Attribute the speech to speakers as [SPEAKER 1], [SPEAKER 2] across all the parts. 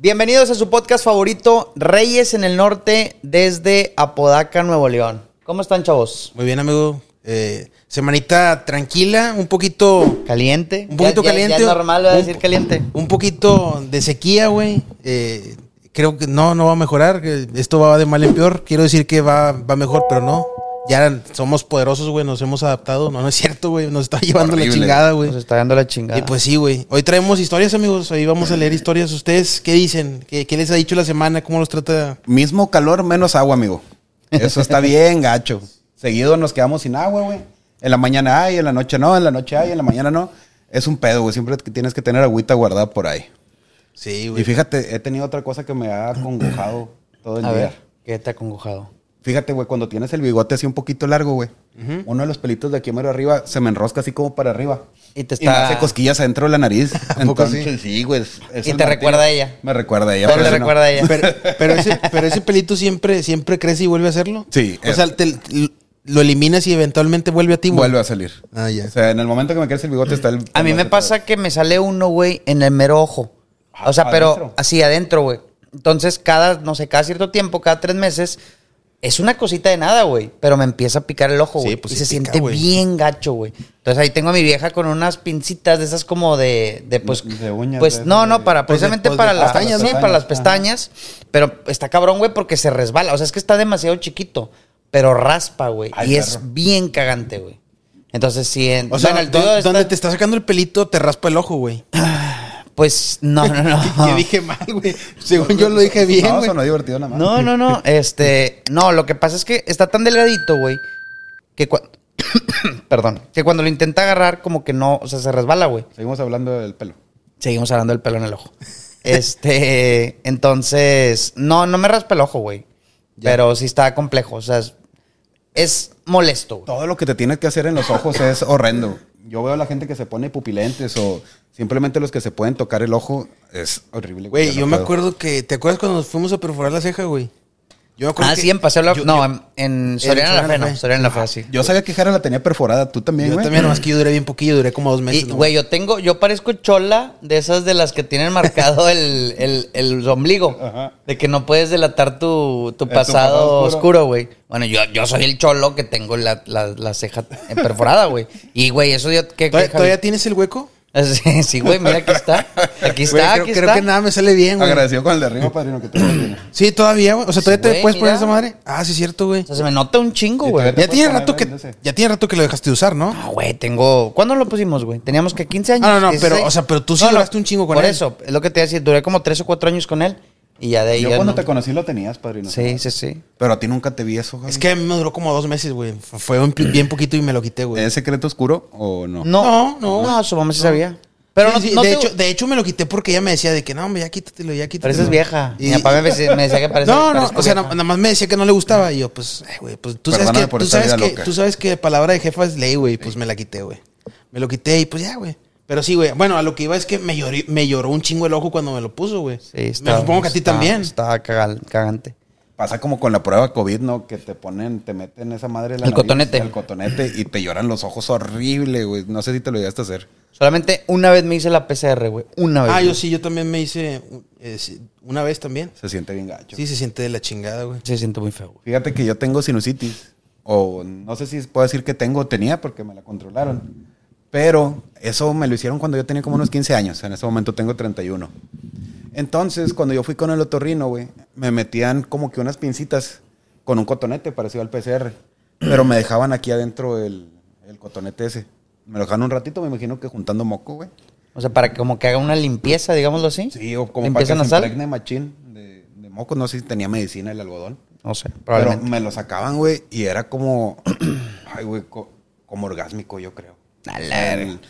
[SPEAKER 1] Bienvenidos a su podcast favorito, Reyes en el Norte, desde Apodaca, Nuevo León. ¿Cómo están, chavos?
[SPEAKER 2] Muy bien, amigo. Eh, semanita tranquila, un poquito,
[SPEAKER 1] ¿Caliente?
[SPEAKER 2] Un poquito
[SPEAKER 1] Ya- ya-
[SPEAKER 2] caliente.
[SPEAKER 1] Ya, es normal, va a
[SPEAKER 2] Un-
[SPEAKER 1] decir caliente.
[SPEAKER 2] un poquito de sequía, güey. Eh, creo que no, no va a mejorar. que Esto va de mal en peor. Quiero decir que va, va mejor, pero no. Ya somos poderosos, güey. Nos hemos adaptado. No, no es cierto, güey. Nos está llevando la
[SPEAKER 3] Horrible.
[SPEAKER 2] chingada, güey.
[SPEAKER 1] Nos está dando la chingada.
[SPEAKER 2] Y pues sí, güey. Hoy traemos historias, amigos. Ahí vamos a leer historias. ¿Ustedes qué dicen? ¿Qué, qué les ha dicho la semana? ¿Cómo los trata?
[SPEAKER 3] Mismo calor, menos agua, amigo. Eso está bien, gacho. Seguido nos quedamos sin agua, güey. En la mañana hay, en la noche no, en la noche hay, en la mañana no. Es un pedo, güey. Siempre que tienes que tener agüita guardada por ahí.
[SPEAKER 2] Sí,
[SPEAKER 3] Y fíjate, he tenido otra cosa que me ha acongojado todo el
[SPEAKER 1] a
[SPEAKER 3] día.
[SPEAKER 1] ver, ¿qué te ha congojado?
[SPEAKER 3] Fíjate, güey, cuando tienes el bigote así un poquito largo, güey. Uno de los pelitos de aquí mero arriba se me enrosca así como para arriba.
[SPEAKER 1] Y te
[SPEAKER 3] Y me
[SPEAKER 1] está-
[SPEAKER 3] hace cosquillas adentro de la nariz.
[SPEAKER 2] poco
[SPEAKER 3] Entonces, sí, güey. es- es
[SPEAKER 1] Y
[SPEAKER 3] el
[SPEAKER 1] te recuerda a ella.
[SPEAKER 3] Me recuerda a ella.
[SPEAKER 1] Pero
[SPEAKER 3] por
[SPEAKER 1] le
[SPEAKER 3] eso no.
[SPEAKER 1] recuerda a ella.
[SPEAKER 2] Pero, pero ese, pero ese pelito siempre, siempre crece y vuelve a hacerlo.
[SPEAKER 3] Sí,
[SPEAKER 2] O
[SPEAKER 3] es-
[SPEAKER 2] sea, te- lo eliminas y eventualmente vuelve a ti. güey.
[SPEAKER 3] Vuelve a salir.
[SPEAKER 2] Ah, ya.
[SPEAKER 3] O sea, en el momento que me crece el bigote está el.
[SPEAKER 1] A mí me pasa que me sale uno, güey, en el mero ojo. O sea, pero
[SPEAKER 3] ¿Adentro?
[SPEAKER 1] así adentro, güey. Entonces, cada, no sé, cada cierto tiempo, cada tres meses, es una cosita de nada, güey. Pero me empieza a picar el ojo,
[SPEAKER 2] Sí,
[SPEAKER 1] güey.
[SPEAKER 2] pues
[SPEAKER 1] y
[SPEAKER 2] sí
[SPEAKER 1] se
[SPEAKER 2] pica,
[SPEAKER 1] siente
[SPEAKER 2] güey.
[SPEAKER 1] bien gacho, güey. Entonces ahí tengo a mi vieja con unas pincitas de esas como de, de pues.
[SPEAKER 3] De uñas,
[SPEAKER 1] Pues
[SPEAKER 3] de-
[SPEAKER 1] no, no,
[SPEAKER 3] de-
[SPEAKER 1] para
[SPEAKER 2] pues de-
[SPEAKER 1] precisamente
[SPEAKER 2] pues de
[SPEAKER 1] para las
[SPEAKER 2] pestañas,
[SPEAKER 1] pestañas, sí,
[SPEAKER 3] ¿no?
[SPEAKER 1] para las
[SPEAKER 3] Pestañas,
[SPEAKER 1] pestañas. Pero está cabrón, güey, porque se resbala. O sea, es que está demasiado chiquito. Pero raspa, güey.
[SPEAKER 3] Ay,
[SPEAKER 1] Y es
[SPEAKER 3] perro.
[SPEAKER 1] bien cagante, güey. Entonces, sí, en,
[SPEAKER 2] O sea,
[SPEAKER 1] bueno, el
[SPEAKER 2] do-
[SPEAKER 1] tuyo está-
[SPEAKER 2] donde te está sacando el pelito, te raspa el ojo, güey.
[SPEAKER 3] Ah,
[SPEAKER 1] Pues no, no,
[SPEAKER 2] Que
[SPEAKER 1] no.
[SPEAKER 2] dije mal, güey. Según yo lo dije bien,
[SPEAKER 3] No,
[SPEAKER 2] güey.
[SPEAKER 3] sonó divertido nada más.
[SPEAKER 1] No, no, no. Este, no, lo que pasa es que está tan delgadito, güey, que cuando perdón, que cuando lo intenta agarrar como que no, o sea, se resbala, güey.
[SPEAKER 3] Seguimos hablando del pelo.
[SPEAKER 1] Seguimos hablando del pelo en el ojo. Este, entonces, no, no me raspa el ojo, güey.
[SPEAKER 2] Ya.
[SPEAKER 1] Pero sí está complejo, o sea, es, es molesto. güey.
[SPEAKER 3] Todo lo que te tienes que hacer en los ojos es horrendo. Yo veo a la gente que se pone pupilentes o simplemente los que se pueden tocar el ojo. Es horrible.
[SPEAKER 2] Güey,
[SPEAKER 3] no
[SPEAKER 2] yo me
[SPEAKER 3] puedo.
[SPEAKER 2] acuerdo que. ¿Te acuerdas cuando nos fuimos a perforar la ceja, güey? Yo me acuerdo
[SPEAKER 1] Ah,
[SPEAKER 2] que-
[SPEAKER 1] sí, en Paseo La-
[SPEAKER 2] yo-
[SPEAKER 1] no,
[SPEAKER 2] yo-
[SPEAKER 1] en, en Soriana la Fe, no, Soriana la Fe, sí.
[SPEAKER 3] Yo sabía que Jara la tenía perforada. Tú también,
[SPEAKER 2] Yo
[SPEAKER 3] güey.
[SPEAKER 2] también, nomás que yo duré bien poquillo, duré como dos
[SPEAKER 1] Y,
[SPEAKER 2] meses. nomás.
[SPEAKER 1] güey, yo tengo, yo parezco chola de esas de las que tienen marcado el, el- el ombligo.
[SPEAKER 3] Ajá.
[SPEAKER 1] De que no puedes delatar tu, tu
[SPEAKER 3] Eh, tu
[SPEAKER 1] pasado
[SPEAKER 3] pasado
[SPEAKER 1] oscuro,
[SPEAKER 3] oscuro.
[SPEAKER 1] güey. Bueno, yo, yo soy el cholo que tengo la, la- la ceja eh, perforada, güey. Y, güey, eso yo... ¿qué,
[SPEAKER 2] ¿Todavía,
[SPEAKER 1] qué,
[SPEAKER 2] todavía tienes el hueco?
[SPEAKER 1] Javi? Sí, sí, güey, mira, aquí está. Aquí está,
[SPEAKER 2] Güey, creo,
[SPEAKER 1] aquí
[SPEAKER 2] creo
[SPEAKER 1] está.
[SPEAKER 2] que nada me sale bien, güey.
[SPEAKER 3] Agradecido con el de arriba, padrino, que tú lo tienes.
[SPEAKER 2] Sí, todavía, güey. O sea, todavía
[SPEAKER 1] Sí,
[SPEAKER 2] te
[SPEAKER 1] güey,
[SPEAKER 2] puedes poner
[SPEAKER 1] mira.
[SPEAKER 2] esa madre. Ah, sí, es cierto, güey.
[SPEAKER 1] O sea, se me nota un chingo,
[SPEAKER 3] Y
[SPEAKER 1] güey.
[SPEAKER 3] todavía-
[SPEAKER 2] Ya
[SPEAKER 3] te
[SPEAKER 2] tiene
[SPEAKER 3] puedes
[SPEAKER 2] rato que.
[SPEAKER 3] poner el de ese.
[SPEAKER 2] Ya tiene rato que lo dejaste de usar, ¿no?
[SPEAKER 1] Ah, güey, tengo... ¿Cuándo lo pusimos, güey? Teníamos que 15 años.
[SPEAKER 2] Ah, No, no, no, pero,
[SPEAKER 1] 16.
[SPEAKER 2] o sea, pero tú sí duraste un chingo con
[SPEAKER 1] por
[SPEAKER 2] él.
[SPEAKER 1] eso, es lo que te iba a decir. Duré como 3 o 4 años con él y ya de ahí
[SPEAKER 3] Yo
[SPEAKER 1] ya
[SPEAKER 3] cuando
[SPEAKER 1] no.
[SPEAKER 3] te conocí lo tenías, padrino.
[SPEAKER 1] Sí, sí, sí.
[SPEAKER 3] Pero a ti nunca te vi eso, Javi.
[SPEAKER 2] Es que a mí me duró como dos meses, güey. F- Fue un- bien poquito y me lo quité, güey.
[SPEAKER 3] ¿Es secreto oscuro o no?
[SPEAKER 1] No,
[SPEAKER 2] No,
[SPEAKER 1] no.
[SPEAKER 2] no.
[SPEAKER 1] su mamá sí sabía. Pero
[SPEAKER 2] Sí,
[SPEAKER 1] no,
[SPEAKER 2] sí,
[SPEAKER 1] no
[SPEAKER 2] de,
[SPEAKER 1] te-
[SPEAKER 2] hecho, de hecho, me lo quité porque ella me decía de que no, hombre, ya quítatelo, ya quítatelo.
[SPEAKER 1] pareces vieja.
[SPEAKER 2] Y-
[SPEAKER 1] Mi papá me, decía- me decía que pareces
[SPEAKER 2] no, no,
[SPEAKER 1] parezco
[SPEAKER 2] o sea, na-
[SPEAKER 1] vieja.
[SPEAKER 2] nada más me decía que no le gustaba. Y yo, pues, ay, güey, pues tú sabes,
[SPEAKER 3] Perdóname
[SPEAKER 2] que,
[SPEAKER 3] por
[SPEAKER 2] tú,
[SPEAKER 3] esta
[SPEAKER 2] sabes
[SPEAKER 3] vida
[SPEAKER 2] que,
[SPEAKER 3] loca.
[SPEAKER 2] tú sabes que palabra de jefa es ley, güey. Pues me la quité, güey. Me lo quité y pues ya, güey. Pero sí, güey. Bueno, a lo que iba es que me, llorí- me lloró un chingo el ojo cuando me lo puso, güey.
[SPEAKER 1] Sí, está-
[SPEAKER 2] me supongo que a ti
[SPEAKER 1] está-
[SPEAKER 2] también.
[SPEAKER 1] Estaba cagal- cagante.
[SPEAKER 3] Pasa como con la prueba COVID, ¿no? Que te ponen, te meten esa madre en la
[SPEAKER 1] El
[SPEAKER 3] nariz,
[SPEAKER 1] cotonete.
[SPEAKER 3] El cotonete y te lloran los ojos horrible, güey. No sé si te lo llegaste a hacer.
[SPEAKER 1] Solamente una vez me hice la PCR, güey. Una vez.
[SPEAKER 2] Ah,
[SPEAKER 1] güey.
[SPEAKER 2] yo sí, yo también me hice eh, sí, una vez también.
[SPEAKER 3] Se siente bien gacho.
[SPEAKER 2] Sí, se siente de la chingada, güey.
[SPEAKER 1] Sí, siento muy feo, güey.
[SPEAKER 3] Fíjate que yo tengo sinusitis. O no sé si puedo decir que tengo o tenía porque me la controlaron. Pero eso me lo hicieron cuando yo tenía como unos 15 años. En ese momento tengo 31. Entonces, cuando yo fui con el otorrino, güey, me metían como que unas pincitas con un cotonete parecido al PCR. Pero me dejaban aquí adentro el, el cotonete ese. Me lo dejaban un ratito, me imagino que juntando moco, güey.
[SPEAKER 1] O sea, para que como que haga una limpieza, digámoslo así.
[SPEAKER 3] Sí, o como para que
[SPEAKER 1] limpieza
[SPEAKER 3] se
[SPEAKER 1] nasal.
[SPEAKER 3] impregne machín de, de moco. No sé si tenía medicina el algodón.
[SPEAKER 1] No sé,
[SPEAKER 3] Pero
[SPEAKER 1] probablemente.
[SPEAKER 3] me lo sacaban, güey, y era como. Ay, güey, co- como orgásmico, yo creo.
[SPEAKER 1] A la verga.
[SPEAKER 3] El-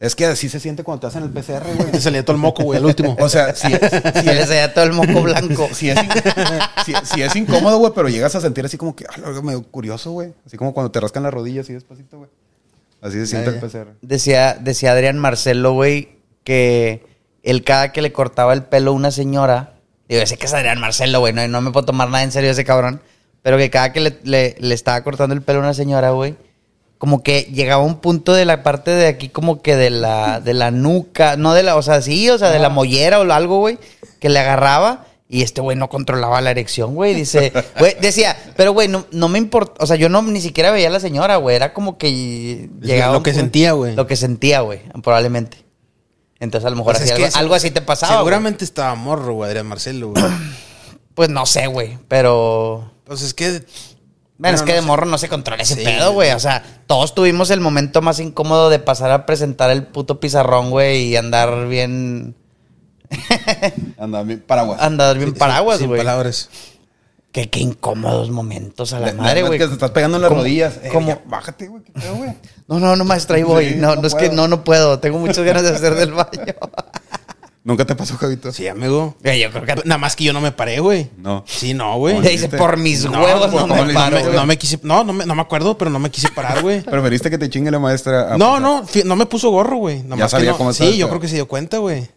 [SPEAKER 3] es que así se siente cuando te hacen el PCR, güey.
[SPEAKER 2] Te salía todo el moco, güey, al último.
[SPEAKER 3] O sea, si,
[SPEAKER 1] Se le salía todo el moco blanco.
[SPEAKER 3] si es, in- si- si es incómodo, güey, pero llegas a sentir así como que, ah, lo medio curioso, güey. Así como cuando te rascan las rodillas así despacito, güey. Así se siente el PCR.
[SPEAKER 1] Decía, decía Adrián Marcelo, güey, que él cada que le cortaba el pelo a una señora, digo, yo sé que es Adrián Marcelo, güey, no, no me puedo tomar nada en serio ese cabrón, pero que cada que le, le- le estaba cortando el pelo a una señora, güey, como que llegaba un punto de la parte de aquí, como que de la, de la nuca, no de la, o sea, sí, o sea, de la mollera o algo, güey, que le agarraba y este güey no controlaba la erección, güey. Dice, güey, decía, pero güey, no, no me importa, o sea, yo no ni siquiera veía a la señora, güey. Era como que llegaba.
[SPEAKER 2] lo
[SPEAKER 1] un
[SPEAKER 2] que
[SPEAKER 1] punto-
[SPEAKER 2] sentía, güey.
[SPEAKER 1] Lo que sentía, güey, probablemente. Entonces a lo mejor
[SPEAKER 2] Pues es
[SPEAKER 1] hacía
[SPEAKER 2] que
[SPEAKER 1] algo,
[SPEAKER 2] se-
[SPEAKER 1] algo así te pasaba. güey.
[SPEAKER 2] Seguramente estaba morro, güey, Adrián Marcelo, güey.
[SPEAKER 1] Pues no sé, güey, pero.
[SPEAKER 2] Pues es que.
[SPEAKER 1] Bueno,
[SPEAKER 2] Bueno,
[SPEAKER 1] es que
[SPEAKER 2] no
[SPEAKER 1] de
[SPEAKER 2] sé.
[SPEAKER 1] morro no se controla ese
[SPEAKER 2] Sí.
[SPEAKER 1] pedo, güey. O sea, todos tuvimos el momento más incómodo de pasar a presentar el puto pizarrón, güey, y andar bien.
[SPEAKER 3] Anda, mi- paraguas.
[SPEAKER 1] Andar bien paraguas,
[SPEAKER 2] sin
[SPEAKER 1] güey.
[SPEAKER 2] palabras.
[SPEAKER 1] Qué, qué incómodos momentos a la
[SPEAKER 3] La- la-
[SPEAKER 1] madre,
[SPEAKER 3] es
[SPEAKER 1] güey.
[SPEAKER 3] Que te estás pegando en las
[SPEAKER 1] ¿Cómo-
[SPEAKER 3] rodillas. Eh,
[SPEAKER 1] cómo-
[SPEAKER 3] ya, bájate, güey. ¿Qué pedo, güey?
[SPEAKER 1] No, no, no, maestra, ahí voy.
[SPEAKER 3] Sí,
[SPEAKER 1] no, no,
[SPEAKER 3] no
[SPEAKER 1] es que
[SPEAKER 3] puedo.
[SPEAKER 1] no, no puedo. Tengo muchas ganas de hacer del baño.
[SPEAKER 3] ¿Nunca te pasó, Javito?
[SPEAKER 2] Sí, amigo.
[SPEAKER 1] Güey, Yo creo que.
[SPEAKER 2] Nada más que yo no me paré, güey.
[SPEAKER 3] No.
[SPEAKER 2] Sí, no, güey.
[SPEAKER 1] Te dice, por mis huevos no,
[SPEAKER 3] no,
[SPEAKER 1] me
[SPEAKER 3] no,
[SPEAKER 1] paro.
[SPEAKER 2] No,
[SPEAKER 1] güey. Ah,
[SPEAKER 2] no me quise. No, no me, no me acuerdo, pero no me quise parar, güey.
[SPEAKER 3] Preferiste que te chingue la maestra.
[SPEAKER 1] pues
[SPEAKER 3] a-
[SPEAKER 2] No, no, fi- no me puso gorro, güey. Nada
[SPEAKER 3] Ya
[SPEAKER 2] más que
[SPEAKER 3] sabía
[SPEAKER 2] no-
[SPEAKER 3] cómo estaba
[SPEAKER 2] Sí,
[SPEAKER 3] el
[SPEAKER 2] yo
[SPEAKER 3] pedo.
[SPEAKER 2] creo que se dio cuenta, güey.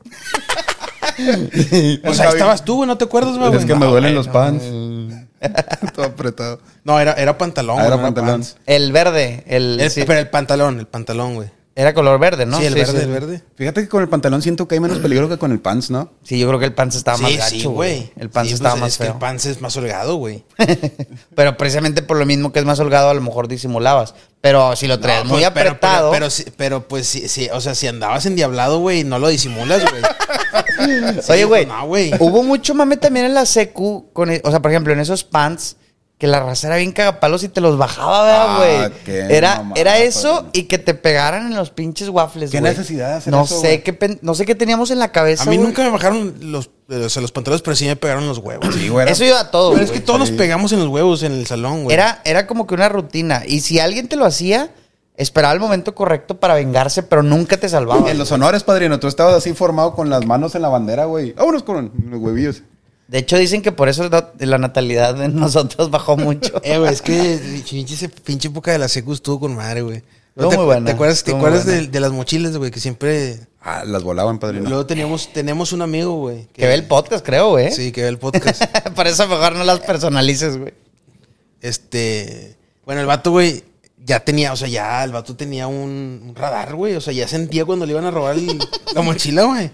[SPEAKER 3] El
[SPEAKER 2] O sea, ahí
[SPEAKER 3] Javi-
[SPEAKER 2] estabas tú, güey, no te acuerdas, güey.
[SPEAKER 3] Es que
[SPEAKER 2] No,
[SPEAKER 3] me duelen
[SPEAKER 2] güey,
[SPEAKER 3] los
[SPEAKER 2] no.
[SPEAKER 3] pants. Todo apretado.
[SPEAKER 2] No, era, era pantalón,
[SPEAKER 3] Ah,
[SPEAKER 2] güey.
[SPEAKER 3] era
[SPEAKER 2] no
[SPEAKER 3] pantalón.
[SPEAKER 2] pants.
[SPEAKER 1] El verde, el.
[SPEAKER 2] El-
[SPEAKER 1] sí,
[SPEAKER 2] Pero el pantalón, el pantalón, güey.
[SPEAKER 1] Era color verde, ¿no?
[SPEAKER 2] Sí, el verde,
[SPEAKER 1] sí.
[SPEAKER 2] el verde.
[SPEAKER 3] Fíjate que con el pantalón siento que hay menos peligro que con el pants, ¿no?
[SPEAKER 1] Sí, yo creo que el pants estaba más
[SPEAKER 2] Sí,
[SPEAKER 1] gacho,
[SPEAKER 2] sí,
[SPEAKER 1] güey.
[SPEAKER 2] güey.
[SPEAKER 1] El pants
[SPEAKER 2] Sí,
[SPEAKER 1] estaba
[SPEAKER 2] pues,
[SPEAKER 1] más
[SPEAKER 2] es que
[SPEAKER 1] feo.
[SPEAKER 2] el pants es más holgado, güey.
[SPEAKER 1] pero precisamente por lo mismo que es más holgado, a lo mejor disimulabas. Pero si lo traes
[SPEAKER 2] No,
[SPEAKER 1] muy
[SPEAKER 2] pues, pero-
[SPEAKER 1] apretado.
[SPEAKER 2] Pero, pero, sí- pero, pues, sí, sí, o sea, si andabas endiablado, güey, no lo disimulas, güey. Sí,
[SPEAKER 1] Oye, güey.
[SPEAKER 2] No, güey.
[SPEAKER 1] Hubo mucho mame también en la secu. Con, e- o sea, por ejemplo, en esos pants. Que la raza era bien cagapalos y te los bajaba,
[SPEAKER 3] Ah,
[SPEAKER 1] ¿verdad, güey.
[SPEAKER 3] qué
[SPEAKER 1] era,
[SPEAKER 3] mamada,
[SPEAKER 1] era eso
[SPEAKER 3] padre.
[SPEAKER 1] y que te pegaran en los pinches waffles,
[SPEAKER 3] ¿Qué
[SPEAKER 1] güey.
[SPEAKER 3] necesidad de hacer
[SPEAKER 1] no
[SPEAKER 3] eso,
[SPEAKER 1] Sé
[SPEAKER 3] güey?
[SPEAKER 1] qué pen- no sé qué teníamos en la cabeza,
[SPEAKER 2] A mí
[SPEAKER 1] güey.
[SPEAKER 2] nunca me bajaron los, eh, o sea, los pantalones, pero sí me pegaron los huevos.
[SPEAKER 3] Sí, güey. era-
[SPEAKER 1] Eso iba a todo,
[SPEAKER 2] Pero es que
[SPEAKER 1] güey.
[SPEAKER 2] todos nos
[SPEAKER 3] Sí.
[SPEAKER 2] pegamos en los huevos en el salón, güey.
[SPEAKER 1] Era, era como que una rutina. Y si alguien te lo hacía, esperaba el momento correcto para vengarse, pero nunca te salvaba.
[SPEAKER 3] En los honores, padrino, tú estabas así formado con las manos en la bandera, güey. Vámonos con los huevillos.
[SPEAKER 1] De hecho, dicen que por eso la- la natalidad de nosotros bajó mucho.
[SPEAKER 2] Eh, güey, es que pinche, ese pinche época de la secu estuvo con madre, güey.
[SPEAKER 1] Estuvo
[SPEAKER 2] ¿Te,
[SPEAKER 1] muy buena,
[SPEAKER 2] ¿Te acuerdas, te
[SPEAKER 1] estuvo muy
[SPEAKER 2] acuerdas de,
[SPEAKER 1] buena.
[SPEAKER 2] de las mochilas, güey? Que siempre...
[SPEAKER 3] Ah, las volaban, padrino.
[SPEAKER 2] Luego teníamos, tenemos un amigo, güey.
[SPEAKER 1] Que ve el eh? podcast, creo, güey.
[SPEAKER 2] Sí, que ve el podcast.
[SPEAKER 1] Por eso mejor no las personalices, güey.
[SPEAKER 2] Este. Bueno, el vato, güey, ya tenía, o sea, ya el vato tenía un, un radar, güey. O sea, ya sentía cuando le iban a robar el- la mochila, güey.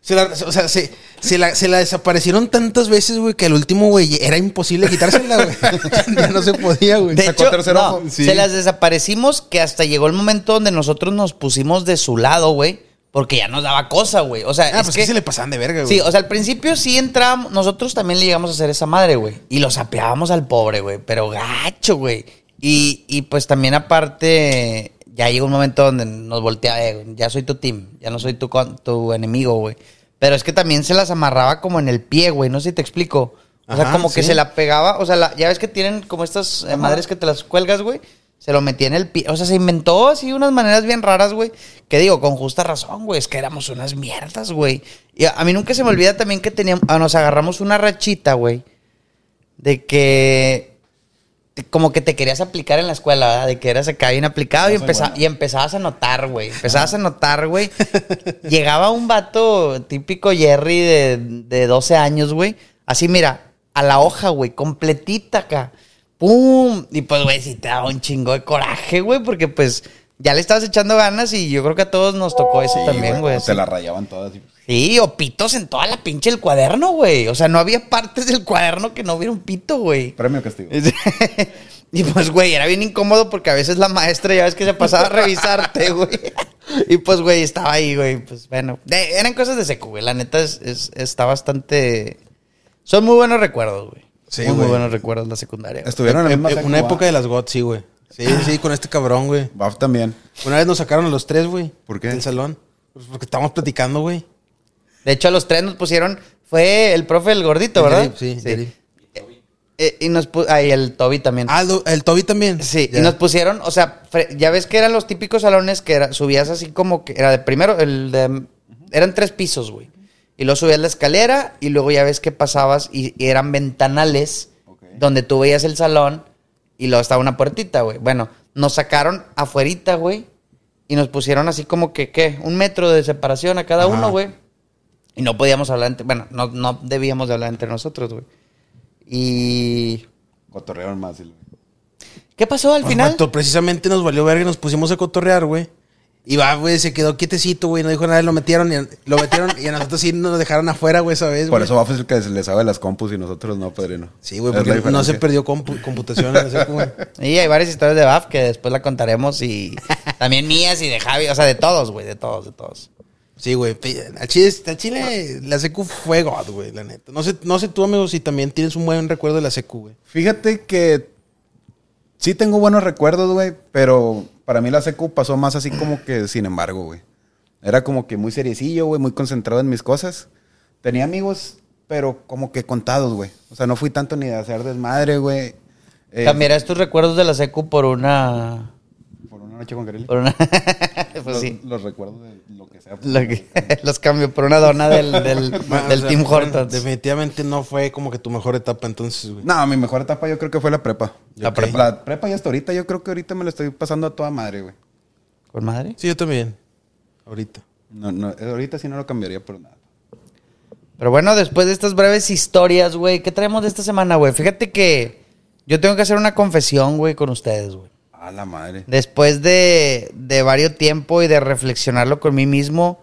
[SPEAKER 2] Se la, o sea, se, se la, se la desaparecieron tantas veces, güey, que al último, güey, era imposible quitársela, güey. ya no se podía, güey.
[SPEAKER 1] De
[SPEAKER 3] sacó
[SPEAKER 1] hecho,
[SPEAKER 3] tercer
[SPEAKER 1] no,
[SPEAKER 3] ojo. Sí.
[SPEAKER 1] se las desaparecimos que hasta llegó el momento donde nosotros nos pusimos de su lado, güey. Porque ya nos daba cosa, güey. O sea,
[SPEAKER 2] Ah,
[SPEAKER 1] es
[SPEAKER 2] pues
[SPEAKER 1] que...
[SPEAKER 2] que se le pasaban de verga, güey.
[SPEAKER 1] Sí, o sea, al principio sí entrábamos, nosotros también le llegamos a hacer esa madre, güey. Y lo sapeábamos al pobre, güey, pero gacho, güey. Y, y pues también aparte, ya llegó un momento donde nos voltea, eh, ya soy tu team, ya no soy tu, con- tu enemigo, güey. Pero es que también se las amarraba como en el pie, güey, no sé si te explico. O sea,
[SPEAKER 2] Ajá,
[SPEAKER 1] como que
[SPEAKER 2] sí.
[SPEAKER 1] se la pegaba, o sea, la- ya ves que tienen como estas eh, madres que te las cuelgas, güey. Se lo metía en el pie. O sea, se inventó así unas maneras bien raras, güey. Que digo, con justa razón, güey. Es que éramos unas mierdas, güey. Y a, a mí nunca se me olvida también que teníamos, ah, nos agarramos una rachita, güey. De que te- como que te querías aplicar en la escuela, ¿verdad? De que eras acá bien aplicado y,
[SPEAKER 3] soy
[SPEAKER 1] empeza-
[SPEAKER 3] bueno.
[SPEAKER 1] y empezabas a notar, güey. Empezabas a notar, güey. Llegaba un vato típico Jerry de, de 12 años, güey. Así, mira, a la hoja, güey, completita acá. ¡Pum! Y pues, güey, sí te daba un chingo de coraje, güey, porque pues ya le estabas echando ganas y yo creo que a todos nos tocó eso
[SPEAKER 3] Sí,
[SPEAKER 1] también, güey.
[SPEAKER 3] o Te
[SPEAKER 1] así.
[SPEAKER 3] la rayaban todas. y-
[SPEAKER 1] Sí, o pitos en toda la pinche del cuaderno, güey. O sea, no había partes del cuaderno que no hubiera un pito, güey.
[SPEAKER 3] Premio castigo.
[SPEAKER 1] Y pues, güey, era bien incómodo porque a veces la maestra ya ves que se pasaba a revisarte, güey. Y pues, güey, estaba ahí, güey. Pues bueno, De- eran cosas de secu, güey. La neta es- es- está bastante. Son muy buenos recuerdos, güey.
[SPEAKER 2] Sí,
[SPEAKER 1] muy, muy
[SPEAKER 2] güey.
[SPEAKER 1] buenos recuerdos la secundaria. güey.
[SPEAKER 3] Estuvieron en la
[SPEAKER 2] Eh,
[SPEAKER 3] misma
[SPEAKER 2] eh,
[SPEAKER 3] secu,
[SPEAKER 2] una
[SPEAKER 3] ¿ah?
[SPEAKER 2] época de las GOT, sí, güey. Sí,
[SPEAKER 1] Ah.
[SPEAKER 2] sí, con este cabrón, güey.
[SPEAKER 3] Baf también.
[SPEAKER 2] Una vez nos sacaron a los tres, güey.
[SPEAKER 3] ¿Por qué?
[SPEAKER 2] Del salón. Pues porque estábamos platicando, güey.
[SPEAKER 1] De hecho, a los tres nos pusieron. Fue el profe el gordito,
[SPEAKER 2] El
[SPEAKER 1] ¿verdad?
[SPEAKER 2] Jerry, sí, Jerry.
[SPEAKER 1] Eh, y nos puso. Ay, el Toby también.
[SPEAKER 2] Ah, lo- el Toby también.
[SPEAKER 1] Sí,
[SPEAKER 2] Ya.
[SPEAKER 1] y nos pusieron, o sea, fre- ya ves que eran los típicos salones que era- subías así como que era de primero, el de, eran tres pisos, güey. Y luego subías la escalera y luego ya ves que pasabas y, y eran ventanales
[SPEAKER 3] Ok.
[SPEAKER 1] donde tú veías el salón y luego estaba una puertita, güey. Bueno, nos sacaron afuerita, güey, y nos pusieron así como que, ¿qué? Un metro de separación a cada
[SPEAKER 2] Ajá.
[SPEAKER 1] uno, güey. Y no podíamos hablar entre, bueno, no, no debíamos de hablar entre nosotros, güey. Y...
[SPEAKER 3] Cotorrearon más. y-
[SPEAKER 1] ¿Qué pasó al
[SPEAKER 2] Pues,
[SPEAKER 1] final?
[SPEAKER 2] vato, precisamente nos valió verga y nos pusimos a cotorrear, güey. Y va, güey, se quedó quietecito, güey, no dijo nada, lo metieron, y, lo metieron y a nosotros sí nos dejaron afuera, güey, esa vez,
[SPEAKER 3] Por
[SPEAKER 2] güey.
[SPEAKER 3] eso Bafo es el que le sabe las compus y nosotros no, padrino.
[SPEAKER 2] Sí, güey,
[SPEAKER 3] Es la
[SPEAKER 2] porque no se
[SPEAKER 3] diferencia.
[SPEAKER 2] perdió compu- computación. no sé cómo.
[SPEAKER 1] Y hay varias historias de Baf que después la contaremos y también mías y de Javi, o sea, de todos, güey, de todos, de todos.
[SPEAKER 2] Sí, güey. pe- Al Chile, al Chile, la secu fue God, güey, la neta. No sé, no sé tú, amigo, si también tienes un buen recuerdo de la secu, güey.
[SPEAKER 3] Fíjate que sí tengo buenos recuerdos, güey, pero para mí la secu pasó más así como que sin embargo, güey. Era como que muy seriecillo, güey, muy concentrado en mis cosas. Tenía amigos, pero como que contados, güey. O sea, no fui tanto ni de hacer desmadre, güey. Eh,
[SPEAKER 1] Cambiarás tus recuerdos de la secu por una...
[SPEAKER 3] Por una noche con Kareli.
[SPEAKER 1] Por una... pues
[SPEAKER 3] los,
[SPEAKER 1] sí.
[SPEAKER 3] los recuerdos de lo que sea.
[SPEAKER 1] Lo que- los cambio por una dona del, del,
[SPEAKER 2] Ma-
[SPEAKER 1] del
[SPEAKER 2] Ah, o sea,
[SPEAKER 1] Team
[SPEAKER 2] bueno,
[SPEAKER 1] Hortons.
[SPEAKER 2] Definitivamente no fue como que tu mejor etapa entonces, güey.
[SPEAKER 3] No, mi mejor etapa yo creo que fue la prepa.
[SPEAKER 1] La
[SPEAKER 3] Ok.
[SPEAKER 1] prepa.
[SPEAKER 3] La prepa y hasta ahorita yo creo que ahorita me lo estoy pasando a toda madre, güey.
[SPEAKER 1] ¿Con madre?
[SPEAKER 2] Sí, yo también. Ahorita.
[SPEAKER 3] No, no, ahorita sí no lo cambiaría por nada.
[SPEAKER 1] Pero bueno, después de estas breves historias, güey, ¿qué traemos de esta semana, güey? Fíjate que yo tengo que hacer una confesión, güey, con ustedes, güey.
[SPEAKER 3] A la madre.
[SPEAKER 1] Después de, de varios tiempo y de reflexionarlo con mí mismo,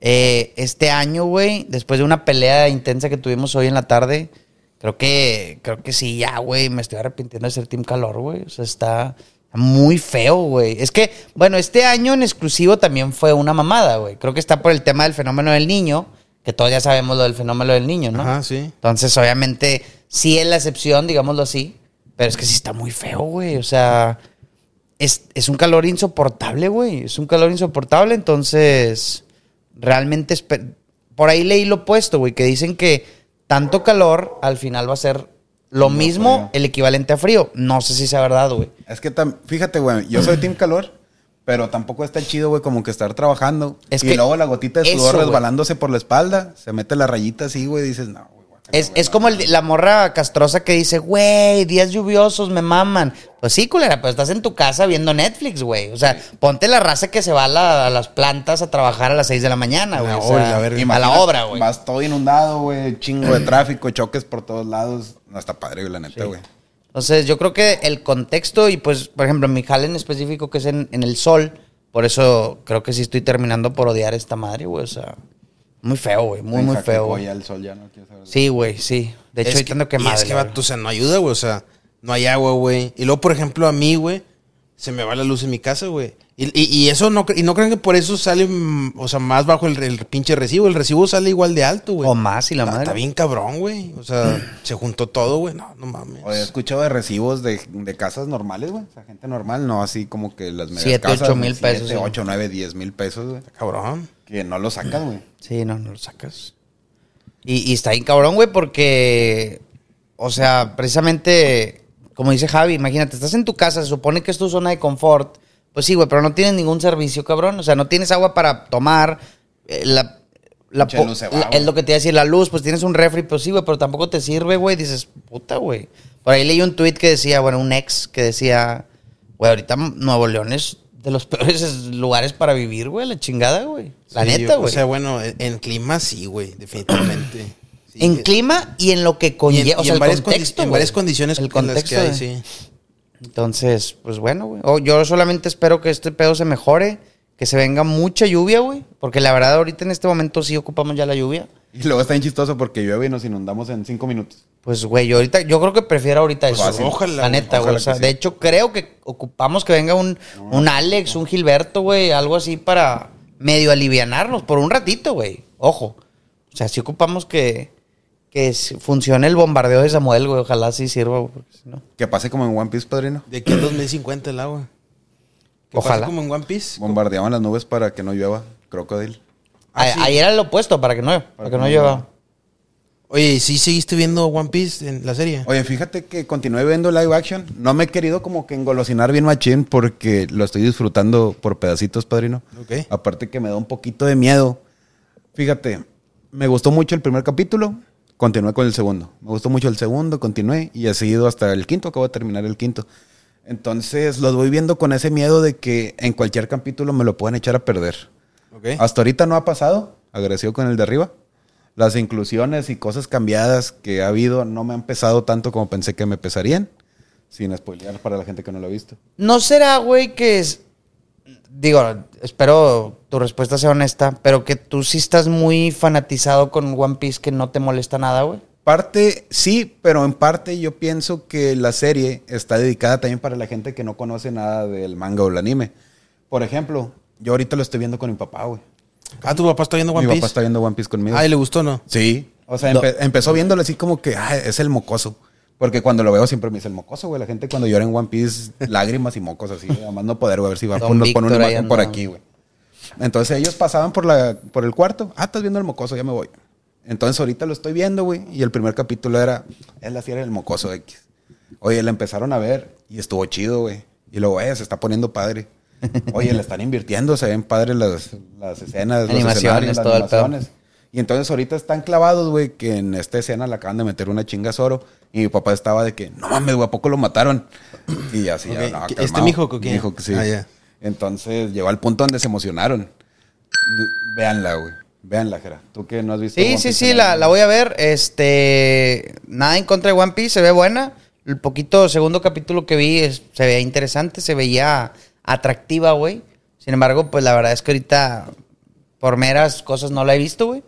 [SPEAKER 1] eh, este año, güey, después de una pelea intensa que tuvimos hoy en la tarde, creo que, creo que sí, ya, güey, me estoy arrepintiendo de ser Team Calor, güey. O sea, está muy feo, güey. Es que, bueno, este año en exclusivo también fue una mamada, güey. Creo que está por el tema del fenómeno del niño, que todos ya sabemos lo del fenómeno del niño, ¿no?
[SPEAKER 2] Ajá, sí.
[SPEAKER 1] Entonces, obviamente, sí es la excepción, digámoslo así. Pero es que sí está muy feo, güey. O sea, es, es un calor insoportable, güey. Es un calor insoportable. Entonces, realmente, espe- por ahí leí lo opuesto, güey, que dicen que tanto calor al final va a ser lo
[SPEAKER 3] Como
[SPEAKER 1] mismo,
[SPEAKER 3] frío.
[SPEAKER 1] el equivalente a frío. No sé si sea verdad, güey.
[SPEAKER 3] Es que tam- fíjate, güey, yo soy team calor, pero tampoco está chido, güey, como que estar trabajando.
[SPEAKER 1] Es
[SPEAKER 3] y
[SPEAKER 1] que
[SPEAKER 3] luego la gotita de sudor
[SPEAKER 1] eso, güey.
[SPEAKER 3] resbalándose por la espalda, se mete la rayita así, güey, y dices, no, güey. guácala,
[SPEAKER 1] Es,
[SPEAKER 3] güey,
[SPEAKER 1] es
[SPEAKER 3] no".
[SPEAKER 1] como el- la morra castrosa que dice, güey, días lluviosos me maman. Pues sí, culera, pero estás en tu casa viendo Netflix, güey. O sea, ponte la raza que se va a, la- a las plantas a trabajar a las 6 de la mañana,
[SPEAKER 2] A
[SPEAKER 1] güey.
[SPEAKER 2] la
[SPEAKER 1] o
[SPEAKER 2] obra,
[SPEAKER 1] sea,
[SPEAKER 2] la verga.
[SPEAKER 1] a
[SPEAKER 3] Imagínate,
[SPEAKER 1] la obra, güey.
[SPEAKER 3] Vas todo inundado, güey, chingo de tráfico, choques por todos lados. No está padre, güey, la neta, güey.
[SPEAKER 1] Entonces, yo creo que el contexto y, pues, por ejemplo, mi jale en específico que es en, en el sol, por eso creo que sí estoy terminando por odiar esta madre, güey. O sea, muy feo, güey. Muy,
[SPEAKER 3] En
[SPEAKER 1] muy
[SPEAKER 3] Jalisco
[SPEAKER 1] feo, güey.
[SPEAKER 3] Ya el sol ya no quiere saber.
[SPEAKER 1] Sí, güey, sí. De hecho,
[SPEAKER 2] Es
[SPEAKER 1] ahorita ando
[SPEAKER 2] y
[SPEAKER 1] quemado.
[SPEAKER 2] Es
[SPEAKER 1] la
[SPEAKER 2] que,
[SPEAKER 1] verga.
[SPEAKER 2] vato, o sea, no ayuda, güey. O sea, no hay agua, güey. Y luego, por ejemplo, a mí, güey, se me va la luz en mi casa, güey. Y, y- y eso no, cre- y no crean que por eso sale, mm, o sea, más bajo el, el pinche recibo. El recibo sale igual de alto, güey.
[SPEAKER 1] O más y Oh, la
[SPEAKER 2] Está-
[SPEAKER 1] madre.
[SPEAKER 2] Está bien cabrón, güey. O sea, se juntó todo, güey. No, no mames.
[SPEAKER 3] Oye, he escuchado de recibos de, de casas normales, güey. O sea, gente normal, no así como que las medias
[SPEAKER 1] Siete,
[SPEAKER 3] casas.
[SPEAKER 1] ocho mil pesos, sí.
[SPEAKER 3] 8, 9, 10 mil pesos, güey.
[SPEAKER 2] Cabrón.
[SPEAKER 3] Que no lo sacas, güey.
[SPEAKER 1] Sí, no, no lo sacas. Y, y está bien cabrón, güey, porque, o sea, precisamente, como dice Javi, imagínate, estás en tu casa, se supone que es tu zona de confort. Pues sí, güey, pero no tienes ningún servicio, cabrón. O sea, no tienes agua para tomar. eh, la, la
[SPEAKER 3] Pinche
[SPEAKER 1] po-
[SPEAKER 3] luz se va,
[SPEAKER 1] la-
[SPEAKER 3] güey.
[SPEAKER 1] es lo que te iba a decir, la luz, pues tienes un refri, pues sí, güey, pero tampoco te sirve, güey. Dices, puta, güey. Por ahí leí un tweet que decía, bueno, un ex que decía, güey, ahorita Nuevo León es de los peores lugares para vivir, güey, la chingada, güey. La
[SPEAKER 2] Sí,
[SPEAKER 1] neta,
[SPEAKER 2] yo-
[SPEAKER 1] güey.
[SPEAKER 2] O sea, bueno, e, en, en clima sí, güey, definitivamente. Sí,
[SPEAKER 1] en
[SPEAKER 2] eh,
[SPEAKER 1] clima y en lo que
[SPEAKER 2] y en-
[SPEAKER 1] conlleva. o
[SPEAKER 2] y
[SPEAKER 1] sea,
[SPEAKER 2] en
[SPEAKER 1] el
[SPEAKER 2] varias condi-
[SPEAKER 1] contexto.
[SPEAKER 2] En
[SPEAKER 1] güey.
[SPEAKER 2] varias condiciones
[SPEAKER 1] El
[SPEAKER 2] en las
[SPEAKER 1] contexto.
[SPEAKER 2] que hay,
[SPEAKER 1] de-
[SPEAKER 2] sí.
[SPEAKER 1] Entonces, pues bueno, güey. O- Yo solamente espero que este pedo se mejore, que se venga mucha lluvia, güey. Porque la verdad, ahorita en este momento sí ocupamos ya la lluvia.
[SPEAKER 3] Y luego está bien chistoso porque llueve y nos inundamos en 5 minutos.
[SPEAKER 1] Pues, güey, yo ahorita, yo creo que prefiero ahorita
[SPEAKER 2] Pues,
[SPEAKER 1] eso.
[SPEAKER 2] fácil.
[SPEAKER 1] güey.
[SPEAKER 2] ojalá,
[SPEAKER 1] La
[SPEAKER 2] güey,
[SPEAKER 1] neta, güey.
[SPEAKER 3] ojalá
[SPEAKER 1] O sea,
[SPEAKER 3] que
[SPEAKER 1] de
[SPEAKER 3] sí.
[SPEAKER 1] hecho, creo que ocupamos que venga un, un Alex, un Gilberto, güey, algo así para medio alivianarnos por un ratito, güey. Ojo. O sea, sí ocupamos que, que s- funcione el bombardeo de Samuel, güey. Ojalá sí sirva, güey, porque si no.
[SPEAKER 3] Que pase como en One Piece, padrino.
[SPEAKER 2] De aquí al 2050 el agua. Que pase
[SPEAKER 1] Ojalá.
[SPEAKER 2] como en One Piece.
[SPEAKER 3] Bombardeaban las nubes para que no llueva. Crocodile.
[SPEAKER 2] Ah,
[SPEAKER 1] A-
[SPEAKER 2] sí.
[SPEAKER 1] Ayer era lo opuesto, para que no, para, que no llueva.
[SPEAKER 2] Oye, ¿y ¿sí seguiste viendo One Piece en la serie?
[SPEAKER 3] Oye, fíjate que continué viendo live action. No me he querido como que engolosinar bien machín porque lo estoy disfrutando por pedacitos, padrino.
[SPEAKER 2] Ok.
[SPEAKER 3] Aparte que me da un poquito de miedo. Fíjate, me gustó mucho el primer capítulo, continué con el segundo. Me gustó mucho el segundo, continué y he seguido hasta el quinto, acabo de terminar el quinto. Entonces los voy viendo con ese miedo de que en cualquier capítulo me lo puedan echar a perder.
[SPEAKER 2] Ok.
[SPEAKER 3] Hasta ahorita no ha pasado, agresivo con el de arriba. Las inclusiones y cosas cambiadas que ha habido no me han pesado tanto como pensé que me pesarían. Sin spoilear para la gente que no lo ha visto.
[SPEAKER 1] ¿No será, güey, que es- digo, espero tu respuesta sea honesta, pero que tú sí estás muy fanatizado con One Piece que no te molesta nada, güey.
[SPEAKER 3] Parte sí, pero en parte yo pienso que la serie está dedicada también para la gente que no conoce nada del manga o el anime. Por ejemplo, yo ahorita lo estoy viendo con mi papá, güey.
[SPEAKER 2] Ah, tu papá está viendo One
[SPEAKER 3] mi
[SPEAKER 2] Piece.
[SPEAKER 3] papá está viendo One Piece conmigo.
[SPEAKER 2] Ah, ¿y le gustó o no?
[SPEAKER 3] Sí. O sea, empe- empezó viéndolo así como que ah, es el mocoso. Porque cuando lo veo siempre me dice el mocoso, güey. La gente cuando llora en One Piece, lágrimas y mocos así. Además no poder, güey. A ver si va a
[SPEAKER 1] Don
[SPEAKER 3] poner una
[SPEAKER 1] Víctor ahí
[SPEAKER 3] imagen por
[SPEAKER 1] andaba.
[SPEAKER 3] aquí, güey. Entonces ellos pasaban por, la, por el cuarto. Ah, estás viendo el mocoso, ya me voy. Entonces ahorita lo estoy viendo, güey. Y el primer capítulo era, es la sierra del mocoso X. Oye, la empezaron a ver y estuvo chido, güey. Y luego, eh, se está poniendo padre. Oye, la están invirtiendo, se ven padres las, las escenas,
[SPEAKER 1] Animaciones,
[SPEAKER 3] los escenarios, las
[SPEAKER 1] todo el pedo.
[SPEAKER 3] animaciones. Y entonces ahorita están clavados, güey, que en esta escena le acaban de meter una chinga a Zoro. Y mi papá estaba de que, no mames, güey, ¿a poco lo mataron? Y así,
[SPEAKER 2] Ok,
[SPEAKER 3] ya, no,
[SPEAKER 2] ¿este
[SPEAKER 3] calmado.
[SPEAKER 2] mi hijo o qué?
[SPEAKER 3] Mi hijo que sí.
[SPEAKER 2] Ah, ya.
[SPEAKER 3] Entonces llegó al punto donde se emocionaron. Veanla, güey. Veanla, Jera. Tú que no has visto.
[SPEAKER 1] Sí, sí, sí, la, la voy a ver. Este, nada en contra de One Piece, se ve buena. El poquito segundo capítulo que vi es- se veía interesante, se veía atractiva, güey. Sin embargo, pues la verdad es que ahorita por meras cosas no la he visto, güey.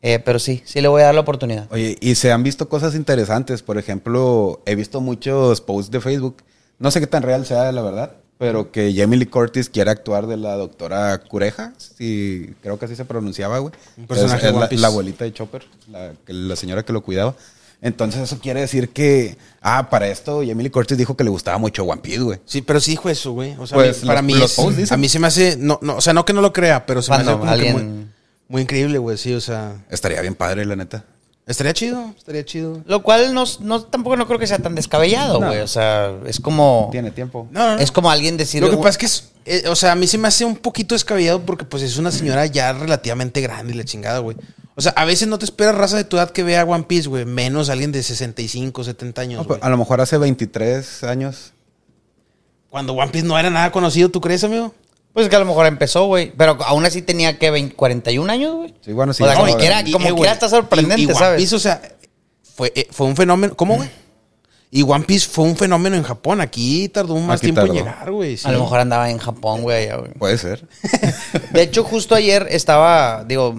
[SPEAKER 1] Eh, pero sí, sí le voy a dar la oportunidad.
[SPEAKER 3] Oye, y se han visto cosas interesantes. Por ejemplo, he visto muchos posts de Facebook. No sé qué tan real sea, la verdad. Pero que Jamie Lee Curtis quiere actuar de la doctora Cureja. Sí, creo que así se pronunciaba, güey. Pues
[SPEAKER 2] Un personaje
[SPEAKER 3] Es-
[SPEAKER 2] de
[SPEAKER 3] es
[SPEAKER 2] One
[SPEAKER 3] la,
[SPEAKER 2] Piece.
[SPEAKER 3] la abuelita de Chopper, la, que- la señora que lo cuidaba. Entonces, eso quiere decir que. Ah, para esto, Jamie Lee Curtis dijo que le gustaba mucho One Piece, güey.
[SPEAKER 2] Sí, pero sí dijo eso, güey. O sea,
[SPEAKER 3] Pues,
[SPEAKER 2] a mí- para
[SPEAKER 3] los-
[SPEAKER 2] mí
[SPEAKER 3] los
[SPEAKER 2] es-
[SPEAKER 3] posts dicen.
[SPEAKER 2] a mí se me hace no, no, o sea, no que no lo crea, pero se me hace
[SPEAKER 1] Cuando
[SPEAKER 2] como que
[SPEAKER 1] alguien-
[SPEAKER 2] muy, muy increíble, güey, sí, o sea,
[SPEAKER 3] Estaría bien padre, la neta.
[SPEAKER 2] estaría chido, estaría chido.
[SPEAKER 1] Lo cual no, no- tampoco no creo que sea tan descabellado, güey. O sea, es como
[SPEAKER 3] Tiene tiempo.
[SPEAKER 2] No, no, no.
[SPEAKER 1] es como alguien decir "Uh,
[SPEAKER 2] Lo que pasa es que es, eh, o sea, a mí se me hace un poquito descabellado porque pues es una señora ya relativamente grande y la chingada, güey. O sea, a veces no te esperas raza de tu edad que vea One Piece, güey, menos alguien de 65, 70 años,
[SPEAKER 3] No,
[SPEAKER 2] güey.
[SPEAKER 3] pues, a lo mejor hace 23 años.
[SPEAKER 2] Cuando One Piece no era nada conocido, ¿tú crees, amigo?
[SPEAKER 1] Pues que a lo mejor empezó, güey. Pero aún así tenía que 20, 41 años, güey.
[SPEAKER 3] Sí, bueno, sí,
[SPEAKER 1] O sea,
[SPEAKER 3] no,
[SPEAKER 1] como
[SPEAKER 3] eh,
[SPEAKER 1] quiera,
[SPEAKER 2] Y,
[SPEAKER 1] como
[SPEAKER 2] eh,
[SPEAKER 1] quiera
[SPEAKER 2] güey,
[SPEAKER 1] está sorprendente,
[SPEAKER 2] y- y One
[SPEAKER 1] ¿sabes?
[SPEAKER 2] Piece, o sea, fue, eh, fue un fenómeno. ¿Cómo, güey? Y One Piece fue un fenómeno en Japón. Aquí tardó más
[SPEAKER 3] Aquí
[SPEAKER 2] tiempo
[SPEAKER 3] tardó.
[SPEAKER 2] en llegar, güey. sí.
[SPEAKER 1] A lo mejor andaba en Japón, güey. allá, güey.
[SPEAKER 3] Puede ser.
[SPEAKER 1] De hecho, justo ayer estaba, digo,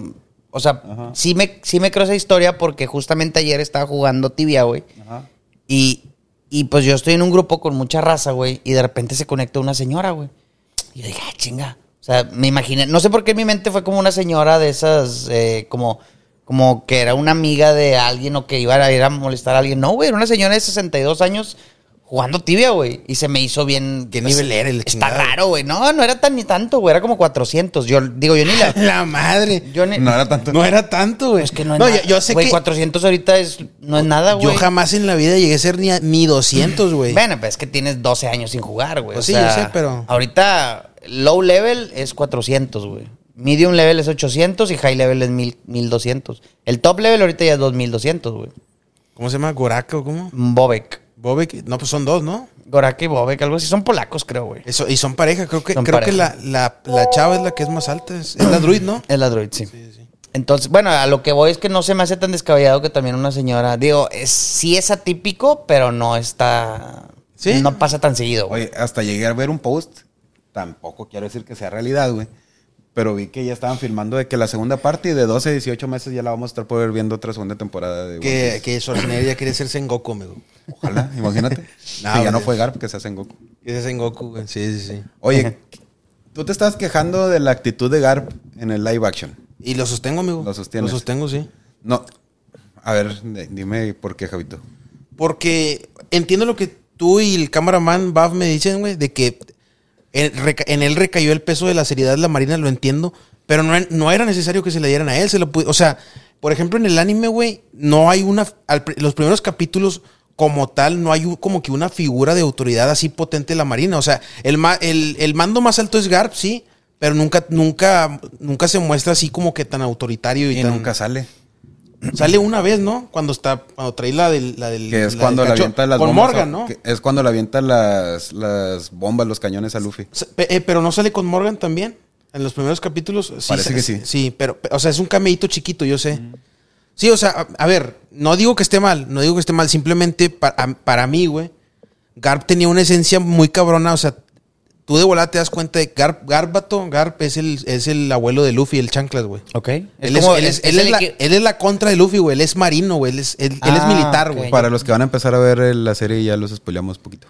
[SPEAKER 1] o sea, sí me, sí me creo esa historia porque justamente ayer estaba jugando tibia, güey.
[SPEAKER 3] Ajá.
[SPEAKER 1] Y, y pues yo estoy en un grupo con mucha raza, güey. Y de repente se conectó una señora, güey. Y yo dije, ah, chinga. O sea, me imaginé. No sé por qué en mi mente fue como una señora de esas, eh, como, como que era una amiga de alguien o que iba a ir a molestar a alguien. No, güey, era una señora de 62 años jugando tibia, güey. Y se me hizo bien. pues,
[SPEAKER 2] ¿Qué nivel era el
[SPEAKER 1] Está
[SPEAKER 2] chingado?
[SPEAKER 1] raro, güey. No, no era tan ni tanto, güey. Era como 400. Yo digo, yo ni la.
[SPEAKER 2] La madre.
[SPEAKER 1] Yo ni-
[SPEAKER 3] No era tanto.
[SPEAKER 2] No era tanto, güey.
[SPEAKER 1] Es que no es
[SPEAKER 2] yo,
[SPEAKER 1] nada.
[SPEAKER 2] yo sé
[SPEAKER 1] Güey,
[SPEAKER 2] que
[SPEAKER 1] 400 ahorita es, no es nada, güey.
[SPEAKER 2] yo jamás en la vida llegué a ser ni, a- ni 200, güey.
[SPEAKER 1] Bueno, pues es que tienes 12 años sin jugar, güey.
[SPEAKER 2] Pues
[SPEAKER 1] O
[SPEAKER 2] sí,
[SPEAKER 1] sea,
[SPEAKER 2] yo sé, pero-
[SPEAKER 1] Ahorita low level es 400, güey. Medium level es 800 y high level es 1000 1200. El top level ahorita ya es 2200, güey.
[SPEAKER 2] ¿Cómo se llama? ¿Goraka o cómo?
[SPEAKER 1] Bobek.
[SPEAKER 2] Bobek. No, pues son dos, ¿no?
[SPEAKER 1] Gorak y Bobek, algo así. Son polacos, creo, güey.
[SPEAKER 2] Eso, y son pareja. Creo que,
[SPEAKER 1] Son
[SPEAKER 2] creo que
[SPEAKER 1] pareja.
[SPEAKER 2] la, la, la chava es la que es más alta. Es, es la druid, ¿no?
[SPEAKER 1] El Android, sí. Entonces, bueno, a lo que voy es que no se me hace tan descabellado que también una señora. Digo, es, sí es atípico, pero no está.
[SPEAKER 2] Sí.
[SPEAKER 1] No pasa tan seguido, güey.
[SPEAKER 3] Oye, hasta llegué a ver un post, tampoco quiero decir que sea realidad, güey. Pero vi que ya estaban filmando de que la segunda parte y de 12 a 18 meses ya la vamos a estar poder viendo otra segunda temporada de One
[SPEAKER 2] Que,
[SPEAKER 3] Piece.
[SPEAKER 2] que Schwarzenegger ya quiere ser Sengoku, amigo.
[SPEAKER 3] Ojalá, imagínate. si ya
[SPEAKER 2] güey.
[SPEAKER 3] no fue Garp, que se hacen Goku.
[SPEAKER 2] Quiere ser Sengoku, güey. Sí, sí, sí.
[SPEAKER 3] Oye, tú te estás quejando de la actitud de Garp en el live action.
[SPEAKER 2] Y lo sostengo, amigo.
[SPEAKER 3] Lo sostienes.
[SPEAKER 2] Lo sostengo, sí.
[SPEAKER 3] No. A ver, de- dime por qué, Javito.
[SPEAKER 2] Porque entiendo lo que tú y el cameraman Bav me dicen, güey, de que en, reca- en él recayó el peso de la seriedad de la Marina, lo entiendo, pero no, en- no era necesario que se le dieran a él. Se lo pu- o sea, por ejemplo, en el anime, güey, no hay una. al pri- los primeros capítulos. Como tal, no hay u- como que una figura de autoridad así potente de la Marina. O sea, el, ma- el, el mando más alto es Garp, sí, pero nunca, nunca, nunca se muestra así como que tan autoritario y,
[SPEAKER 3] Y
[SPEAKER 2] tan-
[SPEAKER 3] nunca sale.
[SPEAKER 2] Sale una vez, ¿no? Cuando está, cuando trae la del, la del.
[SPEAKER 3] Que es
[SPEAKER 2] la
[SPEAKER 3] cuando
[SPEAKER 2] del
[SPEAKER 3] le
[SPEAKER 2] cacho-
[SPEAKER 3] avienta las
[SPEAKER 2] Con
[SPEAKER 3] bombas.
[SPEAKER 2] Morgan,
[SPEAKER 3] a-
[SPEAKER 2] ¿no?
[SPEAKER 3] que es cuando le avienta las, las bombas, los cañones a Luffy.
[SPEAKER 2] S- pe- eh, pero no sale con Morgan también. En los primeros capítulos. Sí,
[SPEAKER 3] Parece
[SPEAKER 2] sa-
[SPEAKER 3] que sí.
[SPEAKER 2] Sí, pero, pe- o sea, es un cameíto chiquito, yo sé. Sí, o sea, a, a ver, no digo que esté mal, no digo que esté mal, simplemente pa- a- para mí, güey. Garp tenía una esencia muy cabrona, o sea, tú de volada te das cuenta de Garp, Garbato, Garp es el, es el abuelo de Luffy, el chanclas, güey.
[SPEAKER 1] Ok.
[SPEAKER 2] Él es, él es- él es la, él es la contra de Luffy, güey. Él es marino, güey. Él es, él- él es
[SPEAKER 1] Ah,
[SPEAKER 2] militar,
[SPEAKER 1] ok.
[SPEAKER 2] güey.
[SPEAKER 3] Para los que van a empezar a ver eh, la serie, ya los spoileamos poquito.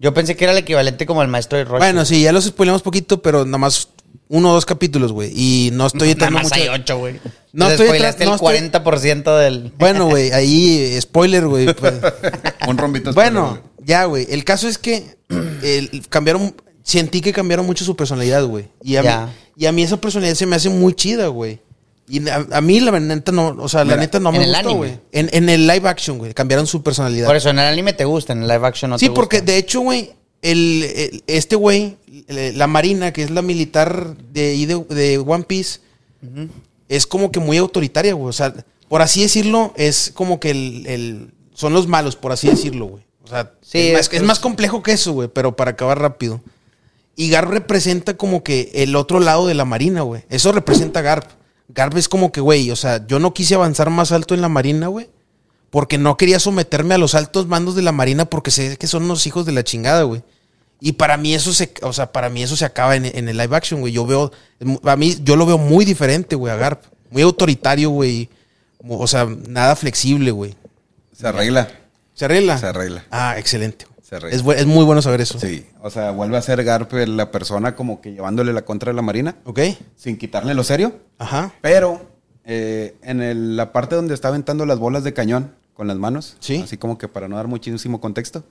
[SPEAKER 1] Yo pensé que era el equivalente como el maestro de Roshi.
[SPEAKER 2] Bueno, sí, ya los spoilamos poquito, pero nada más uno o dos capítulos, güey. Y no estoy
[SPEAKER 1] Nada
[SPEAKER 2] entrando
[SPEAKER 1] más
[SPEAKER 2] mucho.
[SPEAKER 1] hay ocho, güey.
[SPEAKER 2] No
[SPEAKER 1] No
[SPEAKER 2] estoy
[SPEAKER 1] spoileaste
[SPEAKER 2] tra- no
[SPEAKER 1] el
[SPEAKER 2] estoy-
[SPEAKER 1] 40% del...
[SPEAKER 2] Bueno, güey, ahí eh, spoiler, güey. pues.
[SPEAKER 3] Un rombito.
[SPEAKER 2] bueno, ya, güey. El caso es que el- cambiaron. Sentí que cambiaron mucho su personalidad, güey. Y, a mí-
[SPEAKER 1] Ya.
[SPEAKER 2] y a mí esa personalidad se me hace muy chida, güey. Y a, a mí la neta no, o sea, la
[SPEAKER 3] Mira,
[SPEAKER 2] neta no
[SPEAKER 1] en
[SPEAKER 2] me
[SPEAKER 1] el
[SPEAKER 2] gustó,
[SPEAKER 1] anime.
[SPEAKER 2] güey. En, en el live action, güey, cambiaron su personalidad.
[SPEAKER 1] Por eso en el anime te gusta, en el live action no
[SPEAKER 2] sí,
[SPEAKER 1] te gusta.
[SPEAKER 2] porque de hecho, güey, el, el- este güey, el- la marina, que es la militar de, ahí de, de One Piece, es como que muy autoritaria, güey. O sea, por así decirlo, es como que el, el- son los malos, por así decirlo, güey. O sea,
[SPEAKER 1] Sí,
[SPEAKER 2] es, más,
[SPEAKER 1] es-
[SPEAKER 2] es más complejo que eso, güey, pero para acabar rápido. Y Garp representa como que el otro lado de la marina, güey. Eso representa Garp. Garp es como que, güey, o sea, yo no quise avanzar más alto en la marina, güey. Porque no quería someterme a los altos mandos de la marina porque sé que son unos hijos de la chingada, güey. Y para mí eso se, o sea, para mí eso se acaba en, en el live action, güey. Yo veo, a mí yo lo veo muy diferente, güey, a Garp. Muy autoritario, güey. Mu- O sea, nada flexible, güey.
[SPEAKER 3] Se arregla.
[SPEAKER 2] ¿Se arregla?
[SPEAKER 3] Se arregla.
[SPEAKER 2] Ah, excelente.
[SPEAKER 3] Se arregla.
[SPEAKER 2] Es, bu- es muy bueno saber eso.
[SPEAKER 3] Sí. O sea, vuelve a ser Garp eh, la persona como que llevándole la contra de la marina,
[SPEAKER 2] ¿Ok?
[SPEAKER 3] sin quitarle lo serio.
[SPEAKER 2] Ajá.
[SPEAKER 3] Pero eh, en el- la parte donde está aventando las bolas de cañón con las manos,
[SPEAKER 2] Sí.
[SPEAKER 3] así como que para no dar muchísimo contexto,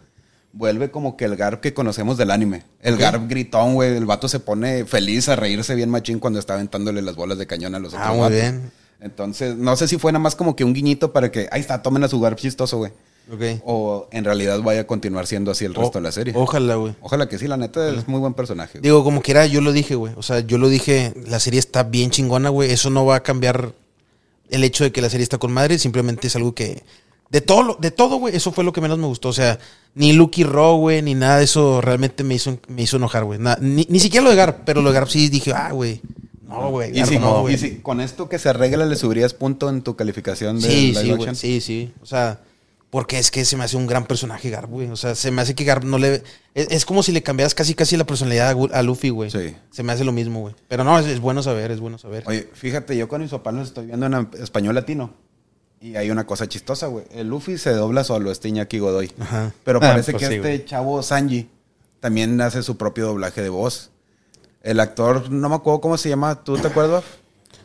[SPEAKER 3] vuelve como que el Garp que conocemos del anime. El
[SPEAKER 2] Ok.
[SPEAKER 3] Garp gritón, güey. El vato se pone feliz a reírse bien machín cuando está aventándole las bolas de cañón a los otros
[SPEAKER 2] Ah, muy
[SPEAKER 3] vatos.
[SPEAKER 2] bien.
[SPEAKER 3] Entonces, no sé si fue nada más como que un guiñito para que, ahí está, tomen a su Garp chistoso, güey.
[SPEAKER 2] Ok.
[SPEAKER 3] O en realidad vaya a continuar siendo así el resto de la serie.
[SPEAKER 2] Ojalá, güey.
[SPEAKER 3] Ojalá que sí, la neta es muy buen personaje. güey.
[SPEAKER 2] Digo, como quiera, yo lo dije, güey. O sea, yo lo dije, la serie está bien chingona, güey. Eso no va a cambiar el hecho de que la serie está con madre. Simplemente es algo que. De todo, lo- de todo, güey, eso fue lo que menos me gustó. O sea, ni Lucky Rowe, güey, ni nada de eso realmente me hizo, me hizo enojar, güey. Na- Ni, ni siquiera lo de Garp, pero lo de Garp sí dije, ah, güey. No, güey.
[SPEAKER 3] y
[SPEAKER 2] Garp
[SPEAKER 3] si,
[SPEAKER 2] no,
[SPEAKER 3] y
[SPEAKER 2] güey.
[SPEAKER 3] si con esto que se arregla le subirías punto en tu calificación de
[SPEAKER 2] Sí,
[SPEAKER 3] live
[SPEAKER 2] sí, güey.
[SPEAKER 3] action?
[SPEAKER 2] Sí, sí. O sea, porque es que se me hace un gran personaje Garp, güey. O sea, se me hace que Garp no le. Es, es como si le cambiaras casi, casi la personalidad a Gu- a Luffy, güey.
[SPEAKER 3] Sí.
[SPEAKER 2] Se me hace lo mismo, güey. Pero no, es, es bueno saber, es bueno saber.
[SPEAKER 3] Oye, fíjate, yo con mis papás los estoy viendo en am- español latino. Y hay una cosa chistosa, güey. El Luffy se dobla solo, este Iñaki Godoy.
[SPEAKER 2] Ajá.
[SPEAKER 3] Pero
[SPEAKER 1] Ah,
[SPEAKER 3] parece
[SPEAKER 1] pues
[SPEAKER 3] que
[SPEAKER 1] sí,
[SPEAKER 3] este
[SPEAKER 1] güey.
[SPEAKER 3] chavo Sanji también hace su propio doblaje de voz. El actor, no me acuerdo cómo se llama. ¿Tú te acuerdas?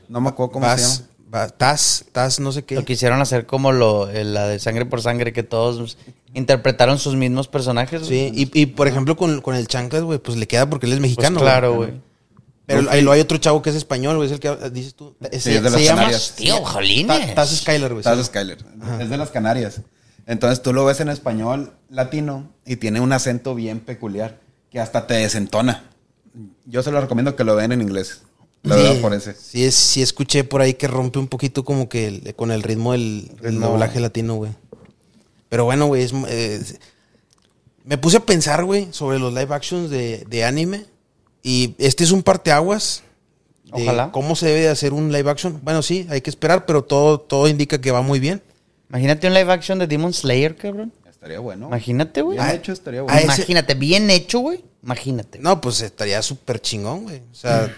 [SPEAKER 3] No me acuerdo cómo se
[SPEAKER 2] Vas,
[SPEAKER 3] llama.
[SPEAKER 2] va- Taz, Taz, no sé qué.
[SPEAKER 1] Lo quisieron hacer como lo, eh, la de Sangre por Sangre, que todos interpretaron sus mismos personajes. Pues
[SPEAKER 2] Sí,
[SPEAKER 1] güey.
[SPEAKER 2] y, y, por ejemplo con, con el Chanclas, güey, pues le queda porque él es
[SPEAKER 1] Pues
[SPEAKER 2] mexicano.
[SPEAKER 1] claro, güey.
[SPEAKER 2] Pero ahí lo hay otro chavo que es español, güey, es el que ah, dices tú. Ese-
[SPEAKER 3] Sí, es de las
[SPEAKER 2] se llama
[SPEAKER 3] Canarias.
[SPEAKER 1] Tío, jolines.
[SPEAKER 2] Ta- Taz Skyler,
[SPEAKER 1] pues
[SPEAKER 2] güey.
[SPEAKER 3] Taz
[SPEAKER 2] sí.
[SPEAKER 3] Skyler.
[SPEAKER 2] Ajá.
[SPEAKER 3] Es de las Canarias. Entonces tú lo ves en español latino y tiene un acento bien peculiar que hasta te desentona. Yo se lo recomiendo que lo vean en inglés. La verdad, por ese.
[SPEAKER 2] Sí, es, sí escuché por ahí que rompe un poquito como que el- con el ritmo del del
[SPEAKER 3] Ritmo.
[SPEAKER 2] doblaje latino, güey. Pero bueno, güey, es, eh, me puse a pensar, güey, sobre los live actions de, de anime. Y este es un parteaguas. de
[SPEAKER 1] Ojalá.
[SPEAKER 2] ¿Cómo se debe de hacer un live action? Bueno, sí, hay que esperar, pero todo, todo indica que va muy bien.
[SPEAKER 1] Imagínate un live action de Demon Slayer, cabrón.
[SPEAKER 3] Estaría bueno.
[SPEAKER 1] Imagínate, güey. Pues
[SPEAKER 3] Bien hecho, estaría
[SPEAKER 2] Ah,
[SPEAKER 3] bueno.
[SPEAKER 2] ese-
[SPEAKER 1] Imagínate, bien hecho, güey. Imagínate.
[SPEAKER 2] No, pues estaría súper chingón, güey. O sea,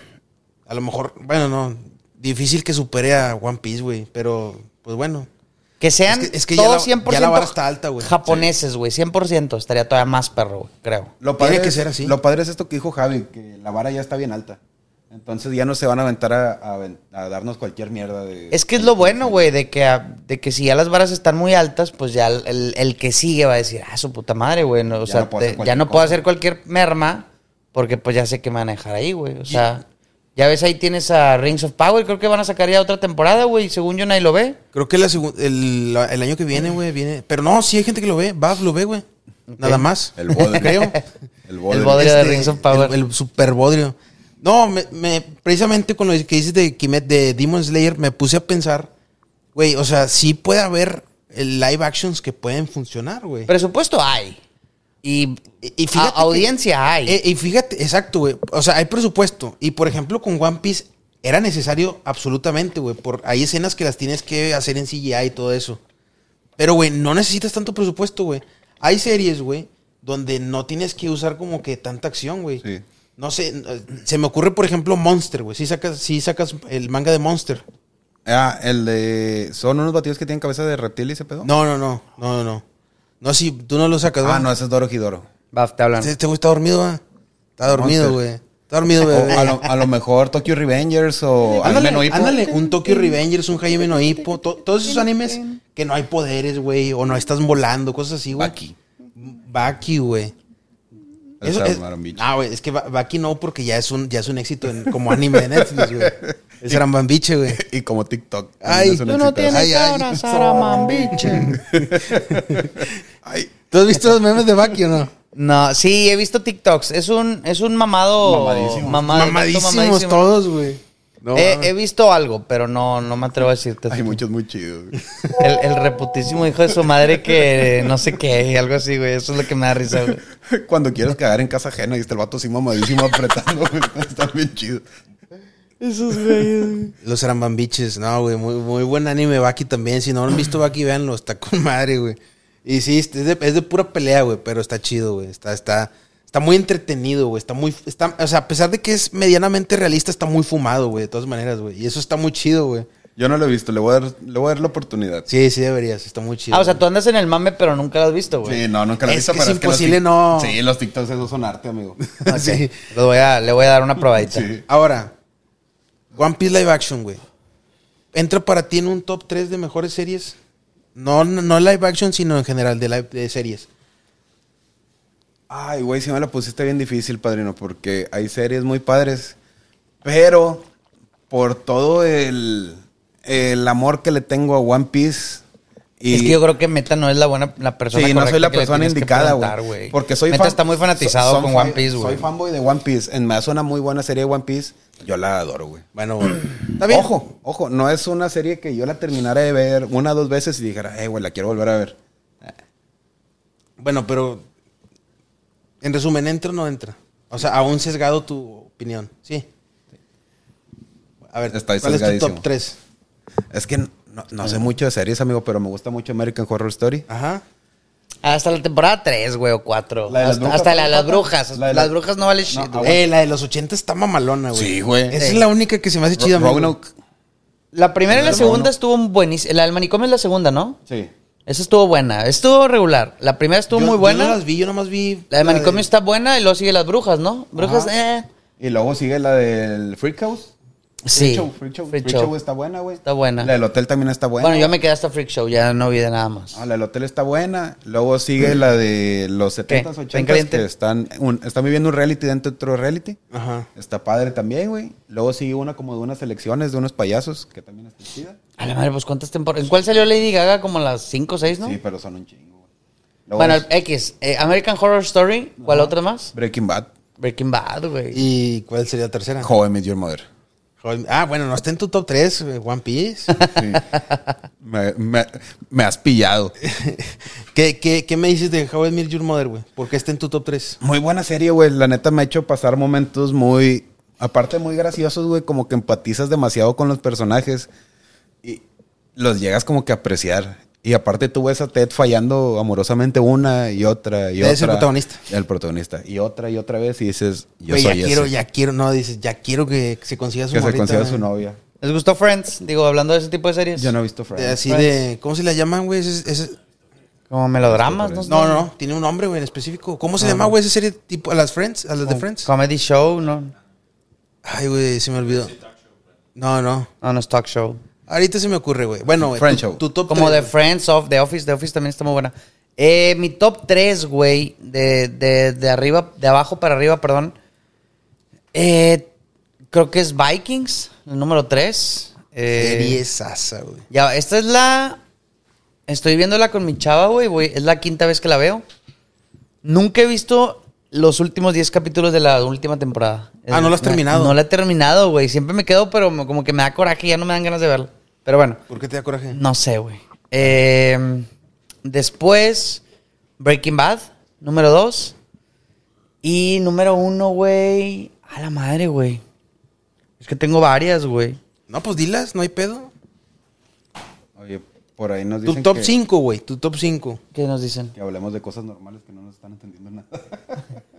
[SPEAKER 2] a lo mejor, bueno, no. Difícil que supere a One Piece, güey. Pero, pues bueno.
[SPEAKER 1] Que sean
[SPEAKER 2] Es que- es que ya
[SPEAKER 1] todos
[SPEAKER 2] la-
[SPEAKER 1] 100%
[SPEAKER 2] ya la vara está alta, güey.
[SPEAKER 1] japoneses, güey. 100% estaría todavía más perro, güey, creo.
[SPEAKER 3] Lo
[SPEAKER 2] Tiene
[SPEAKER 3] padre
[SPEAKER 2] que
[SPEAKER 3] es,
[SPEAKER 2] ser así.
[SPEAKER 3] Lo padre es esto que dijo Javi, que la vara ya está bien alta. Entonces ya no se van a aventar a, a aven- a darnos cualquier mierda de...
[SPEAKER 1] Es que es lo bueno, güey, de que, a- de que si ya las varas están muy altas, pues ya el, el- el que sigue va a decir, ah, su puta madre, güey. no, o
[SPEAKER 3] Ya
[SPEAKER 1] sea,
[SPEAKER 3] no puedo hacer
[SPEAKER 1] te- ya
[SPEAKER 3] cualquier
[SPEAKER 1] no puedo
[SPEAKER 3] cosa".
[SPEAKER 1] hacer cualquier merma porque pues ya sé que manejar ahí, güey. O sea, ya ves, ahí tienes a Rings of Power. Creo que van a sacar ya otra temporada, güey. Según yo, nadie lo ve.
[SPEAKER 2] Creo que la segun- el, la- el año que viene, güey, viene. Pero no, sí hay gente que lo ve. Baf lo ve, güey. Nada más.
[SPEAKER 3] El bodrio.
[SPEAKER 2] Creo. Este,
[SPEAKER 3] El bodrio.
[SPEAKER 1] El bodrio. de Rings of Power.
[SPEAKER 2] El, el super bodrio. No, me, me- precisamente con lo que dices de Kimet, de Demon Slayer, me puse a pensar, güey, o sea, sí puede haber eh, live actions que pueden funcionar, güey.
[SPEAKER 1] Presupuesto hay. Y,
[SPEAKER 2] Y- y fíjate
[SPEAKER 1] a-
[SPEAKER 2] que-
[SPEAKER 1] audiencia hay.
[SPEAKER 2] Eh, y fíjate, exacto, güey. O sea, hay presupuesto. Y por ejemplo, con One Piece era necesario absolutamente, güey. Por, hay escenas que las tienes que hacer en CGI y todo eso. Pero, güey, no necesitas tanto presupuesto, güey. Hay series, güey, donde no tienes que usar como que tanta acción, güey.
[SPEAKER 3] Sí.
[SPEAKER 2] No sé, se me ocurre, por ejemplo, Monster, güey. Si sacas, si sacas el manga de Monster.
[SPEAKER 3] Ah, el de. ¿Son unos batidos que tienen cabeza de reptil y ese pedo?
[SPEAKER 2] No, no, no, no, no, no. No, si tú no lo sacas,
[SPEAKER 3] Ah,
[SPEAKER 2] va.
[SPEAKER 3] no, ese es Doro Hidoro.
[SPEAKER 1] Baf, te hablan.
[SPEAKER 2] Este este güey está dormido, va. Está dormido,
[SPEAKER 3] Monster.
[SPEAKER 2] güey. Está dormido,
[SPEAKER 3] O
[SPEAKER 2] güey.
[SPEAKER 3] a, lo, a lo mejor Tokyo Revengers o
[SPEAKER 2] Ándale,
[SPEAKER 3] Anime no Hippo.
[SPEAKER 2] ándale, un Tokyo Revengers, un Jaime no Hippo, to- todos esos animes que no hay poderes, güey, o no estás volando, cosas así, güey.
[SPEAKER 3] Baki.
[SPEAKER 2] Baki, güey.
[SPEAKER 3] Eso
[SPEAKER 2] Eso
[SPEAKER 3] se
[SPEAKER 2] es-
[SPEAKER 3] armaron, bicho.
[SPEAKER 2] ah, güey, es que Ba- Baki no, porque ya es un, ya es un éxito en- como anime de Netflix, güey. Es Rambambiche, güey.
[SPEAKER 3] Y como TikTok.
[SPEAKER 2] Ay,
[SPEAKER 3] también es un
[SPEAKER 2] tú no tienes-
[SPEAKER 3] exitazo.
[SPEAKER 2] Ay, ay.
[SPEAKER 4] ahora, Saramambiche.
[SPEAKER 3] Ay,
[SPEAKER 2] ¿Tú has visto los memes de Baki o no?
[SPEAKER 1] No, sí, he visto TikToks. Es un, es un mamado.
[SPEAKER 3] Mamadísimo.
[SPEAKER 1] mamado,
[SPEAKER 2] Mamadísimos
[SPEAKER 1] mamadísimo.
[SPEAKER 2] todos, güey. Eh, No,
[SPEAKER 1] he,
[SPEAKER 2] mames.
[SPEAKER 1] he visto algo, pero no, no me atrevo a decirte.
[SPEAKER 3] Hay muchos muy chidos. güey.
[SPEAKER 1] El, el reputísimo hijo de su madre que no sé qué, algo así, güey. Eso es lo que me da risa, güey.
[SPEAKER 3] Cuando quieres cagar en casa ajena y está el vato así mamadísimo apretando. güey. Están bien chidos.
[SPEAKER 2] Los Rambambiches, no, güey. Muy, muy buen anime Baki también. Si no lo han visto Baki, véanlo. Está con madre, güey. Y sí, es de, es de pura pelea, güey. Pero está chido, güey. Está, está, está muy entretenido, güey. Está muy. Está, o sea, a pesar de que es medianamente realista, está muy fumado, güey. De todas maneras, güey. Y eso está muy chido, güey.
[SPEAKER 3] Yo no lo he visto. Le voy a dar, le voy a dar la oportunidad.
[SPEAKER 2] Sí, sí, deberías. Está muy chido.
[SPEAKER 1] Ah, o sea,
[SPEAKER 2] güey.
[SPEAKER 1] tú andas en el mame, pero nunca lo has visto, güey.
[SPEAKER 3] Sí, no, nunca lo he
[SPEAKER 2] Es
[SPEAKER 3] visto.
[SPEAKER 2] que
[SPEAKER 3] pero
[SPEAKER 2] es
[SPEAKER 3] los
[SPEAKER 2] imposible
[SPEAKER 3] tic-
[SPEAKER 2] no.
[SPEAKER 3] Sí, los TikToks esos son arte, amigo.
[SPEAKER 1] Ok.
[SPEAKER 2] Sí.
[SPEAKER 1] Lo voy a- le voy a dar una probadita.
[SPEAKER 3] Sí.
[SPEAKER 2] Ahora, One Piece Live Action, güey. ¿Entra para ti en un top 3 de mejores series? No, no, no live action, sino en general de, live- de series.
[SPEAKER 3] Ay, güey, sí me la pusiste bien difícil, padrino, porque hay series muy padres. Pero por todo el, el amor que le tengo a One Piece. Y
[SPEAKER 1] es que yo creo que Meta no es la buena la persona
[SPEAKER 3] sí, no soy
[SPEAKER 1] correcta
[SPEAKER 3] la
[SPEAKER 1] que le
[SPEAKER 3] persona
[SPEAKER 1] tienes que
[SPEAKER 3] indicada,
[SPEAKER 1] preguntar,
[SPEAKER 3] güey. Porque soy
[SPEAKER 1] Meta
[SPEAKER 3] fan-
[SPEAKER 1] está muy
[SPEAKER 3] so-
[SPEAKER 1] fanatizado
[SPEAKER 3] son
[SPEAKER 1] con
[SPEAKER 3] fan-
[SPEAKER 1] One Piece, güey.
[SPEAKER 3] Soy fanboy de One Piece. En más, una muy buena serie de One Piece. Yo la adoro, güey.
[SPEAKER 2] Bueno, güey. Está bien.
[SPEAKER 3] Ojo, ojo, no es una serie que yo la terminara de ver una o dos veces y dijera, eh, güey, la quiero volver a ver.
[SPEAKER 2] Bueno, pero. En resumen, ¿entra o no entra? O sea, aún sesgado tu opinión. Sí. A ver,
[SPEAKER 3] Está
[SPEAKER 2] ¿cuál es tu
[SPEAKER 3] sesgadísimo.
[SPEAKER 2] top 3?
[SPEAKER 3] Es que no, no sé mucho de series, amigo, pero me gusta mucho American Horror Story.
[SPEAKER 2] Ajá.
[SPEAKER 1] Hasta la temporada 3, güey, o 4.
[SPEAKER 3] La de las
[SPEAKER 1] hasta
[SPEAKER 3] brujas,
[SPEAKER 1] hasta la de las
[SPEAKER 3] ¿no?
[SPEAKER 1] brujas.
[SPEAKER 3] La de la-
[SPEAKER 1] Las brujas no Eh. vale shit,
[SPEAKER 3] No, ah,
[SPEAKER 1] güey.
[SPEAKER 2] Eh, la de los 80 está mamalona, güey.
[SPEAKER 3] Sí, güey.
[SPEAKER 2] Esa
[SPEAKER 1] Sí.
[SPEAKER 2] es la única que se me hace
[SPEAKER 3] Ro-
[SPEAKER 2] chida, amigo.
[SPEAKER 3] Roanoke.
[SPEAKER 1] La primera y la
[SPEAKER 3] Número
[SPEAKER 1] segunda
[SPEAKER 3] uno.
[SPEAKER 1] estuvo buenísima. La del manicomio es la segunda, ¿no?
[SPEAKER 3] Sí.
[SPEAKER 1] Esa estuvo buena. Estuvo regular. La primera estuvo
[SPEAKER 2] Yo-
[SPEAKER 1] muy
[SPEAKER 2] Yo
[SPEAKER 1] buena.
[SPEAKER 2] no las vi, yo nomás vi.
[SPEAKER 1] la del manicomio está buena y luego sigue las brujas, ¿no? Brujas,
[SPEAKER 2] Ajá.
[SPEAKER 1] eh.
[SPEAKER 3] Y luego sigue la del Freak House.
[SPEAKER 1] Sí.
[SPEAKER 3] Freak Show, Freak Show.
[SPEAKER 1] Freak
[SPEAKER 3] Freak Show
[SPEAKER 1] Show.
[SPEAKER 3] está buena, güey.
[SPEAKER 1] Está buena.
[SPEAKER 3] La del hotel también está buena.
[SPEAKER 1] Bueno, yo me quedé hasta Freak Show, ya no vi de nada más.
[SPEAKER 3] Ah, la del hotel está buena. Luego sigue la de los 70s,
[SPEAKER 1] ¿Ven
[SPEAKER 3] 80s
[SPEAKER 1] caliente?
[SPEAKER 3] que están, un- están viviendo un reality dentro de otro reality.
[SPEAKER 2] Ajá.
[SPEAKER 3] Está padre también, güey. Luego sigue una como de unas elecciones de unos payasos que también está chida.
[SPEAKER 1] A la madre, pues cuántas temporadas. ¿En cuál salió Lady Gaga? Como las 5 o 6, ¿no?
[SPEAKER 3] Sí, pero son un chingo, güey. Luego
[SPEAKER 1] bueno,
[SPEAKER 3] es
[SPEAKER 1] X, eh, American Horror Story, ¿cuál otra más?
[SPEAKER 3] Breaking Bad.
[SPEAKER 1] Breaking Bad, güey.
[SPEAKER 2] ¿Y cuál sería la tercera?
[SPEAKER 3] How I Met Your Mother.
[SPEAKER 2] Joder, Ah, bueno, no está en tu top 3, One Piece.
[SPEAKER 3] Sí. me, me- me has pillado.
[SPEAKER 2] ¿Qué, qué, qué me dices de How I Met Your Mother, güey? ¿Por qué está en tu top 3?
[SPEAKER 3] Muy buena serie, güey. La neta me ha hecho pasar momentos muy. Aparte, muy graciosos, güey. Como que empatizas demasiado con los personajes. Y los llegas como que a apreciar. Y aparte, tú ves a Ted fallando amorosamente una y otra y
[SPEAKER 2] Ted
[SPEAKER 3] otra.
[SPEAKER 2] es el protagonista.
[SPEAKER 3] El protagonista. Y otra y otra vez. Y dices, yo
[SPEAKER 2] Güey, ya
[SPEAKER 3] soy ese.
[SPEAKER 2] quiero, ya quiero, no, dices, ya quiero que se consiga su
[SPEAKER 3] que se
[SPEAKER 2] morrita, eh.
[SPEAKER 3] consiga su
[SPEAKER 2] güey. Eh,
[SPEAKER 3] novia.
[SPEAKER 1] ¿Les gustó Friends? Digo, hablando de ese tipo de series.
[SPEAKER 3] Yo no he visto
[SPEAKER 2] De-
[SPEAKER 3] Friends.
[SPEAKER 2] Así de, ¿cómo se la llaman, güey? Ese- ese-
[SPEAKER 1] Como melodramas, ¿no?
[SPEAKER 2] no, no, no, tiene un nombre, güey, en específico. ¿Cómo se llama, güey, esa serie tipo a las Friends, a las
[SPEAKER 1] Oh,
[SPEAKER 2] de Friends?
[SPEAKER 1] Comedy show, no.
[SPEAKER 2] Ay, güey, se me olvidó. No, no.
[SPEAKER 1] No, no es talk show.
[SPEAKER 2] Ahorita se me ocurre, güey. Bueno, güey.
[SPEAKER 3] Friends
[SPEAKER 2] tu-
[SPEAKER 3] Show.
[SPEAKER 2] Tu top
[SPEAKER 1] Como
[SPEAKER 2] tres,
[SPEAKER 1] The
[SPEAKER 2] güey.
[SPEAKER 1] Friends of The Office. The Office también está muy buena. Eh, mi top 3, güey, de, de, de arriba, de abajo para arriba, perdón. Eh, creo que es Vikings, el número 3.
[SPEAKER 2] Serie sasa, güey.
[SPEAKER 1] Ya, esta es la. Estoy viéndola con mi chava, güey. voy- Es la quinta vez que la veo. Nunca he visto los últimos 10 capítulos de la última temporada.
[SPEAKER 2] Ah, ¿no lo has
[SPEAKER 1] Me-
[SPEAKER 2] terminado?
[SPEAKER 1] No la he terminado, güey. Siempre me quedo, pero me- como que me da coraje, ya no me dan ganas de verla. Pero bueno,
[SPEAKER 2] ¿Por qué te da coraje?
[SPEAKER 1] no sé, güey. Eh, después, Breaking Bad, número 2. Y número 1, güey. A la madre, güey. Es que tengo varias, güey.
[SPEAKER 2] No, pues dilas, no hay pedo.
[SPEAKER 3] Oye, por ahí
[SPEAKER 1] Pues
[SPEAKER 3] nos
[SPEAKER 2] Tu
[SPEAKER 3] dicen
[SPEAKER 2] top
[SPEAKER 3] que,
[SPEAKER 2] 5, güey, tu top 5.
[SPEAKER 1] ¿Qué nos dicen?
[SPEAKER 3] que hablemos de cosas normales que no nos están entendiendo nada.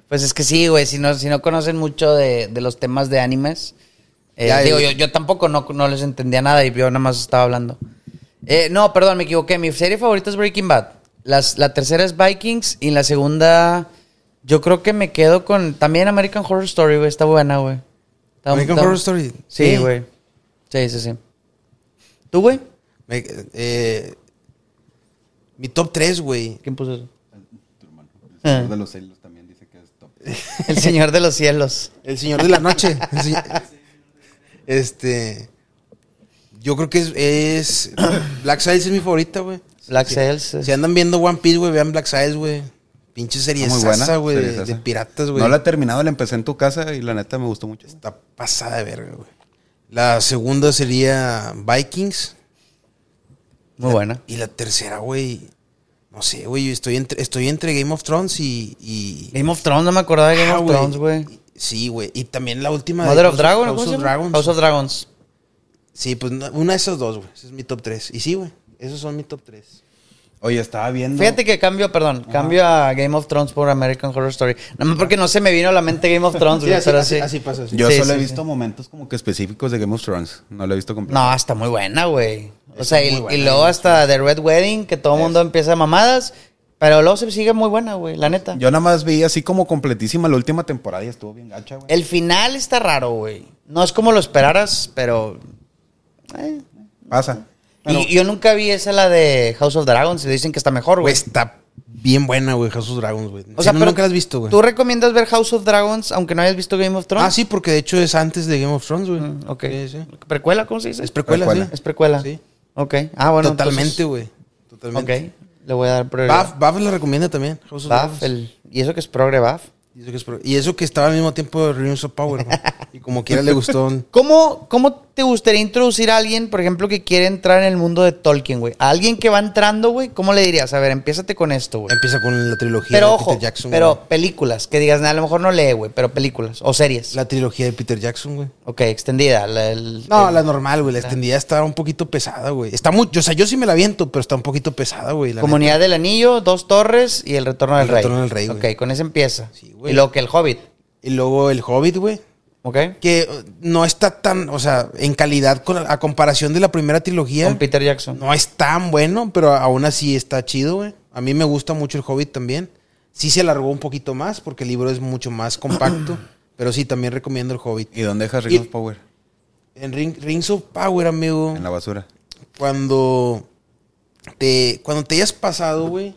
[SPEAKER 1] Pues es que sí, güey. Si no, si no conocen mucho de, de los temas de animes. eh,
[SPEAKER 2] Ya,
[SPEAKER 1] digo,
[SPEAKER 2] y-
[SPEAKER 1] yo, yo tampoco no, no les entendía nada y yo nada más estaba hablando. Eh, no, perdón, me equivoqué. Mi serie favorita es Breaking Bad. Las, la tercera es Vikings y la segunda. Yo creo que me quedo con. También American Horror Story, güey. Está buena, güey. Está-
[SPEAKER 2] American
[SPEAKER 1] está-
[SPEAKER 2] Horror Story.
[SPEAKER 1] Sí, güey. Sí, sí, sí. ¿Tú, güey?
[SPEAKER 2] Me- eh, mi top 3, güey.
[SPEAKER 1] ¿Quién puso eso?
[SPEAKER 3] Tu hermano. El señor de los celos también dice que es top.
[SPEAKER 1] El Señor de los Cielos.
[SPEAKER 2] El Señor de la Noche. El señor- este. Yo creo que es. es- Black Sails es mi favorita, güey.
[SPEAKER 1] Black
[SPEAKER 2] Si-
[SPEAKER 1] Sails,
[SPEAKER 2] Si,
[SPEAKER 1] es-
[SPEAKER 2] andan viendo One Piece, güey, vean Black Sails, güey. Pinche serie
[SPEAKER 3] Muy
[SPEAKER 2] sasa,
[SPEAKER 3] buena.
[SPEAKER 2] güey. de-
[SPEAKER 3] seriesasa.
[SPEAKER 2] De piratas, güey.
[SPEAKER 3] No la he terminado, la empecé en tu casa y la neta me gustó mucho.
[SPEAKER 2] Está pasada de verga, güey. La segunda sería Vikings.
[SPEAKER 1] Muy buena.
[SPEAKER 2] Y la tercera, güey. No sé, güey. yo Estoy entre, estoy entre Game of Thrones y. y-
[SPEAKER 1] Game of Thrones, no me acordaba de Game
[SPEAKER 2] Ah,
[SPEAKER 1] of Thrones, güey.
[SPEAKER 2] Sí, güey. Y también la última. de
[SPEAKER 1] Mother of
[SPEAKER 2] House-
[SPEAKER 1] Dragon, ¿no?
[SPEAKER 2] House
[SPEAKER 1] ¿cómo
[SPEAKER 2] of
[SPEAKER 1] se llama?
[SPEAKER 2] Dragons.
[SPEAKER 1] House of Dragons.
[SPEAKER 2] Sí, pues no- una de esas dos, güey. Ese es mi top 3. Y sí, güey. Esos son mi top 3.
[SPEAKER 3] Oye, estaba viendo.
[SPEAKER 1] Fíjate que cambio, perdón, cambio a Game of Thrones por American Horror Story. Nada más porque no se me vino a la mente Game of Thrones, güey, pero sí.
[SPEAKER 2] pasa.
[SPEAKER 3] Yo
[SPEAKER 1] Sí,
[SPEAKER 3] solo
[SPEAKER 1] sí,
[SPEAKER 3] he visto momentos como que específicos de Game of Thrones. No lo he visto completo.
[SPEAKER 1] No, está muy buena, güey. O sea,
[SPEAKER 2] muy
[SPEAKER 1] y,
[SPEAKER 2] buena,
[SPEAKER 1] y luego hasta The Red Wedding, que todo el mundo empieza mamadas, pero luego se sigue muy buena, güey, la neta.
[SPEAKER 3] Yo nada más vi así como completísima la última temporada y estuvo bien gacha, güey.
[SPEAKER 1] El final está raro, güey. No es como lo esperaras, pero... eh.
[SPEAKER 3] Pasa. Pero-
[SPEAKER 1] y, yo nunca vi esa, la de House of Dragons, y dicen que está mejor, güey.
[SPEAKER 2] Güey, está bien buena, güey. House of Dragons, güey.
[SPEAKER 1] O sea,
[SPEAKER 2] no,
[SPEAKER 1] pero
[SPEAKER 2] nunca la has visto, güey.
[SPEAKER 1] ¿Tú recomiendas ver House of Dragons aunque no hayas visto Game of Thrones?
[SPEAKER 2] Ah, sí, porque de hecho es antes de Game of Thrones, güey.
[SPEAKER 1] Mm, ok.
[SPEAKER 2] Sí, sí.
[SPEAKER 1] ¿Precuela? ¿Cómo se dice?
[SPEAKER 2] Es precuela,
[SPEAKER 3] Precuela.
[SPEAKER 2] sí.
[SPEAKER 1] Es precuela.
[SPEAKER 2] Sí.
[SPEAKER 1] Ok. Ah, bueno.
[SPEAKER 2] Totalmente,
[SPEAKER 1] entonces-
[SPEAKER 2] güey. Totalmente.
[SPEAKER 1] Ok. Le voy a dar
[SPEAKER 2] Baf,
[SPEAKER 1] prioridad.
[SPEAKER 2] Baf la recomienda también. House of Dragons.
[SPEAKER 1] Buff, el- Y eso que es progre Buff.
[SPEAKER 2] Y eso que es pro- Y eso que estaba al mismo tiempo de Rings of Power, güey. Y como quiera le gustó. un-
[SPEAKER 1] ¿Cómo, ¿Cómo te gustaría introducir a alguien, por ejemplo, que quiere entrar en el mundo de Tolkien, güey? A alguien que va entrando, güey, ¿cómo le dirías? A ver, empiézate con esto, güey.
[SPEAKER 2] Empieza con la trilogía
[SPEAKER 1] Pero
[SPEAKER 2] de
[SPEAKER 1] ojo,
[SPEAKER 2] Peter Jackson.
[SPEAKER 1] pero
[SPEAKER 2] güey.
[SPEAKER 1] películas, que digas, "Nah, a lo mejor no lee, güey, pero películas o series.
[SPEAKER 2] La trilogía de Peter Jackson, güey.
[SPEAKER 1] Ok, extendida. la- el-
[SPEAKER 2] No,
[SPEAKER 1] el-
[SPEAKER 2] la normal, güey. La extendida está un poquito pesada, güey. Está mucho, o sea, yo sí me la viento, pero está un poquito pesada, güey. la
[SPEAKER 1] Comunidad del Anillo, Dos Torres y El Retorno del
[SPEAKER 2] El
[SPEAKER 1] Rey.
[SPEAKER 2] Retorno del Rey, güey.
[SPEAKER 1] Ok, con eso empieza.
[SPEAKER 2] Sí, güey.
[SPEAKER 1] y luego que El Hobbit,
[SPEAKER 2] neta. Y luego el Hobbit, güey.
[SPEAKER 1] ¿ok?
[SPEAKER 2] Que eh, no está tan, o sea, en calidad con, a comparación de la primera trilogía.
[SPEAKER 1] Con Peter Jackson.
[SPEAKER 2] No es tan bueno, pero aún así está chido, güey. A mí me gusta mucho el Hobbit también. Sí se alargó un poquito más porque el libro es mucho más compacto. pero sí, también recomiendo el Hobbit.
[SPEAKER 3] ¿Y dónde dejas Ring
[SPEAKER 2] Y-
[SPEAKER 3] of Power?
[SPEAKER 2] En Ring- Rings of Power, amigo.
[SPEAKER 3] En la basura.
[SPEAKER 2] cuando te cuando te hayas pasado, güey,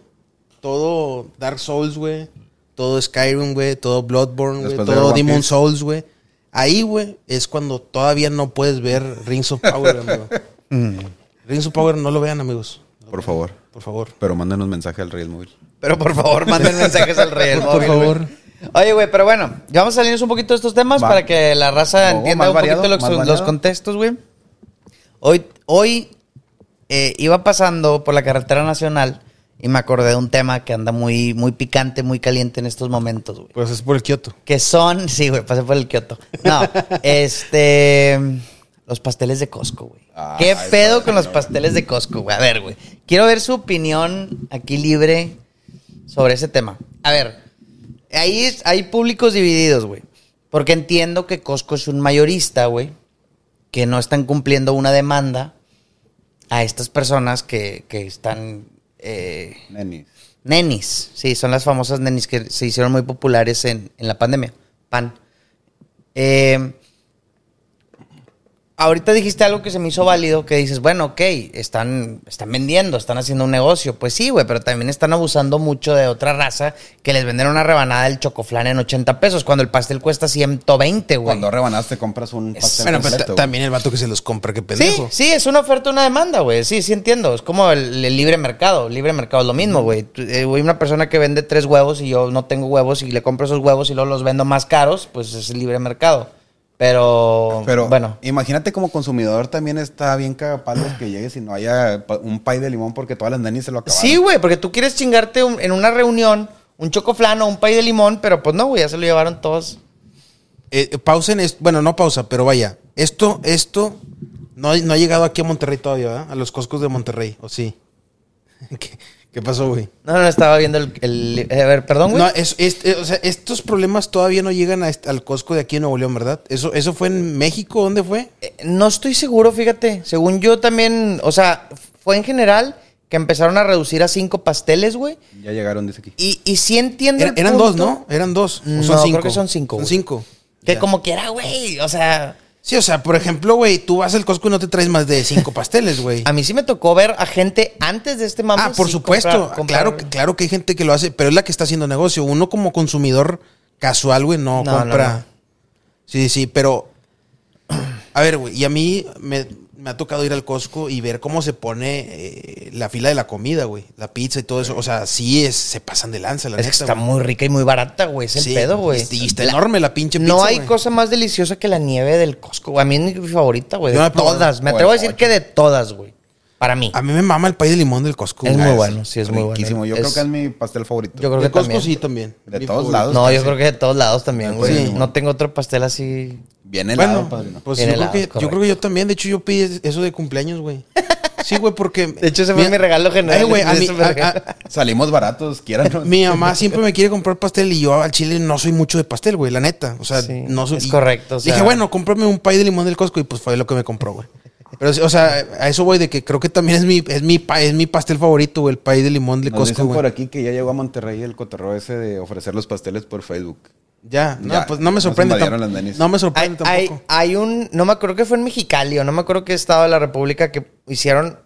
[SPEAKER 2] todo Dark Souls, güey, todo Skyrim, güey, todo Bloodborne, güey,
[SPEAKER 3] Después de
[SPEAKER 2] todo
[SPEAKER 3] One
[SPEAKER 2] Demon
[SPEAKER 3] Piece.
[SPEAKER 2] Souls, güey. Ahí, güey, es cuando todavía no puedes ver Rings of Power, amigo.
[SPEAKER 3] Mm.
[SPEAKER 2] Rings of Power no lo vean, amigos.
[SPEAKER 3] Por favor.
[SPEAKER 2] Por favor.
[SPEAKER 3] Pero mándanos mensaje al Real Móvil.
[SPEAKER 1] Pero por favor, manden mensajes al rey. del
[SPEAKER 2] Por
[SPEAKER 1] móvil,
[SPEAKER 2] favor.
[SPEAKER 1] güey. Oye, güey, pero bueno, ya vamos a salirnos un poquito de estos temas
[SPEAKER 3] Va.
[SPEAKER 1] para que la raza
[SPEAKER 3] No,
[SPEAKER 1] entienda
[SPEAKER 3] más
[SPEAKER 1] un
[SPEAKER 3] variado,
[SPEAKER 1] poquito
[SPEAKER 3] más
[SPEAKER 1] los, los
[SPEAKER 3] variado.
[SPEAKER 1] contextos, güey. Hoy, hoy eh, iba pasando por la carretera nacional y me acordé de un tema que anda muy, muy picante, muy caliente en estos momentos, güey.
[SPEAKER 2] Pues es por el Kioto.
[SPEAKER 1] Que son, sí, güey, pasé por el Kioto. No, este. Los pasteles de Costco, güey.
[SPEAKER 3] Ay,
[SPEAKER 1] ¿Qué pedo con los
[SPEAKER 3] padre.
[SPEAKER 1] pasteles de Costco, güey? A ver, güey. Quiero ver su opinión aquí libre sobre ese tema. A ver, ahí es- hay públicos divididos, güey. Porque entiendo que Costco es un mayorista, güey, que no están cumpliendo una demanda a estas personas que, que están. eh,
[SPEAKER 3] Nenis.
[SPEAKER 1] Nenis, sí, son las famosas nenis que se hicieron muy populares en, en la pandemia. Pan. Eh, ahorita dijiste algo que se me hizo válido, que dices, bueno, ok, están, están vendiendo, están haciendo un negocio. Pues sí, güey, pero también están abusando mucho de otra raza que les venden una rebanada del chocoflán en 80 pesos, cuando el pastel cuesta 120, güey.
[SPEAKER 3] Cuando rebanas te compras un pastel
[SPEAKER 2] Bueno, pero
[SPEAKER 3] completo,
[SPEAKER 2] ta-
[SPEAKER 3] güey.
[SPEAKER 2] también el vato que se los compra, qué pendejo.
[SPEAKER 1] Sí, sí, es una oferta y una demanda, güey. Sí, sí entiendo. Es como el, el libre mercado. El libre mercado es lo mismo, güey. Tú- eh, güey, una persona que vende tres huevos y yo no tengo huevos y le compro esos huevos y luego los vendo más caros, pues es el libre mercado. Pero,
[SPEAKER 3] Pero
[SPEAKER 1] bueno.
[SPEAKER 3] imagínate como consumidor también está bien cagapalos que llegues y no haya pa- un pay de limón porque todas las nenis se lo acabaron.
[SPEAKER 1] Sí, güey, porque tú quieres chingarte un- en una reunión un chocoflano, un pay de limón, pero pues no, güey, ya se lo llevaron todos.
[SPEAKER 2] Eh, pausen, es- bueno, no pausa, pero vaya. Esto, esto no, ha- no ha llegado aquí a Monterrey todavía, ¿verdad? A los Costcos de Monterrey, ¿o sí? que, ¿Qué pasó, güey?
[SPEAKER 1] No, no, estaba viendo el. el- eh, a ver, perdón, güey.
[SPEAKER 2] No, es, es- eh, o sea, estos problemas todavía no llegan a est- al Costco de aquí en Nuevo León, ¿verdad? ¿Eso, eso fue en México? ¿Dónde fue?
[SPEAKER 1] Eh, No estoy seguro, fíjate. Según yo también, o sea, fue en general que empezaron a reducir a cinco pasteles, güey.
[SPEAKER 3] Ya llegaron, dice aquí.
[SPEAKER 1] Y, y sí entiendo. el
[SPEAKER 2] Era- Er, eran dos,
[SPEAKER 1] punto, Mm,
[SPEAKER 2] ¿no? Eran dos. ¿O
[SPEAKER 1] No,
[SPEAKER 2] son
[SPEAKER 1] creo
[SPEAKER 2] cinco?
[SPEAKER 1] que son cinco,
[SPEAKER 2] Son
[SPEAKER 1] güey.
[SPEAKER 2] cinco.
[SPEAKER 1] Que
[SPEAKER 2] Ya.
[SPEAKER 1] como quiera, güey. O sea,
[SPEAKER 2] Sí, o sea, por ejemplo, güey, tú vas al Costco y no te traes más de cinco pasteles, güey.
[SPEAKER 1] a mí sí me tocó ver a gente antes de este mame.
[SPEAKER 2] Ah, por
[SPEAKER 1] sí
[SPEAKER 2] supuesto.
[SPEAKER 1] comprar-
[SPEAKER 2] Ah,
[SPEAKER 1] comprar-
[SPEAKER 2] Claro, que- claro que hay gente que lo hace, pero es la que está haciendo negocio. Uno como consumidor casual, güey, no,
[SPEAKER 1] No, no,
[SPEAKER 2] compra.
[SPEAKER 1] no.
[SPEAKER 2] Sí, sí, pero... A ver, güey, y a mí me, me ha tocado ir al Costco y ver cómo se pone eh, la fila de la comida, güey. La pizza y todo eso. O sea, sí es, se pasan de lanza, la
[SPEAKER 1] Es que
[SPEAKER 2] neta,
[SPEAKER 1] está
[SPEAKER 2] güey.
[SPEAKER 1] muy rica y muy barata, güey. Es el
[SPEAKER 2] Sí,
[SPEAKER 1] pedo, güey.
[SPEAKER 2] Y está enorme la pinche pizza,
[SPEAKER 1] No hay
[SPEAKER 2] güey.
[SPEAKER 1] cosa más deliciosa que la nieve del Costco. güey. A mí es mi favorita, güey.
[SPEAKER 2] Yo
[SPEAKER 1] De
[SPEAKER 2] la probé.
[SPEAKER 1] todas. Me
[SPEAKER 3] Bueno,
[SPEAKER 1] atrevo a decir
[SPEAKER 3] ocho.
[SPEAKER 1] que de todas, güey. Para mí.
[SPEAKER 2] A mí me mama el país de limón del Costco,
[SPEAKER 1] Es
[SPEAKER 2] güey.
[SPEAKER 1] muy
[SPEAKER 2] Ah,
[SPEAKER 1] bueno, sí, es muy bueno.
[SPEAKER 3] Riquísimo. Yo creo
[SPEAKER 1] Es-
[SPEAKER 3] que es mi pastel favorito.
[SPEAKER 1] Yo creo
[SPEAKER 2] De
[SPEAKER 1] que
[SPEAKER 2] Costco
[SPEAKER 1] también.
[SPEAKER 2] sí también.
[SPEAKER 3] De
[SPEAKER 2] Mi
[SPEAKER 3] todos
[SPEAKER 2] favorito.
[SPEAKER 3] lados.
[SPEAKER 1] No, yo
[SPEAKER 3] Sí.
[SPEAKER 1] creo que de todos lados también, güey.
[SPEAKER 2] Sí.
[SPEAKER 1] No tengo otro pastel así.
[SPEAKER 3] Bien helado,
[SPEAKER 2] Bueno,
[SPEAKER 3] padrino.
[SPEAKER 2] pues yo
[SPEAKER 1] Bien
[SPEAKER 2] creo,
[SPEAKER 1] helado,
[SPEAKER 2] que, yo
[SPEAKER 1] correcto.
[SPEAKER 2] creo que yo también. De hecho, yo pedí eso de cumpleaños, güey. Sí, güey, porque. De
[SPEAKER 1] hecho, ese fue mi regalo general.
[SPEAKER 2] güey, a
[SPEAKER 1] Ese
[SPEAKER 2] mí-
[SPEAKER 1] fue mi
[SPEAKER 2] a-
[SPEAKER 1] regalo.
[SPEAKER 2] a-
[SPEAKER 3] Salimos baratos, quieran.
[SPEAKER 2] mi mamá siempre me quiere comprar pastel y yo al chile no soy mucho de pastel, güey, la neta. O sea,
[SPEAKER 1] Sí,
[SPEAKER 2] no soy.
[SPEAKER 1] es
[SPEAKER 2] y-
[SPEAKER 1] correcto, o sea-
[SPEAKER 2] dije, bueno, cómprame un pay de limón del Costco y pues fue lo que me compró, güey. Pero, o sea, a eso voy de que creo que también es mi, es mi, pa- es mi pastel favorito, güey, el pay de limón del
[SPEAKER 3] Nos
[SPEAKER 2] Costco,
[SPEAKER 3] dicen por
[SPEAKER 2] güey.
[SPEAKER 3] aquí que ya llegó a Monterrey el cotorreo ese de ofrecer los pasteles por Facebook.
[SPEAKER 2] Ya, no,
[SPEAKER 3] Ya,
[SPEAKER 2] pues no me
[SPEAKER 3] nos
[SPEAKER 2] sorprende.
[SPEAKER 3] invadieron
[SPEAKER 2] tam-
[SPEAKER 3] las nenis.
[SPEAKER 2] No me
[SPEAKER 1] Hay,
[SPEAKER 2] sorprende
[SPEAKER 1] hay-
[SPEAKER 2] tampoco.
[SPEAKER 1] hay un. No me acuerdo que fue en Mexicali o no me acuerdo qué estado de la República que hicieron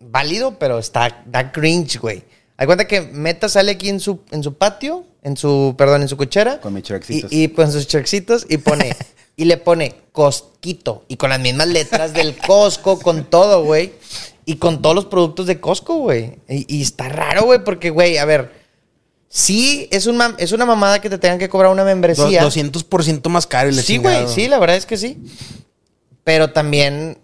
[SPEAKER 1] válido, pero está. Da cringe, güey. Hay cuenta que Meta sale aquí en su, en su patio, en su. Perdón, en su cochera.
[SPEAKER 3] Con mis chorcitos.
[SPEAKER 1] Y, y con sus chorcitos y pone. y le pone Cosquito. Y con las mismas letras del Costco, con todo, güey. Y con todos los productos de Costco, güey. Y, y está raro, güey, porque, güey, a ver. Sí, es, un mam- es una mamada que te tengan que cobrar una
[SPEAKER 2] Do-
[SPEAKER 1] membresía.
[SPEAKER 2] 200% más caro y la
[SPEAKER 1] Sí,
[SPEAKER 2] chingada,
[SPEAKER 1] güey, sí, la verdad es que sí. Pero también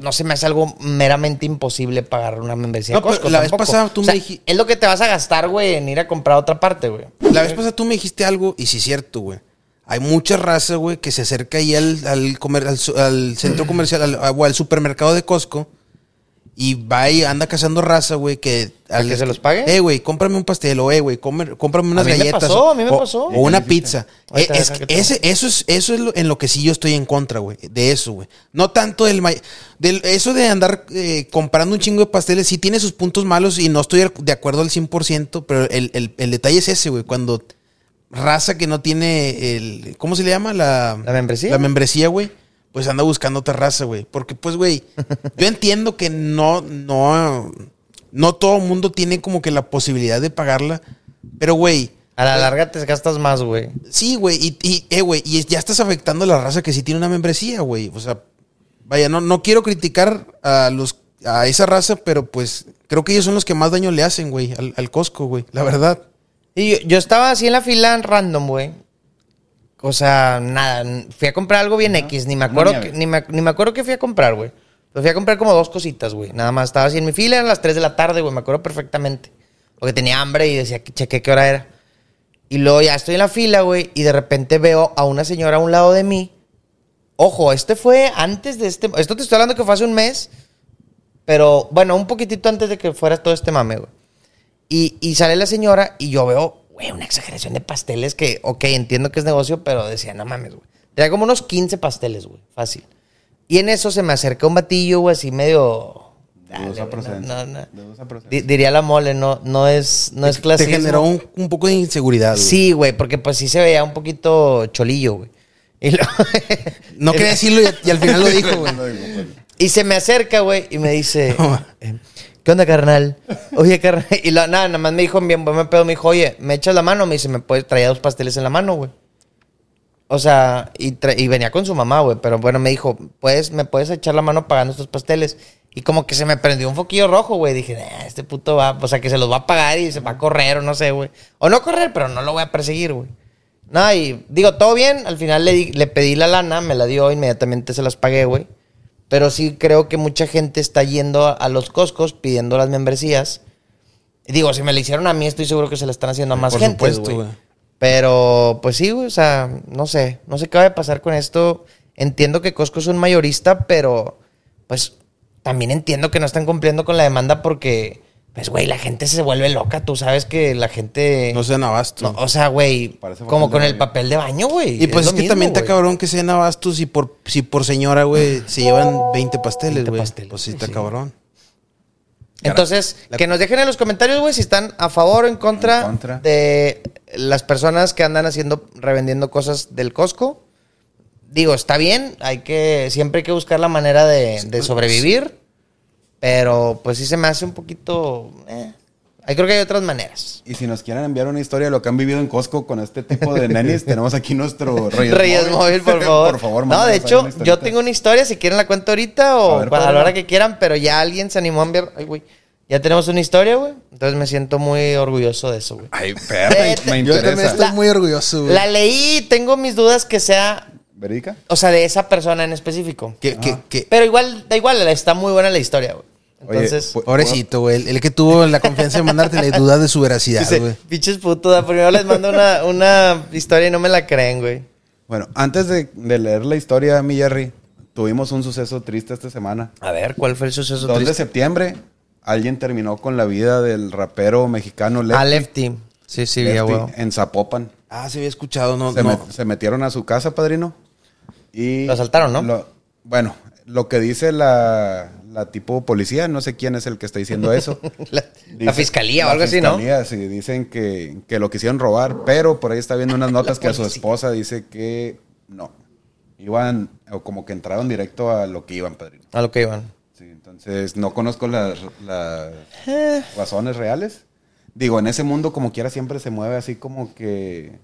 [SPEAKER 1] no se me hace algo meramente imposible pagar una membresía.
[SPEAKER 2] No,
[SPEAKER 1] de Costco
[SPEAKER 2] pero la vez
[SPEAKER 1] tampoco.
[SPEAKER 2] pasada tú
[SPEAKER 1] O sea,
[SPEAKER 2] me dijiste-
[SPEAKER 1] Es lo que te vas a gastar, güey, en ir a comprar a otra parte, güey.
[SPEAKER 2] La vez pasada tú me dijiste algo, y sí es cierto, güey. Hay mucha raza, güey, que se acerca ahí al, al, comer- al su- al centro comercial al, o al supermercado de Costco y va y anda cazando raza, güey, que...
[SPEAKER 1] ¿A
[SPEAKER 2] al-
[SPEAKER 1] que se los pague?
[SPEAKER 2] Eh, güey, cómprame un pastel o, eh, güey, comer- cómprame unas
[SPEAKER 1] A mí me
[SPEAKER 2] galletas.
[SPEAKER 1] pasó,
[SPEAKER 2] o-
[SPEAKER 1] a mí me
[SPEAKER 2] o-
[SPEAKER 1] pasó.
[SPEAKER 2] O una pizza. Eh,
[SPEAKER 1] Ahorita,
[SPEAKER 2] es-
[SPEAKER 1] deja que
[SPEAKER 2] ese- eso es, eso es lo- en lo que sí yo estoy en contra, güey, de eso, güey. No tanto del, may- del... Eso de andar eh, comprando un chingo de pasteles sí tiene sus puntos malos y no estoy de acuerdo al 100%, pero el, el- el detalle es ese, güey, cuando raza que no tiene el. ¿Cómo se le llama? La,
[SPEAKER 1] ¿La membresía?
[SPEAKER 2] La membresía, güey. Pues anda buscando otra raza, güey. Porque, pues, güey, yo entiendo que no, no. No todo mundo tiene como que la posibilidad de pagarla. Pero, güey.
[SPEAKER 1] A la larga te gastas más, güey.
[SPEAKER 2] Sí, güey. Y, y, eh, güey. Y ya estás afectando a la raza que sí tiene una membresía, güey. O sea, vaya, no, no quiero criticar a los. A esa raza, pero pues creo que ellos son los que más daño le hacen, güey, al, al Costco, güey. La verdad.
[SPEAKER 1] Y yo, yo estaba así en la fila en random, güey. O sea, nada, n- fui a comprar algo bien X, ni me
[SPEAKER 3] una
[SPEAKER 1] acuerdo
[SPEAKER 3] nieve.
[SPEAKER 1] que, ni, me, ac- ni me acuerdo qué fui a comprar, güey. Pero fui a comprar como dos cositas, güey. Nada más estaba así en mi fila, eran las 3 de la tarde, güey, me acuerdo perfectamente. Porque tenía hambre y decía que chequé qué hora era. Y luego ya estoy en la fila, güey, y de repente veo a una señora a un lado de mí. Ojo, este fue antes de este. Esto te estoy hablando que fue hace un mes, pero bueno, un poquitito antes de que fuera todo este mame, güey. Y, y sale la señora y yo veo, güey, una exageración de pasteles que, ok, entiendo que es negocio, pero decía, no mames, güey. Traía como unos 15 pasteles, güey, fácil. Y en eso se me acerca un batillo, güey, así medio...
[SPEAKER 3] De dudosa
[SPEAKER 1] Dale, güey,
[SPEAKER 3] procedencia.
[SPEAKER 1] no, no, no.
[SPEAKER 3] De dudosa procedencia.
[SPEAKER 1] Di- Diría la mole, no, no es, no es
[SPEAKER 2] Te
[SPEAKER 1] clasismo.
[SPEAKER 2] generó un, un poco de inseguridad, güey.
[SPEAKER 1] Sí, güey, porque pues sí se veía un poquito cholillo, güey. Y, lo-
[SPEAKER 2] No quería decirlo y, y al final lo dijo, güey.
[SPEAKER 3] No digo, pues. bueno.
[SPEAKER 1] y se me acerca, güey, y me dice,
[SPEAKER 2] No.
[SPEAKER 1] eh, ¿qué onda, carnal? Oye, carnal. Y lo- nada, nada más me dijo, bien, buen me pedo, me dijo, oye, ¿me echas la mano? Me dice, ¿me puedes traer dos pasteles en la mano, güey? O sea, y, tra- y venía con su mamá, güey, pero bueno, me dijo, ¿puedes, ¿me puedes echar la mano pagando estos pasteles? Y como que se me prendió un foquillo rojo, güey. Dije, "Nah, este puto va, o sea, que se los va a pagar y se va a correr o no sé, güey. O no correr, pero no lo voy a perseguir, güey. No, y digo, todo bien. Al final le, di- le pedí la lana, me la dio, inmediatamente se las pagué, güey. Pero sí creo que mucha gente está yendo a, a los Costcos pidiendo las membresías. Y digo, si me la hicieron a mí, estoy seguro que se la están haciendo a más
[SPEAKER 2] Por
[SPEAKER 1] gente,
[SPEAKER 2] supuesto,
[SPEAKER 1] güey.
[SPEAKER 2] güey.
[SPEAKER 1] Pero, pues sí, güey, o sea, no sé. No sé qué va a pasar con esto. Entiendo que Costco es un mayorista, pero pues también entiendo que no están cumpliendo con la demanda porque Pues, güey, la gente se vuelve loca. Tú sabes que la gente.
[SPEAKER 2] No sean abastos.
[SPEAKER 1] No, o sea, güey,
[SPEAKER 3] Parece
[SPEAKER 1] como
[SPEAKER 3] papel de
[SPEAKER 1] con el
[SPEAKER 3] baño.
[SPEAKER 1] papel de baño, güey.
[SPEAKER 2] y pues es,
[SPEAKER 1] lo
[SPEAKER 2] que
[SPEAKER 1] mismo,
[SPEAKER 2] también está
[SPEAKER 1] güey.
[SPEAKER 2] cabrón que sean abastos y por, si por señora, güey, se llevan 20 pasteles,
[SPEAKER 1] 20
[SPEAKER 2] güey.
[SPEAKER 1] pasteles,
[SPEAKER 2] Pues sí está
[SPEAKER 1] sí.
[SPEAKER 2] cabrón.
[SPEAKER 1] Entonces, que nos dejen en los comentarios, güey, si están a favor o en contra,
[SPEAKER 3] En contra.
[SPEAKER 1] de las personas que andan haciendo, revendiendo cosas del Costco. Digo, está bien, hay que, siempre hay que buscar la manera de, de sobrevivir, pero pues sí se me hace un poquito... eh. Ahí creo que hay otras maneras.
[SPEAKER 3] Y si nos quieren enviar una historia de lo que han vivido en Costco con este tipo de nenis, tenemos aquí nuestro Reyes,
[SPEAKER 1] Reyes Móvil, por favor.
[SPEAKER 3] por favor,
[SPEAKER 1] No, de
[SPEAKER 3] mándanos ahí
[SPEAKER 1] hecho,
[SPEAKER 3] una historita.
[SPEAKER 1] yo tengo una historia, si quieren la cuento ahorita o
[SPEAKER 3] A ver,
[SPEAKER 1] para la
[SPEAKER 3] cuéntala.
[SPEAKER 1] hora que quieran, pero ya alguien se animó a enviar... Ay, güey. Ya tenemos una historia, güey. Entonces me siento muy orgulloso de eso, güey.
[SPEAKER 3] Ay, perra, me-
[SPEAKER 1] Vete.
[SPEAKER 3] me
[SPEAKER 2] Yo también
[SPEAKER 3] interesa.
[SPEAKER 2] estoy
[SPEAKER 1] La-
[SPEAKER 2] muy orgulloso, güey.
[SPEAKER 1] La leí, tengo mis dudas que sea,
[SPEAKER 3] ¿Verica?
[SPEAKER 1] o sea, de esa persona en específico.
[SPEAKER 2] Que, que, que-
[SPEAKER 1] Pero igual, da igual, está muy buena la historia, güey. Entonces,
[SPEAKER 2] pues,
[SPEAKER 3] pu-
[SPEAKER 2] pobrecito, güey. El, el que tuvo la confianza de mandarte la duda de su veracidad,
[SPEAKER 1] dice,
[SPEAKER 2] güey.
[SPEAKER 1] pinches putuda, primero les mando una, una historia y no me la creen, güey.
[SPEAKER 3] Bueno, antes de, de leer la historia, mi Jerry, tuvimos un suceso triste esta semana.
[SPEAKER 1] A ver, ¿cuál fue el suceso
[SPEAKER 3] 2 de septiembre, alguien terminó con la vida del rapero mexicano Lefty,
[SPEAKER 1] A Ah, Lefty. Sí, sí,
[SPEAKER 3] Lefty,
[SPEAKER 1] ya, güey.
[SPEAKER 3] en Zapopan.
[SPEAKER 2] Ah, se había escuchado, no,
[SPEAKER 3] se,
[SPEAKER 2] no.
[SPEAKER 3] met- se metieron a su casa, padrino. Y
[SPEAKER 1] Lo asaltaron, ¿no?
[SPEAKER 3] lo- bueno, lo que dice la, la tipo policía, no sé quién es el que está diciendo eso.
[SPEAKER 1] La, la
[SPEAKER 3] Dice-
[SPEAKER 1] fiscalía o
[SPEAKER 3] la
[SPEAKER 1] algo así, ¿no?
[SPEAKER 3] fiscalía, sí, dicen que, que lo quisieron robar, pero por ahí está viendo unas notas que a su
[SPEAKER 1] policía.
[SPEAKER 3] esposa dice que no. Iban, o como que entraron directo a lo que iban, padrino.
[SPEAKER 1] A lo que iban.
[SPEAKER 3] Sí, entonces no conozco las, las razones reales. Digo, en ese mundo como quiera siempre se mueve así como que,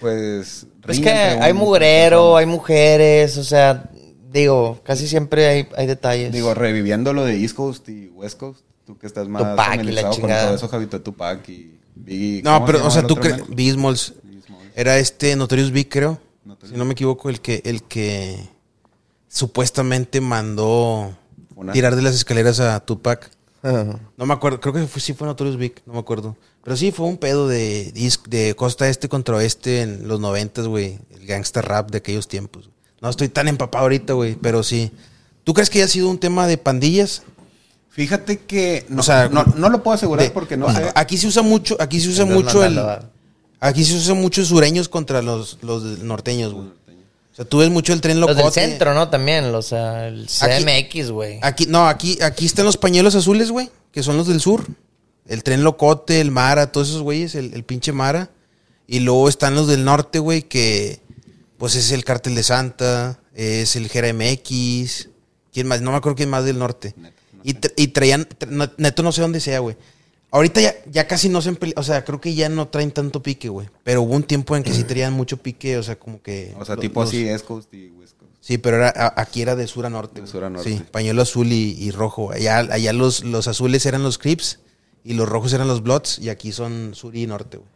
[SPEAKER 3] pues...
[SPEAKER 1] Es
[SPEAKER 3] riña
[SPEAKER 1] que
[SPEAKER 3] entre
[SPEAKER 1] hay
[SPEAKER 3] un-
[SPEAKER 1] mugrero, hay mujeres, o sea, digo, casi siempre hay, hay detalles.
[SPEAKER 3] Digo, reviviendo lo de East Coast y West Coast, tú que estás más
[SPEAKER 1] Tupac y la
[SPEAKER 3] familiarizado con
[SPEAKER 1] chingada.
[SPEAKER 3] todo eso, Javito, Tupac y Biggie.
[SPEAKER 2] No,
[SPEAKER 3] ¿cómo se
[SPEAKER 2] pero, o
[SPEAKER 3] llama
[SPEAKER 2] sea,
[SPEAKER 3] el
[SPEAKER 2] tú
[SPEAKER 3] otro
[SPEAKER 2] crees.
[SPEAKER 3] men?
[SPEAKER 2] Bismols. Era este Notorious Big, creo.
[SPEAKER 3] Notorious
[SPEAKER 2] Si no me equivoco, el que, el que supuestamente mandó
[SPEAKER 3] Una.
[SPEAKER 2] tirar de las escaleras a Tupac.
[SPEAKER 1] Ajá.
[SPEAKER 2] No me acuerdo, creo que fue, sí fue Notorious Big, no me acuerdo. Pero sí fue un pedo de, dis- de costa este contra oeste en los noventas, güey. El gangster rap de aquellos tiempos. No estoy tan empapado ahorita, güey, pero sí. ¿Tú crees que haya sido un tema de pandillas?
[SPEAKER 3] Fíjate que no,
[SPEAKER 2] O sea,
[SPEAKER 3] no, no lo puedo asegurar
[SPEAKER 2] De-
[SPEAKER 3] porque no
[SPEAKER 2] a-
[SPEAKER 3] sé.
[SPEAKER 2] Aquí se usa mucho, aquí se usa
[SPEAKER 1] Entonces,
[SPEAKER 2] mucho
[SPEAKER 1] no,
[SPEAKER 2] el.
[SPEAKER 1] no, no, no.
[SPEAKER 2] Aquí se usa mucho sureños contra los, los norteños, güey. O sea, tú ves mucho el tren locote.
[SPEAKER 1] Los del centro, ¿no? También, los, ah, el CMX, güey.
[SPEAKER 2] Aquí, no, aquí, aquí están los pañuelos azules, güey, que son los del sur. El tren locote, el Mara, todos esos güeyes, el, el pinche Mara. Y luego están los del norte, güey, que pues es el Cártel de Santa, es el Jera MX. ¿Quién más? No me acuerdo quién más del norte. y, tra- y traían, tra- no- neto no sé dónde sea, güey. Ahorita ya, ya casi no se han pele- o sea, creo que ya no traen tanto pique, güey. Pero hubo un tiempo en que sí traían mucho pique, o sea, como que...
[SPEAKER 3] O sea,
[SPEAKER 2] lo-
[SPEAKER 3] tipo
[SPEAKER 2] los-
[SPEAKER 3] así, East Coast y West Coast.
[SPEAKER 2] Sí, pero era, a- aquí era de sur a norte.
[SPEAKER 3] De
[SPEAKER 2] güey.
[SPEAKER 3] sur a norte.
[SPEAKER 2] Sí, pañuelo azul y, y rojo. Allá, allá los, los azules eran los Crips y los rojos eran los Bloods y aquí son sur y norte, güey.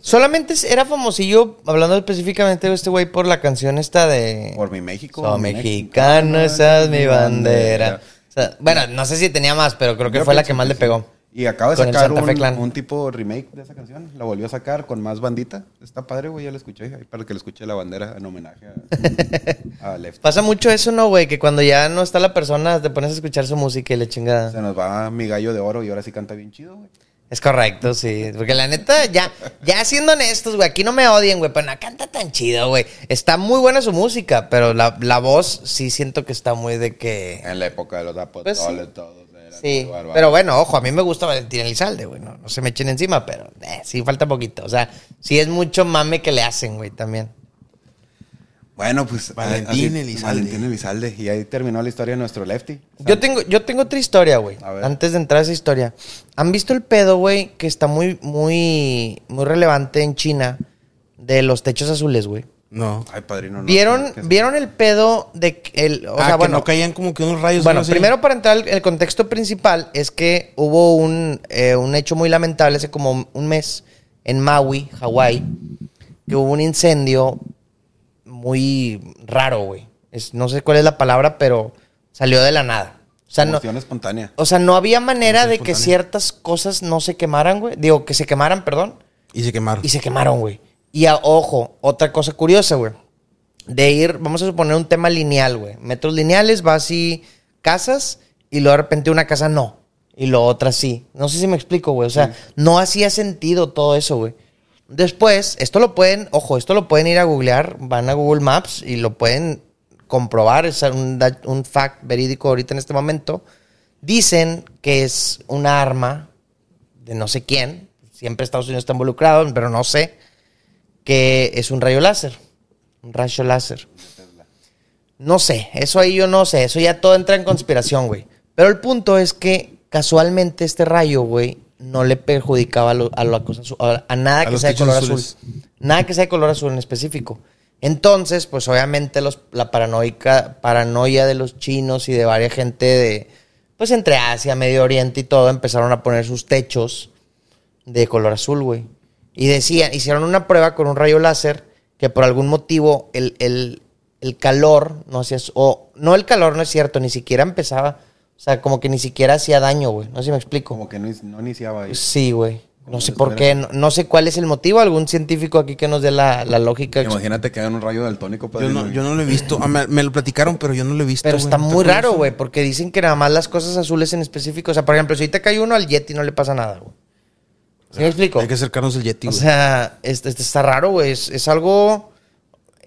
[SPEAKER 1] Solamente era famosillo, hablando específicamente de este güey, por la canción esta de...
[SPEAKER 3] Por mi México.
[SPEAKER 1] Soy
[SPEAKER 3] mi
[SPEAKER 1] mexicano, esa es mi bandera. O sea, bueno, no sé si tenía más, pero creo que
[SPEAKER 3] Yo
[SPEAKER 1] fue la
[SPEAKER 3] pienso
[SPEAKER 1] que más le
[SPEAKER 3] sí.
[SPEAKER 1] pegó.
[SPEAKER 3] Y acaba de
[SPEAKER 1] Con el
[SPEAKER 3] sacar
[SPEAKER 1] Santa Fe
[SPEAKER 3] un,
[SPEAKER 1] Clan.
[SPEAKER 3] un tipo remake de esa canción. La volvió a sacar con más bandita. Está padre, güey, ya la escuché. Ahí para que le escuche la bandera en homenaje a, a Left.
[SPEAKER 1] Pasa mucho eso, ¿no, güey? Que cuando ya no está la persona, te pones a escuchar su música y le chingada.
[SPEAKER 3] Se nos va mi gallo de oro y ahora sí canta bien chido, güey.
[SPEAKER 1] Es correcto, sí. Porque la neta, ya, ya siendo honestos, güey, aquí no me odien, güey, pero no canta tan chido, güey. Está muy buena su música, pero la, la voz sí siento que está muy de que...
[SPEAKER 3] En la época de los apóstoles,
[SPEAKER 1] Pues sí.
[SPEAKER 3] todos. eran
[SPEAKER 1] Sí,
[SPEAKER 3] muy bárbaros.
[SPEAKER 1] pero bueno, ojo, a mí me gusta Valentín Elizalde, güey, no, no se me echen encima, pero eh, sí falta poquito, o sea, sí es mucho mame que le hacen, güey, también.
[SPEAKER 3] Bueno, pues.
[SPEAKER 2] Valentín
[SPEAKER 3] así-
[SPEAKER 2] Elizalde.
[SPEAKER 3] Valentín Elizalde. Y ahí terminó la historia de nuestro Lefty.
[SPEAKER 1] Yo tengo, yo tengo otra historia, güey,
[SPEAKER 3] A ver.
[SPEAKER 1] antes de entrar a esa historia. ¿Han visto el pedo, güey, que está muy, muy, muy relevante en China de los techos azules, güey?
[SPEAKER 2] No.
[SPEAKER 3] Ay, padrino. no,
[SPEAKER 1] ¿Vieron,
[SPEAKER 3] no, que-
[SPEAKER 1] vieron el pedo de que el, o
[SPEAKER 2] ah,
[SPEAKER 1] sea,
[SPEAKER 2] que
[SPEAKER 1] bueno,
[SPEAKER 2] no caían como que unos rayos.
[SPEAKER 1] Bueno,
[SPEAKER 2] algo así.
[SPEAKER 1] primero para entrar al el contexto principal es que hubo un, eh, un hecho muy lamentable hace como un mes en Maui, Hawái, que hubo un incendio muy raro, güey. Es- no sé cuál es la palabra, pero salió de la nada. O sea, no,
[SPEAKER 3] Combustión espontánea.
[SPEAKER 1] o sea, no había manera
[SPEAKER 2] Combustión
[SPEAKER 1] de que
[SPEAKER 2] espontánea.
[SPEAKER 1] ciertas cosas no se quemaran, güey. Digo, que se quemaran, perdón.
[SPEAKER 2] Y se quemaron.
[SPEAKER 1] Y se quemaron, güey. Y a- ojo, otra cosa curiosa, güey. De ir, vamos a suponer un tema lineal, güey. Metros lineales, vas y casas, y luego de repente una casa no. y lo otra sí. No sé si me explico, güey. O sea, no hacía sentido todo eso, güey. Después, esto lo pueden, ojo, esto lo pueden ir a googlear, van a Google Maps y lo pueden comprobar, es un, da- un fact verídico ahorita en este momento. Dicen que es una arma de no sé quién, siempre Estados Unidos está involucrado, pero no sé, que es un rayo láser, un rayo láser. No sé, eso ahí yo no sé, eso ya todo entra en conspiración, güey. Pero el punto es que casualmente este rayo, güey, no le perjudicaba a, lo- a la cosa azu- a, a nada
[SPEAKER 2] A
[SPEAKER 1] que
[SPEAKER 2] los
[SPEAKER 1] sea de color
[SPEAKER 2] techos azules.
[SPEAKER 1] azul. Nada que sea de color azul en específico. Entonces, pues obviamente los, la paranoica, paranoia de los chinos y de varias gente de, pues entre Asia, Medio Oriente y todo, empezaron a poner sus techos de color azul, güey. Y decían, hicieron una prueba con un rayo láser que por algún motivo el, el- el calor, no hacía, o no el calor no es cierto, ni siquiera empezaba, o sea, como que ni siquiera hacía daño, güey. No sé si me explico.
[SPEAKER 3] Como que no, no iniciaba ahí.
[SPEAKER 2] Pues,
[SPEAKER 1] Sí, güey. No
[SPEAKER 3] Como
[SPEAKER 1] sé
[SPEAKER 3] que
[SPEAKER 1] por qué,
[SPEAKER 3] espera.
[SPEAKER 1] no, no sé cuál es el motivo. Algún científico aquí que nos dé la, la lógica.
[SPEAKER 3] Imagínate que hagan un rayo daltónico.
[SPEAKER 2] Yo no, yo no lo he visto. Ah, me, me lo platicaron, pero yo no lo he visto.
[SPEAKER 1] Pero
[SPEAKER 2] güey.
[SPEAKER 1] está muy
[SPEAKER 2] curioso.
[SPEAKER 1] raro, güey, porque dicen que nada más las cosas azules en específico. O sea, por ejemplo, si te cae uno al Yeti no le pasa nada, güey. ¿Sí me explico?
[SPEAKER 2] Hay que acercarnos al Yeti,
[SPEAKER 1] O
[SPEAKER 2] güey.
[SPEAKER 1] sea, este, este está raro, güey. Es, es algo.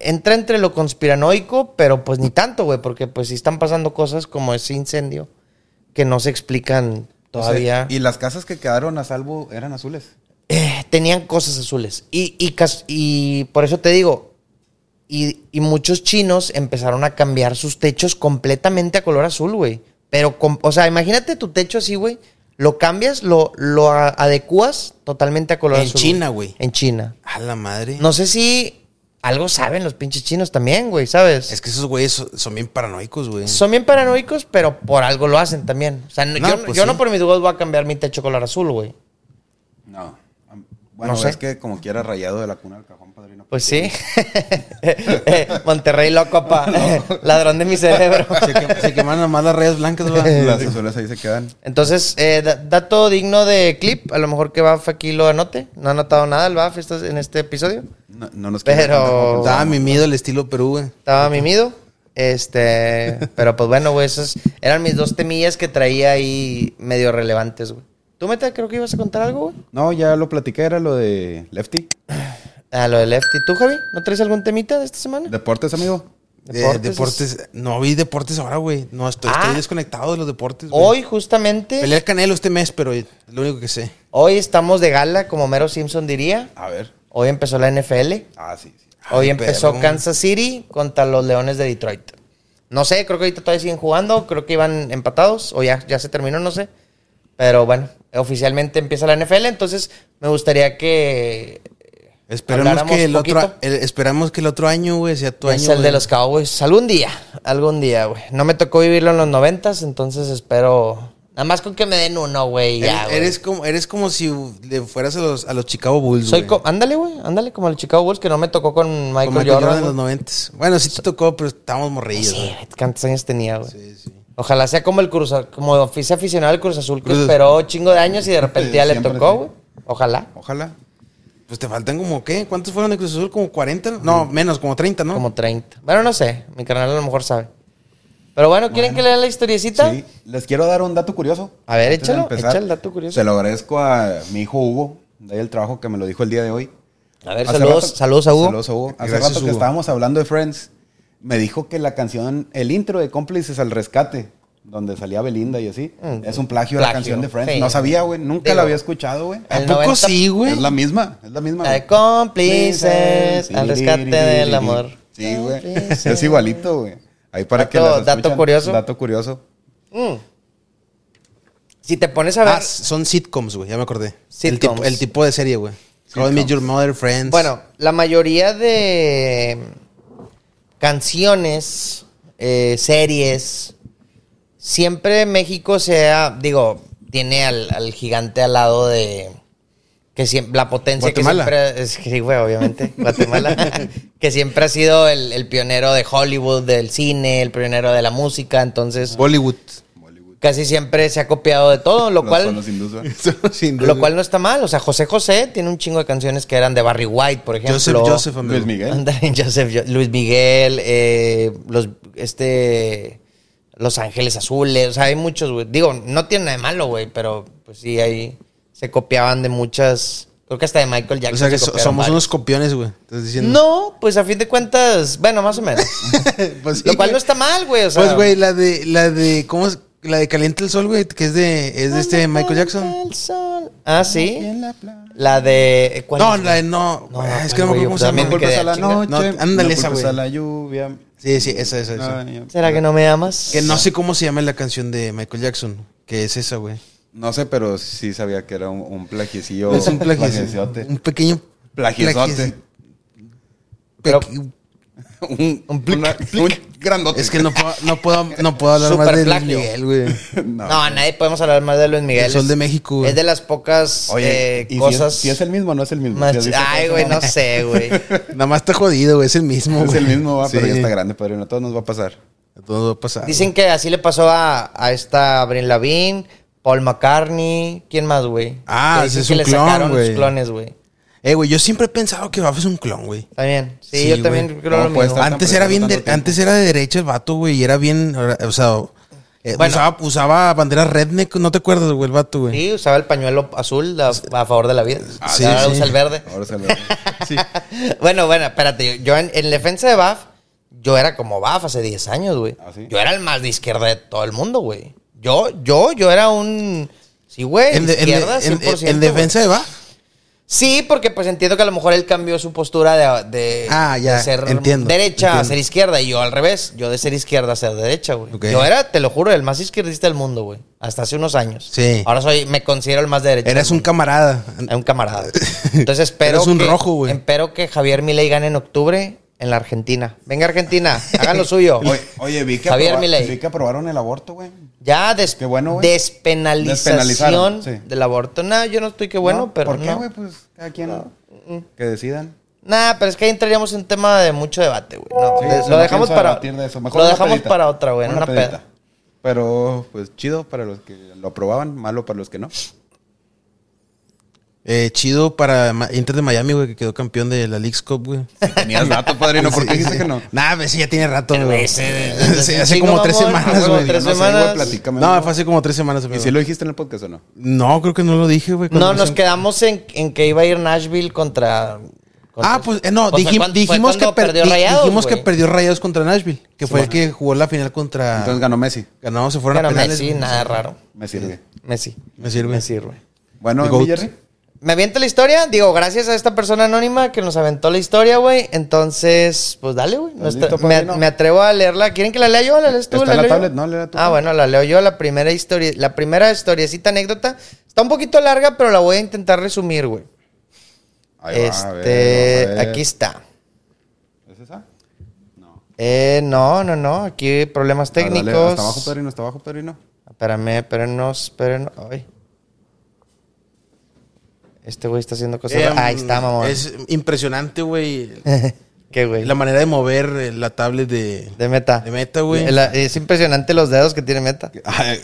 [SPEAKER 1] Entra entre lo conspiranoico, pero pues ni tanto, güey, porque pues sí están pasando cosas como ese incendio que no se explican todavía.
[SPEAKER 3] y las casas que quedaron a salvo eran azules.
[SPEAKER 1] Eh, tenían cosas azules. Y, y, cas- y por eso te digo, y, y muchos chinos empezaron a cambiar sus techos completamente a color azul, güey. Pero, com- o sea, imagínate tu techo así, güey. Lo cambias, lo, lo a- adecuas totalmente a color
[SPEAKER 2] En
[SPEAKER 1] azul.
[SPEAKER 2] China, güey.
[SPEAKER 1] En China.
[SPEAKER 2] A la madre.
[SPEAKER 1] No sé si algo saben los pinches chinos también, güey, ¿sabes?
[SPEAKER 2] Es que esos güeyes son, son bien paranoicos, güey.
[SPEAKER 1] Son bien paranoicos, pero por algo lo hacen también. O sea, no-
[SPEAKER 2] No,
[SPEAKER 1] yo,
[SPEAKER 2] pues
[SPEAKER 1] yo
[SPEAKER 2] sí.
[SPEAKER 1] no por mis dudas voy a cambiar mi techo color azul, güey.
[SPEAKER 3] No. Bueno,
[SPEAKER 1] No sé.
[SPEAKER 3] es que como quiera rayado de la cuna al cajón, padrino.
[SPEAKER 1] Pues sí. Eh, Monterrey loco, pa. Ladrón de mi cerebro.
[SPEAKER 2] Se, que- se quemaron nomás las redes blancas, güey.
[SPEAKER 3] Las azules ahí se quedan.
[SPEAKER 1] Entonces, eh, da- dato digno de clip. A lo mejor que Baf aquí lo anote. No ha anotado nada el Baf estas- en este episodio.
[SPEAKER 3] No, no nos
[SPEAKER 1] Pero-
[SPEAKER 3] queda pues, tanto como pensamos.
[SPEAKER 2] Estaba mimido el estilo Perú, güey.
[SPEAKER 1] Estaba mimido. Este, pero pues bueno, güey, esas eran mis dos temillas que traía ahí medio relevantes, güey. ¿Tú, Meta, creo que ibas a contar algo, güey?
[SPEAKER 3] No, ya lo platiqué, era lo de Lefty.
[SPEAKER 1] Ah, lo de Lefty. ¿Tú, Javi? ¿No traes algún temita de esta semana?
[SPEAKER 3] Deportes, amigo.
[SPEAKER 2] De-
[SPEAKER 1] Deportes.
[SPEAKER 2] Deportes. No vi deportes ahora, güey. No, estoy, estoy
[SPEAKER 1] Ah.
[SPEAKER 2] desconectado de los deportes. güey.
[SPEAKER 1] Hoy, justamente,
[SPEAKER 2] Peleé el canelo este mes, pero es lo único que sé.
[SPEAKER 1] hoy estamos de gala, como Mero Simpson diría.
[SPEAKER 3] A ver.
[SPEAKER 1] Hoy empezó la NFL.
[SPEAKER 3] Ah, sí, sí.
[SPEAKER 1] Hoy
[SPEAKER 2] Ay,
[SPEAKER 1] empezó
[SPEAKER 2] perro.
[SPEAKER 1] Kansas City contra los Leones de Detroit. No sé, creo que ahorita todavía siguen jugando. Creo que iban empatados o ya, ya se terminó, no sé. Pero bueno, oficialmente empieza la NFL. Entonces me gustaría que... eh,
[SPEAKER 2] Esperamos
[SPEAKER 1] habláramos
[SPEAKER 2] que, el otro,
[SPEAKER 1] poquito.
[SPEAKER 2] el- esperamos que el otro año, güey, sea tu
[SPEAKER 1] Es
[SPEAKER 2] año.
[SPEAKER 1] el de
[SPEAKER 2] güey.
[SPEAKER 1] los Cowboys. Algún día, algún día, güey. No me tocó vivirlo en los noventas, entonces espero... Nada más con que me den uno, güey.
[SPEAKER 2] Eres,
[SPEAKER 1] Ya, güey.
[SPEAKER 2] eres como, eres como si le fueras a los, a los Chicago Bulls,
[SPEAKER 1] Soy
[SPEAKER 2] güey.
[SPEAKER 1] co- ándale, güey. Ándale como el Chicago Bulls que no me tocó con Michael,
[SPEAKER 2] Como Michael Jordan en los
[SPEAKER 1] güey.
[SPEAKER 2] noventas. Bueno, sí te tocó, pero estábamos morrillos,
[SPEAKER 1] Sí,
[SPEAKER 2] güey.
[SPEAKER 1] ¿cuántos años tenía, güey?
[SPEAKER 2] Sí, sí.
[SPEAKER 1] Ojalá sea como el Cruz Az- como oficio aficionado del Cruz Azul que
[SPEAKER 2] Cruz-
[SPEAKER 1] esperó chingo de años y de repente ya le
[SPEAKER 3] Siempre
[SPEAKER 1] tocó,
[SPEAKER 3] sí.
[SPEAKER 1] güey. Ojalá.
[SPEAKER 3] Ojalá.
[SPEAKER 2] Pues te faltan como, ¿qué? ¿Cuántos fueron de Cruz Azul? ¿Como 40? No, menos, como 30, ¿no?
[SPEAKER 1] Mm. Como 30. Bueno, no sé. Mi canal a lo mejor sabe. Pero bueno, ¿quieren que lea la historiecita?
[SPEAKER 3] Sí, les quiero dar un dato curioso.
[SPEAKER 1] A ver,
[SPEAKER 3] Antes de
[SPEAKER 1] échalo,
[SPEAKER 3] empezar,
[SPEAKER 1] echa el dato curioso.
[SPEAKER 3] Se lo agradezco a mi hijo Hugo, de ahí el trabajo que me lo dijo el día de hoy.
[SPEAKER 1] A ver,
[SPEAKER 3] Hace
[SPEAKER 1] saludos,
[SPEAKER 3] rato-
[SPEAKER 1] saludos a Hugo.
[SPEAKER 3] Saludos a Hugo. Hace
[SPEAKER 2] Gracias,
[SPEAKER 3] rato que
[SPEAKER 2] Hugo.
[SPEAKER 3] estábamos hablando de Friends, me dijo que la canción, el intro de Cómplices al Rescate, donde salía Belinda y así,
[SPEAKER 1] Mm.
[SPEAKER 3] es un plagio, de la
[SPEAKER 1] Plagio,
[SPEAKER 3] canción de Friends.
[SPEAKER 1] sí.
[SPEAKER 3] No sabía, güey. Nunca
[SPEAKER 1] Digo,
[SPEAKER 3] la había escuchado, güey.
[SPEAKER 1] el
[SPEAKER 2] ¿A poco
[SPEAKER 1] 90?
[SPEAKER 2] sí, güey?
[SPEAKER 3] Es la misma, es la misma.
[SPEAKER 1] La de
[SPEAKER 3] güey.
[SPEAKER 1] cómplices al rescate del amor.
[SPEAKER 3] Sí, güey.
[SPEAKER 1] Cómplices.
[SPEAKER 3] Es igualito, güey. Ahí para que
[SPEAKER 1] Dato-
[SPEAKER 3] las
[SPEAKER 1] dato
[SPEAKER 3] escuchan.
[SPEAKER 1] curioso.
[SPEAKER 3] Dato curioso.
[SPEAKER 1] Mm. Si te pones a ver...
[SPEAKER 2] Ah, son sitcoms, güey, ya me acordé. El
[SPEAKER 1] Sitcoms.
[SPEAKER 2] tipo, el tipo de serie, güey. How I Met Your Mother, Friends.
[SPEAKER 1] Bueno, la mayoría de canciones, eh, series, siempre México sea, digo, tiene al, al gigante al lado de que siempre la potencia
[SPEAKER 2] Guatemala.
[SPEAKER 1] que siempre es sí, güey, obviamente Guatemala que siempre ha sido el, el pionero de Hollywood, del cine, el pionero de la música, entonces
[SPEAKER 2] Bollywood.
[SPEAKER 1] casi siempre se ha copiado de todo, Oh, lo
[SPEAKER 3] Los
[SPEAKER 1] cual
[SPEAKER 3] son los hindús, güey.
[SPEAKER 2] Sin duda.
[SPEAKER 1] lo cual no está mal, o sea, José José tiene un chingo de canciones que eran de Barry White, por ejemplo.
[SPEAKER 2] Joseph, Joseph, amigo.
[SPEAKER 3] Luis Miguel.
[SPEAKER 1] Ándale, Joseph Jo- Luis Miguel, eh, los, este, Los Ángeles Azules, o sea, hay muchos, güey. Digo, no tiene nada de malo, güey, pero pues sí, ahí se copiaban de muchas. Creo que hasta de Michael Jackson.
[SPEAKER 2] O sea que
[SPEAKER 1] se
[SPEAKER 2] so-
[SPEAKER 1] copiaron
[SPEAKER 2] somos
[SPEAKER 1] varios.
[SPEAKER 2] unos copiones, güey. Estás diciendo.
[SPEAKER 1] No, pues a fin de cuentas, bueno, más o menos.
[SPEAKER 2] Pues sí,
[SPEAKER 1] Lo cual
[SPEAKER 2] güey.
[SPEAKER 1] no está mal, güey. O sea,
[SPEAKER 2] Pues, güey, la de, la de, ¿cómo es? La de Caliente el Sol, güey, que es de, es de este Michael Jackson.
[SPEAKER 1] El sol. Ah, sí.
[SPEAKER 3] En la playa.
[SPEAKER 1] La de. eh, ¿cuál
[SPEAKER 2] No,
[SPEAKER 1] es,
[SPEAKER 2] la de
[SPEAKER 1] güey?
[SPEAKER 2] no.
[SPEAKER 1] No,
[SPEAKER 2] ah, es
[SPEAKER 1] no,
[SPEAKER 2] que no me
[SPEAKER 1] güey,
[SPEAKER 2] acuerdo cómo
[SPEAKER 1] pues,
[SPEAKER 2] se
[SPEAKER 1] también
[SPEAKER 2] llama.
[SPEAKER 1] me
[SPEAKER 3] Culpas
[SPEAKER 1] quedé
[SPEAKER 3] a la
[SPEAKER 1] a chingar.
[SPEAKER 3] noche.
[SPEAKER 2] No, ándale
[SPEAKER 3] no
[SPEAKER 2] esa,
[SPEAKER 3] culpes
[SPEAKER 2] güey.
[SPEAKER 3] a la lluvia.
[SPEAKER 2] Sí, sí, esa, esa, esa.
[SPEAKER 3] Ay,
[SPEAKER 1] ¿Será que no me amas?
[SPEAKER 2] Que no sé cómo se llama la canción de Michael Jackson, que es esa, güey.
[SPEAKER 3] No sé, pero sí sabía que era un, un plagiecillo.
[SPEAKER 2] es un plagiote.
[SPEAKER 3] plagieciote.
[SPEAKER 2] Un pequeño
[SPEAKER 3] Plagiosote.
[SPEAKER 1] Pero-
[SPEAKER 2] plagio-
[SPEAKER 3] Un,
[SPEAKER 1] Un plic,
[SPEAKER 3] una- un grandote.
[SPEAKER 2] Es que no puedo, no puedo, no puedo hablar más de Luis
[SPEAKER 1] Superplagio.
[SPEAKER 2] Miguel, güey.
[SPEAKER 3] No.
[SPEAKER 1] No, a nadie podemos hablar más de Luis Miguel.
[SPEAKER 2] El Sol
[SPEAKER 1] Es-
[SPEAKER 2] de México, güey.
[SPEAKER 1] Es de las pocas eh,
[SPEAKER 3] ¿y si
[SPEAKER 1] cosas.
[SPEAKER 3] es- Si es, el mismo, no es el mismo.
[SPEAKER 1] más
[SPEAKER 3] Si has
[SPEAKER 1] chi-
[SPEAKER 3] visto
[SPEAKER 1] Ay,
[SPEAKER 3] todo
[SPEAKER 1] güey,
[SPEAKER 3] eso,
[SPEAKER 1] no sé, güey.
[SPEAKER 2] Nada más está jodido, güey. Es el mismo,
[SPEAKER 3] Es
[SPEAKER 2] güey.
[SPEAKER 3] el mismo, va, pero
[SPEAKER 2] Sí.
[SPEAKER 3] ya está grande, padrino. A todos nos va a pasar.
[SPEAKER 2] A todos va a pasar.
[SPEAKER 1] Dicen que así le pasó a, a esta Avril Lavigne, Paul McCartney. ¿Quién más, güey?
[SPEAKER 2] Ah,
[SPEAKER 1] Que
[SPEAKER 2] ese
[SPEAKER 1] dicen
[SPEAKER 2] es
[SPEAKER 1] que
[SPEAKER 2] un
[SPEAKER 1] le
[SPEAKER 2] clon,
[SPEAKER 1] sacaron
[SPEAKER 2] güey.
[SPEAKER 1] los clones, güey.
[SPEAKER 2] Eh, güey, yo siempre he pensado que Bafo es un clon, güey.
[SPEAKER 1] También. Sí,
[SPEAKER 2] Sí,
[SPEAKER 1] yo también
[SPEAKER 2] güey. pues, ah,
[SPEAKER 1] creo
[SPEAKER 3] No,
[SPEAKER 1] lo
[SPEAKER 3] puede
[SPEAKER 1] mismo.
[SPEAKER 3] estar-
[SPEAKER 2] Antes era bien, de-
[SPEAKER 3] tanto tiempo.
[SPEAKER 2] antes era de derecha el vato, güey, y era bien, o sea, eh,
[SPEAKER 1] Bueno.
[SPEAKER 2] usaba, usaba bandera redneck, no te acuerdas, güey, el vato, güey.
[SPEAKER 1] Sí, usaba el pañuelo azul a, a favor de la vida.
[SPEAKER 2] sí,
[SPEAKER 1] Ahora
[SPEAKER 2] sí.
[SPEAKER 1] usa el verde.
[SPEAKER 3] Ahora se lo...
[SPEAKER 1] Bueno, bueno, espérate. Yo, yo en, en defensa de Baf, yo era como Baf hace 10 años, güey.
[SPEAKER 3] ¿Ah, sí?
[SPEAKER 1] Yo era el más de izquierda de todo el mundo, güey. Yo, yo, yo era un... Sí, güey,
[SPEAKER 2] En, de- en de-
[SPEAKER 1] izquierda,
[SPEAKER 2] en-
[SPEAKER 1] 100%,
[SPEAKER 2] en defensa de va.
[SPEAKER 1] güey. Sí, porque pues entiendo que a lo mejor él cambió su postura de, de-
[SPEAKER 2] Ah, ya,
[SPEAKER 1] de ser
[SPEAKER 2] entiendo,
[SPEAKER 1] derecha a
[SPEAKER 2] entiendo.
[SPEAKER 1] ser izquierda. Y yo al revés, yo de ser izquierda a ser derecha, güey.
[SPEAKER 2] Ok.
[SPEAKER 1] Yo era, te lo juro, el más izquierdista del mundo, güey. Hasta hace unos años.
[SPEAKER 2] Sí.
[SPEAKER 1] Ahora soy, me considero el más derecho.
[SPEAKER 2] Eras
[SPEAKER 1] del
[SPEAKER 2] un
[SPEAKER 1] mundo.
[SPEAKER 2] camarada.
[SPEAKER 1] Es un camarada. Entonces espero.
[SPEAKER 2] Eres un
[SPEAKER 1] que,
[SPEAKER 2] rojo, güey.
[SPEAKER 1] Espero que Javier Milei gane en octubre en la Argentina. Venga, Argentina, hagan lo suyo.
[SPEAKER 3] oye, oye, vi que,
[SPEAKER 1] Javier
[SPEAKER 3] aproba-
[SPEAKER 1] Milei.
[SPEAKER 3] vi que aprobaron el aborto, güey.
[SPEAKER 1] Ya des-
[SPEAKER 3] Qué bueno, güey.
[SPEAKER 1] despenalización
[SPEAKER 3] Despenalizaron, sí.
[SPEAKER 1] del aborto. No, yo no estoy que bueno,
[SPEAKER 3] No,
[SPEAKER 1] pero.
[SPEAKER 3] ¿Por qué,
[SPEAKER 1] no.
[SPEAKER 3] güey? Pues cada quien que decidan.
[SPEAKER 1] Nah, pero es que ahí entraríamos en tema de mucho debate, güey. No,
[SPEAKER 3] Sí,
[SPEAKER 1] de-
[SPEAKER 3] sí,
[SPEAKER 1] lo
[SPEAKER 3] no
[SPEAKER 1] dejamos
[SPEAKER 3] pienso
[SPEAKER 1] para.
[SPEAKER 3] debatir de eso. Mejor
[SPEAKER 1] lo
[SPEAKER 3] una
[SPEAKER 1] dejamos
[SPEAKER 3] pedita.
[SPEAKER 1] para otra, güey. en Una,
[SPEAKER 3] pedita.
[SPEAKER 1] peda.
[SPEAKER 3] Pero, pues chido para los que lo aprobaban, malo para los que no.
[SPEAKER 2] Eh, chido para Ma- Inter de Miami, güey, que quedó campeón de la League's Cup, güey.
[SPEAKER 3] Tenías dato, padrino, ¿por qué dijiste que no?
[SPEAKER 2] Nah, pues sí, ya tiene rato,
[SPEAKER 1] Pero
[SPEAKER 2] güey.
[SPEAKER 1] ese- ese-
[SPEAKER 2] Sí,
[SPEAKER 1] ese
[SPEAKER 2] hace
[SPEAKER 1] chingo,
[SPEAKER 2] como tres
[SPEAKER 1] mamón,
[SPEAKER 2] semanas,
[SPEAKER 1] a huevo,
[SPEAKER 2] güey.
[SPEAKER 1] tres
[SPEAKER 3] No sé, güey,
[SPEAKER 1] semanas.
[SPEAKER 3] platícame.
[SPEAKER 2] No, fue hace como tres semanas.
[SPEAKER 3] ¿Y
[SPEAKER 2] güey.
[SPEAKER 3] si lo dijiste en el podcast o no?
[SPEAKER 2] No, creo que no lo dije, güey. cuando
[SPEAKER 1] No, nos
[SPEAKER 2] hicieron-
[SPEAKER 1] quedamos en, en que iba a ir Nashville contra. contra-
[SPEAKER 2] Ah, pues eh, no,
[SPEAKER 1] contra
[SPEAKER 2] dijim-
[SPEAKER 1] cuan- fue
[SPEAKER 2] dijimos, que,
[SPEAKER 1] cuando
[SPEAKER 2] per-
[SPEAKER 1] perdió
[SPEAKER 2] di-
[SPEAKER 1] Rayados,
[SPEAKER 2] dijimos que
[SPEAKER 1] güey.
[SPEAKER 2] perdió Rayados contra Nashville, que fue el que jugó la final contra.
[SPEAKER 1] Ah.
[SPEAKER 3] Entonces ganó Messi.
[SPEAKER 2] ganamos, se fueron
[SPEAKER 1] Pero
[SPEAKER 2] a penales.
[SPEAKER 1] Messi,
[SPEAKER 2] güey.
[SPEAKER 1] nada raro.
[SPEAKER 3] Me sirve.
[SPEAKER 1] Messi.
[SPEAKER 2] Me sirve.
[SPEAKER 1] Me sirve.
[SPEAKER 3] Bueno,
[SPEAKER 2] Goat.
[SPEAKER 3] ¿mi Jerry.
[SPEAKER 1] Me avienta la historia, digo, gracias a esta persona anónima que nos aventó la historia, güey. Entonces, pues dale, güey. No
[SPEAKER 3] ¿Listo,
[SPEAKER 1] está- me,
[SPEAKER 3] padrino?
[SPEAKER 1] me atrevo a leerla. ¿Quieren que la lea yo? ¿La lees tú?
[SPEAKER 3] Está en la
[SPEAKER 1] leo yo?
[SPEAKER 3] tablet, no, léela tú,
[SPEAKER 1] Ah,
[SPEAKER 3] pues.
[SPEAKER 1] bueno, la leo yo. La primera historia, la primera historiecita anécdota. Está un poquito larga, pero la voy a intentar resumir, güey.
[SPEAKER 3] Ahí va, a ver,
[SPEAKER 1] Este,
[SPEAKER 3] vamos a ver.
[SPEAKER 1] aquí está.
[SPEAKER 3] ¿Es esa? No.
[SPEAKER 1] Eh, no, no, no. Aquí hay problemas
[SPEAKER 3] Ah,
[SPEAKER 1] técnicos.
[SPEAKER 3] dale, hasta abajo, padrino, hasta abajo, padrino.
[SPEAKER 1] Espérame, espérenos, espérenos. Ay. Este güey está haciendo cosas.
[SPEAKER 2] Eh,
[SPEAKER 1] Ahí está, mamón.
[SPEAKER 2] Es impresionante, güey.
[SPEAKER 1] ¿Qué, güey?
[SPEAKER 2] La manera de mover eh, la tablet de.
[SPEAKER 1] De meta.
[SPEAKER 2] De meta, güey.
[SPEAKER 1] La- Es impresionante los dedos que tiene meta.
[SPEAKER 3] Ay,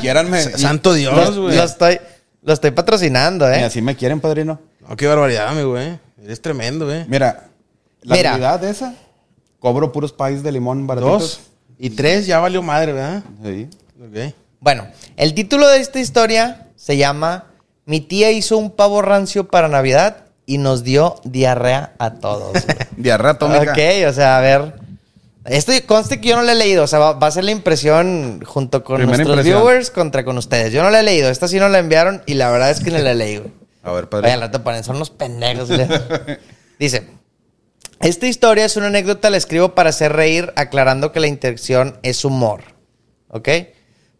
[SPEAKER 3] Quiéranme.
[SPEAKER 2] S- Santo Dios,
[SPEAKER 1] Lo,
[SPEAKER 2] güey.
[SPEAKER 1] lo estoy, lo estoy patrocinando,
[SPEAKER 3] Y
[SPEAKER 1] ¿eh?
[SPEAKER 3] así me quieren, padrino.
[SPEAKER 2] No, Oh, qué barbaridad, mi güey. Eres tremendo, güey.
[SPEAKER 3] Mira, la
[SPEAKER 1] Mira.
[SPEAKER 3] habilidad de esa, cobro puros pais de
[SPEAKER 2] Dos
[SPEAKER 3] limón baratitos.
[SPEAKER 2] y tres ya valió madre, ¿verdad?
[SPEAKER 3] Sí.
[SPEAKER 2] Ok.
[SPEAKER 1] Bueno, el título de esta historia se llama Mi tía hizo un pavo rancio para Navidad y nos dio diarrea a todos. güey.
[SPEAKER 3] Diarrea atómica.
[SPEAKER 1] ok, o sea, a ver. Esto conste que yo no lo he leído, o sea, va, va a ser la impresión junto con
[SPEAKER 3] Primera
[SPEAKER 1] nuestros
[SPEAKER 3] impresión.
[SPEAKER 1] viewers contra con ustedes. Yo no la he leído, esta sí no la enviaron y la verdad es que no la he leído.
[SPEAKER 3] A
[SPEAKER 1] Oye,
[SPEAKER 3] ver,
[SPEAKER 1] al
[SPEAKER 3] padrino.
[SPEAKER 1] rato ponen, son unos pendejos. güey. Dice, esta historia es una anécdota, la escribo para hacer reír, aclarando que la intención es humor. ¿Ok?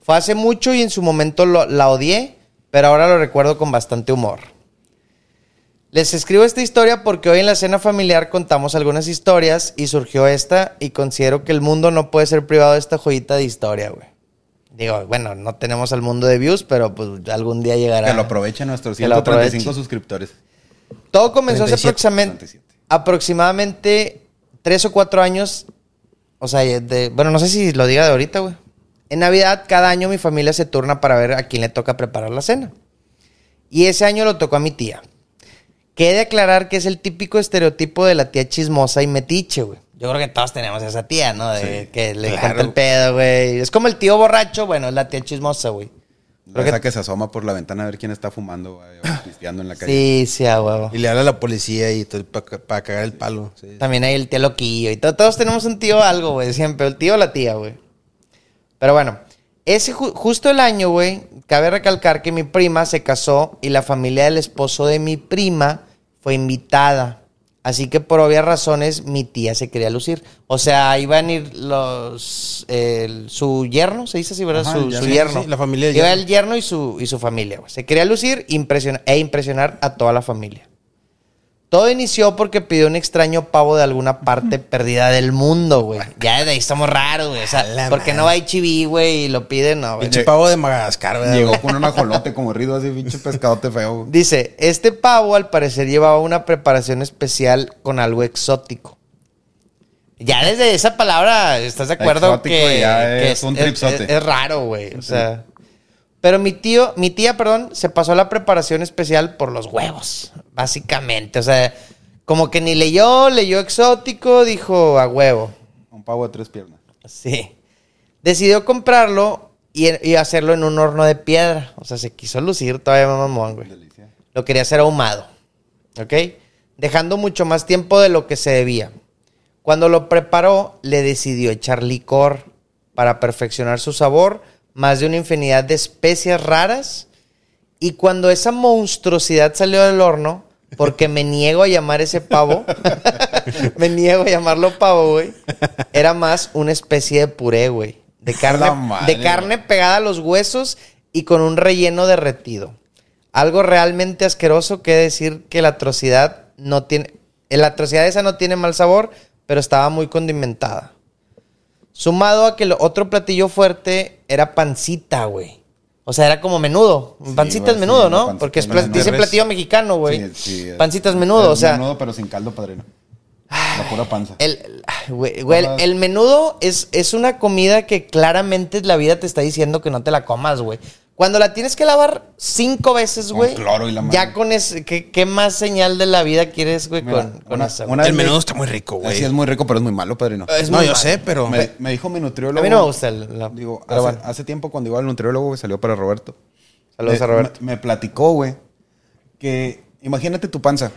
[SPEAKER 1] Fue hace mucho y en su momento lo- la odié, pero ahora lo recuerdo con bastante humor. Les escribo esta historia porque hoy en la cena familiar contamos algunas historias y surgió esta y considero que el mundo no puede ser privado de esta joyita de historia, güey. Digo, bueno, no tenemos al mundo de views, pero pues algún día llegará.
[SPEAKER 3] Que lo aprovechen nuestros
[SPEAKER 1] Que lo aprovechen.
[SPEAKER 3] 135 suscriptores.
[SPEAKER 1] Todo comenzó hace
[SPEAKER 2] 37.
[SPEAKER 1] aproximadamente,
[SPEAKER 3] 37.
[SPEAKER 1] aproximadamente tres o cuatro años. O sea, de- bueno, no sé si lo diga de ahorita, güey. En Navidad, cada año mi familia se turna para ver a quién le toca preparar la cena. Y ese año lo tocó a mi tía. Que he de aclarar que es el típico estereotipo de la tía chismosa y metiche, güey. Yo Yo creo que todos tenemos esa tía, ¿no? De que le cuenta el pedo, güey. Es como el tío borracho, bueno, es la tía chismosa, güey.
[SPEAKER 3] La
[SPEAKER 1] Creo
[SPEAKER 3] esa
[SPEAKER 1] que-
[SPEAKER 3] que... se asoma por la ventana a ver quién está fumando, güey, o pisteando en la calle.
[SPEAKER 1] Sí, sí, a huevo.
[SPEAKER 2] Y le habla a la policía y todo para cagar el palo. sí.
[SPEAKER 1] También hay el tío loquillo y todo- todos tenemos un tío algo, güey, siempre, el tío o la tía, güey. Pero bueno, ese ju- justo el año, güey, cabe recalcar que mi prima se casó y la familia del esposo de mi prima fue invitada. Así que por obvias razones mi tía se quería lucir. O sea, iban a ir los el- su yerno, se dice así, ¿verdad?
[SPEAKER 2] Ajá,
[SPEAKER 1] su,
[SPEAKER 2] el
[SPEAKER 1] su
[SPEAKER 2] yerno.
[SPEAKER 1] yerno.
[SPEAKER 2] Sí, la familia del
[SPEAKER 1] Iba
[SPEAKER 2] yerno.
[SPEAKER 1] el yerno y su, y su familia, güey. Se quería lucir impresiona- e impresionar a toda la familia. Todo inició porque pidió un extraño pavo de alguna parte perdida del mundo, güey. Ya de ahí estamos raros, güey. O sea,
[SPEAKER 2] la
[SPEAKER 1] porque no va a chiví, güey, y lo piden, no, güey.
[SPEAKER 2] Pinche pavo de Madagascar, ¿verdad?
[SPEAKER 3] Llegó con un ajolote como rido así, pinche pescadote feo. güey.
[SPEAKER 1] Dice, este pavo al parecer llevaba una preparación especial con algo exótico. Ya desde esa palabra, ¿estás de acuerdo?
[SPEAKER 3] Exótico
[SPEAKER 1] Que,
[SPEAKER 3] ya
[SPEAKER 1] que
[SPEAKER 3] es un tripsote.
[SPEAKER 1] es- es raro, güey. O sea. Pero mi tío, mi tía, perdón, se pasó la preparación especial por los huevos, básicamente. O sea, como que ni leyó, leyó exótico, dijo a huevo.
[SPEAKER 3] Un pavo de tres piernas.
[SPEAKER 1] Sí. Decidió comprarlo y, y hacerlo en un horno de piedra. O sea, se quiso lucir todavía más mamón, güey.
[SPEAKER 3] Delicia.
[SPEAKER 1] Lo quería hacer ahumado. ¿Ok? Dejando mucho más tiempo de lo que se debía. Cuando lo preparó, le decidió echar licor para perfeccionar su sabor, más de una infinidad de especias raras. Y cuando esa monstruosidad salió del horno, porque me niego a llamar ese pavo, me niego a llamarlo pavo, güey, era más una especie de puré, güey. De carne,
[SPEAKER 3] La madre,
[SPEAKER 1] de carne pegada a los huesos y con un relleno derretido. Algo realmente asqueroso que decir que la atrocidad no tiene. eh, La atrocidad esa no tiene mal sabor, pero estaba muy condimentada. Sumado a que el otro platillo fuerte era pancita, güey. O sea, era como menudo.
[SPEAKER 3] Sí,
[SPEAKER 1] pancita
[SPEAKER 3] güey,
[SPEAKER 1] es
[SPEAKER 3] sí,
[SPEAKER 1] menudo,
[SPEAKER 3] la
[SPEAKER 1] ¿no?
[SPEAKER 3] pancita
[SPEAKER 1] Porque es
[SPEAKER 3] es
[SPEAKER 1] plat-
[SPEAKER 3] menudo.
[SPEAKER 1] dice
[SPEAKER 3] Res.
[SPEAKER 1] platillo mexicano, güey.
[SPEAKER 3] Sí, sí, es-
[SPEAKER 1] pancita es menudo, o sea.
[SPEAKER 3] Menudo, pero sin caldo, padrino. La pura panza.
[SPEAKER 1] El, el- ay, güey, güey, el-
[SPEAKER 3] Ajá.
[SPEAKER 1] el menudo es, es una comida que claramente la vida te está diciendo que no te la comas, güey. Cuando la tienes que lavar cinco veces,
[SPEAKER 3] Con
[SPEAKER 1] güey.
[SPEAKER 3] cloro y la
[SPEAKER 1] Ya
[SPEAKER 3] madre.
[SPEAKER 1] con ese. ¿qué, qué más señal de la vida quieres, güey,
[SPEAKER 3] Mira,
[SPEAKER 1] con, con
[SPEAKER 3] una-
[SPEAKER 1] eso?
[SPEAKER 3] una
[SPEAKER 2] El
[SPEAKER 3] vez me-
[SPEAKER 2] menudo está muy rico,
[SPEAKER 3] Sí,
[SPEAKER 2] güey.
[SPEAKER 3] es muy rico, pero es muy malo, padrino.
[SPEAKER 1] Es
[SPEAKER 2] No,
[SPEAKER 1] muy
[SPEAKER 2] yo
[SPEAKER 1] malo.
[SPEAKER 2] sé, pero.
[SPEAKER 3] Me, me dijo mi nutriólogo.
[SPEAKER 1] A mí no me gusta el- la-
[SPEAKER 3] Digo,
[SPEAKER 1] Ah, pero
[SPEAKER 3] hace,
[SPEAKER 1] bueno.
[SPEAKER 3] hace tiempo cuando iba al nutriólogo, güey, salió para Roberto.
[SPEAKER 1] Saludos
[SPEAKER 3] Me-
[SPEAKER 1] a Roberto.
[SPEAKER 3] Me, me platicó, güey, que imagínate tu panza.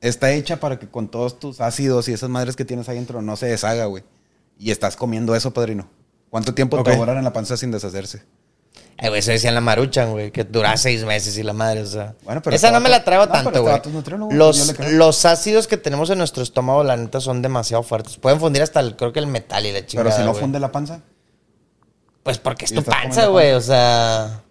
[SPEAKER 3] Está hecha para que con todos tus ácidos y esas madres que tienes ahí dentro no se deshaga, güey. Y estás comiendo eso, padrino. ¿Cuánto tiempo
[SPEAKER 2] Ok.
[SPEAKER 3] te va a durar en la panza sin deshacerse?
[SPEAKER 1] Ay, Eh, güey, eso decían la maruchan, güey, que dura seis meses y la madre, o sea.
[SPEAKER 3] Bueno, pero
[SPEAKER 1] Esa
[SPEAKER 3] este
[SPEAKER 1] no me la
[SPEAKER 3] vato-
[SPEAKER 1] traigo
[SPEAKER 3] no, pero
[SPEAKER 1] tanto,
[SPEAKER 3] este
[SPEAKER 1] güey.
[SPEAKER 3] vato es nutriólogo, yo le
[SPEAKER 1] Los,
[SPEAKER 3] creo.
[SPEAKER 1] los ácidos que tenemos en nuestro estómago, la neta, son demasiado fuertes. Pueden fundir hasta, el, creo que el metal y la chingada,
[SPEAKER 3] pero si no
[SPEAKER 1] güey.
[SPEAKER 3] funde la panza.
[SPEAKER 1] Pues porque es
[SPEAKER 3] Y
[SPEAKER 1] tu
[SPEAKER 3] estás
[SPEAKER 1] panza,
[SPEAKER 3] comiendo
[SPEAKER 1] güey, o sea...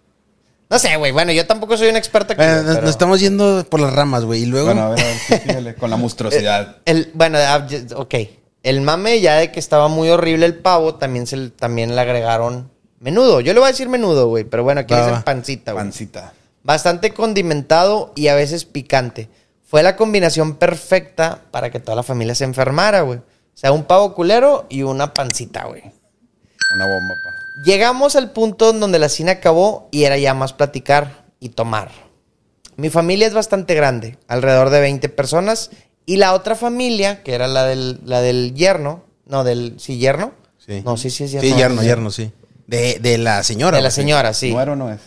[SPEAKER 1] No sé, güey, bueno, yo tampoco soy un experto
[SPEAKER 3] Eh,
[SPEAKER 1] aquí,
[SPEAKER 2] Bueno,
[SPEAKER 1] güey,
[SPEAKER 2] nos,
[SPEAKER 1] pero-
[SPEAKER 2] nos estamos yendo por las ramas, güey. Y luego.
[SPEAKER 3] Bueno, a ver, a ver, sí, síguele, con la monstruosidad.
[SPEAKER 1] El, bueno, ah, ya- ok. El mame ya de que estaba muy horrible el pavo, también, se, le- también le agregaron menudo. Yo le voy a decir menudo, güey, pero bueno, aquí
[SPEAKER 2] Va,
[SPEAKER 1] dicen
[SPEAKER 2] va.
[SPEAKER 1] pancita, güey.
[SPEAKER 3] Pancita.
[SPEAKER 1] Bastante condimentado y a veces picante. Fue la combinación perfecta para que toda la familia se enfermara, güey. O sea, un pavo culero y una pancita, güey.
[SPEAKER 3] Una bomba, pa.
[SPEAKER 1] Llegamos al punto en donde la cena acabó y era ya más platicar y tomar. Mi familia es bastante grande, alrededor de 20 personas, y la otra familia, que era la del, la del yerno, no, del, sí, yerno.
[SPEAKER 2] Sí.
[SPEAKER 1] No, sí, sí, es yerno.
[SPEAKER 2] Sí, yerno, yerno, sí. De, de la señora.
[SPEAKER 1] De la
[SPEAKER 2] güey.
[SPEAKER 1] señora, sí.
[SPEAKER 3] Muero no es.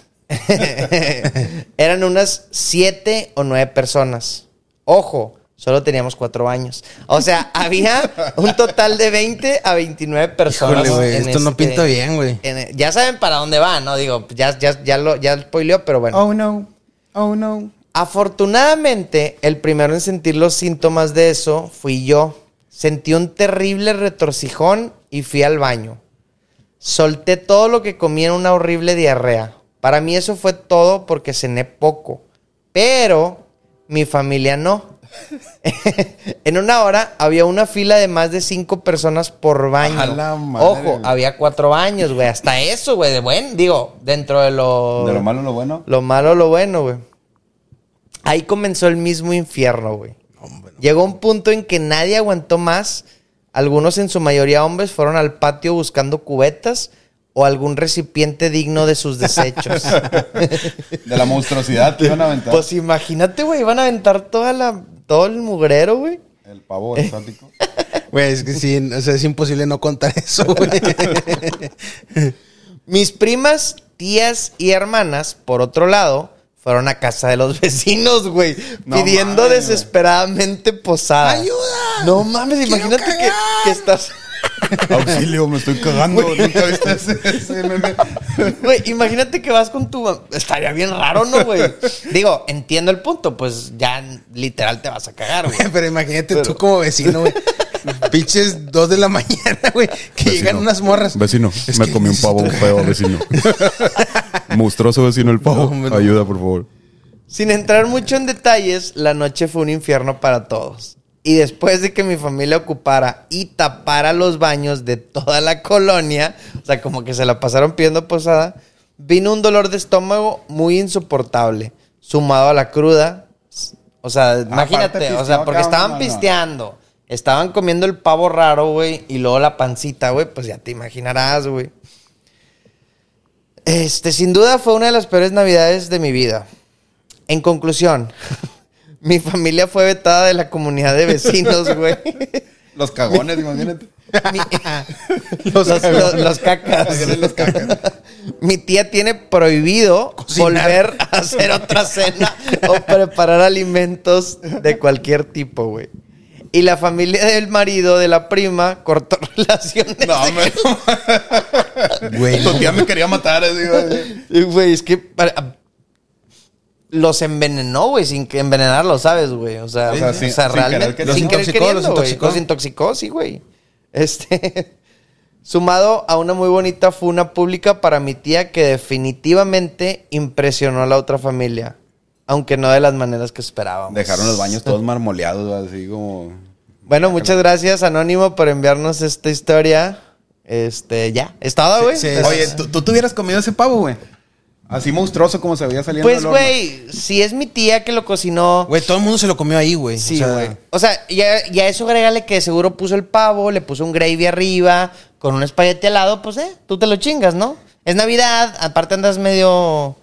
[SPEAKER 1] Eran unas siete o nueve personas. Ojo, solo teníamos cuatro baños. O sea, había un total de 20 a 29 personas.
[SPEAKER 2] Híjole, güey.
[SPEAKER 1] en
[SPEAKER 2] Esto no
[SPEAKER 1] este-
[SPEAKER 2] pinta bien, güey.
[SPEAKER 1] en- e, ya saben para dónde va, ¿no? Digo, ya, ya, ya lo ya spoileó, pero bueno.
[SPEAKER 3] Oh no. Oh no.
[SPEAKER 1] Afortunadamente, el primero en sentir los síntomas de eso fui yo. Sentí un terrible retorcijón y fui al baño. Solté todo lo que comí en una horrible diarrea. Para mí eso fue todo porque cené poco. Pero mi familia no. en una hora había una fila de más de cinco personas por baño.
[SPEAKER 3] A la madre,
[SPEAKER 1] Ojo,
[SPEAKER 3] güey.
[SPEAKER 1] había cuatro baños, güey. Hasta eso, güey. De buen, digo, dentro de lo...
[SPEAKER 3] De lo malo, lo bueno.
[SPEAKER 1] Lo malo, lo bueno, güey. Ahí comenzó el mismo infierno, güey. Llegó un punto en que nadie aguantó más. Algunos, en su mayoría hombres, fueron al patio buscando cubetas o algún recipiente digno de sus desechos.
[SPEAKER 3] De la monstruosidad que iban a aventar.
[SPEAKER 1] pues imagínate, güey, van a aventar toda la, todo el mugrero, güey.
[SPEAKER 3] El pavo exótico.
[SPEAKER 2] Güey, es que sí, o sea, es imposible no contar eso, güey.
[SPEAKER 1] Mis primas, tías y hermanas, por otro lado, fueron a casa de los vecinos, güey,
[SPEAKER 3] No
[SPEAKER 1] pidiendo
[SPEAKER 3] mames,
[SPEAKER 1] desesperadamente posada.
[SPEAKER 2] ¡Ayuda!
[SPEAKER 1] No mames, imagínate que,
[SPEAKER 2] cagar!
[SPEAKER 1] que estás.
[SPEAKER 3] Auxilio, me estoy cagando. Nunca viste ese, ese meme.
[SPEAKER 1] Güey, imagínate que vas con tu. mam- Estaría bien raro, ¿no, güey? Digo, entiendo el punto, pues ya literal te vas a cagar, güey.
[SPEAKER 2] Pero imagínate tú
[SPEAKER 1] Pero-
[SPEAKER 2] como vecino, güey. Pinches dos de la mañana, güey. Que llegan unas morras.
[SPEAKER 5] Vecino,
[SPEAKER 2] Es
[SPEAKER 5] me
[SPEAKER 2] que
[SPEAKER 5] comí un pavo feo, vecino. Monstruoso vecino el
[SPEAKER 2] No,
[SPEAKER 5] pavo.
[SPEAKER 2] hombre.
[SPEAKER 5] Ayuda, por favor.
[SPEAKER 1] Sin entrar mucho en detalles, la noche fue un infierno para todos. Y después de que mi familia ocupara y tapara los baños de toda la colonia, o sea, como que se la pasaron pidiendo posada, vino un dolor de estómago muy insoportable, sumado a la cruda. O sea, imagínate, o sea,
[SPEAKER 3] pisteó,
[SPEAKER 1] porque
[SPEAKER 3] cabrón,
[SPEAKER 1] estaban
[SPEAKER 3] no, no.
[SPEAKER 1] pisteando, estaban comiendo el pavo raro, güey, y luego la pancita, güey, pues ya te imaginarás, güey. Este, sin duda fue una de las peores navidades de mi vida. En conclusión, mi familia fue vetada de la comunidad de vecinos, güey.
[SPEAKER 3] Los cagones, imagínate.
[SPEAKER 1] Mi- los, los- los cacas. Mi tía tiene prohibido
[SPEAKER 2] Cocinar.
[SPEAKER 1] volver a hacer otra cena o preparar alimentos de cualquier tipo, güey. Y la familia del marido de la prima cortó relaciones.
[SPEAKER 3] No, hombre.
[SPEAKER 2] Güey,
[SPEAKER 3] Tu tía me quería matar. Así, güey.
[SPEAKER 1] Eh, Güey, es que para- ah, los envenenó, güey, sin que envenenarlos, ¿sabes, güey? O sea,
[SPEAKER 3] O
[SPEAKER 1] o
[SPEAKER 3] sea,
[SPEAKER 1] sea,
[SPEAKER 3] sin- sin querer
[SPEAKER 1] realmente.
[SPEAKER 3] queriendo.
[SPEAKER 1] sin
[SPEAKER 2] Los
[SPEAKER 1] querer
[SPEAKER 2] intoxicó,
[SPEAKER 1] queriendo,
[SPEAKER 2] los
[SPEAKER 1] güey.
[SPEAKER 2] intoxicó.
[SPEAKER 1] Los intoxicó, sí, güey. Este. Sumado a una muy bonita funa pública para mi tía que definitivamente impresionó a la otra familia. Aunque no de las maneras que esperábamos.
[SPEAKER 3] Dejaron los baños todos marmoleados, así como.
[SPEAKER 1] Bueno, muchas gracias, Anónimo, por enviarnos esta historia. Este, ya. ¿Estaba, güey?
[SPEAKER 2] sí,
[SPEAKER 3] Oye, ¿tú, tú te hubieras comido ese pavo, güey. Así monstruoso como se veía saliendo
[SPEAKER 1] Pues,
[SPEAKER 3] del horno.
[SPEAKER 1] güey, si es mi tía que lo cocinó.
[SPEAKER 2] Güey, todo el mundo se lo comió ahí, güey.
[SPEAKER 1] Sí,
[SPEAKER 2] O sea,
[SPEAKER 1] güey. O sea, ya, ya eso agrégale que seguro puso el pavo, le puso un gravy arriba, con un espagueti al lado, pues eh, tú te lo chingas, ¿no? Es Navidad, aparte andas medio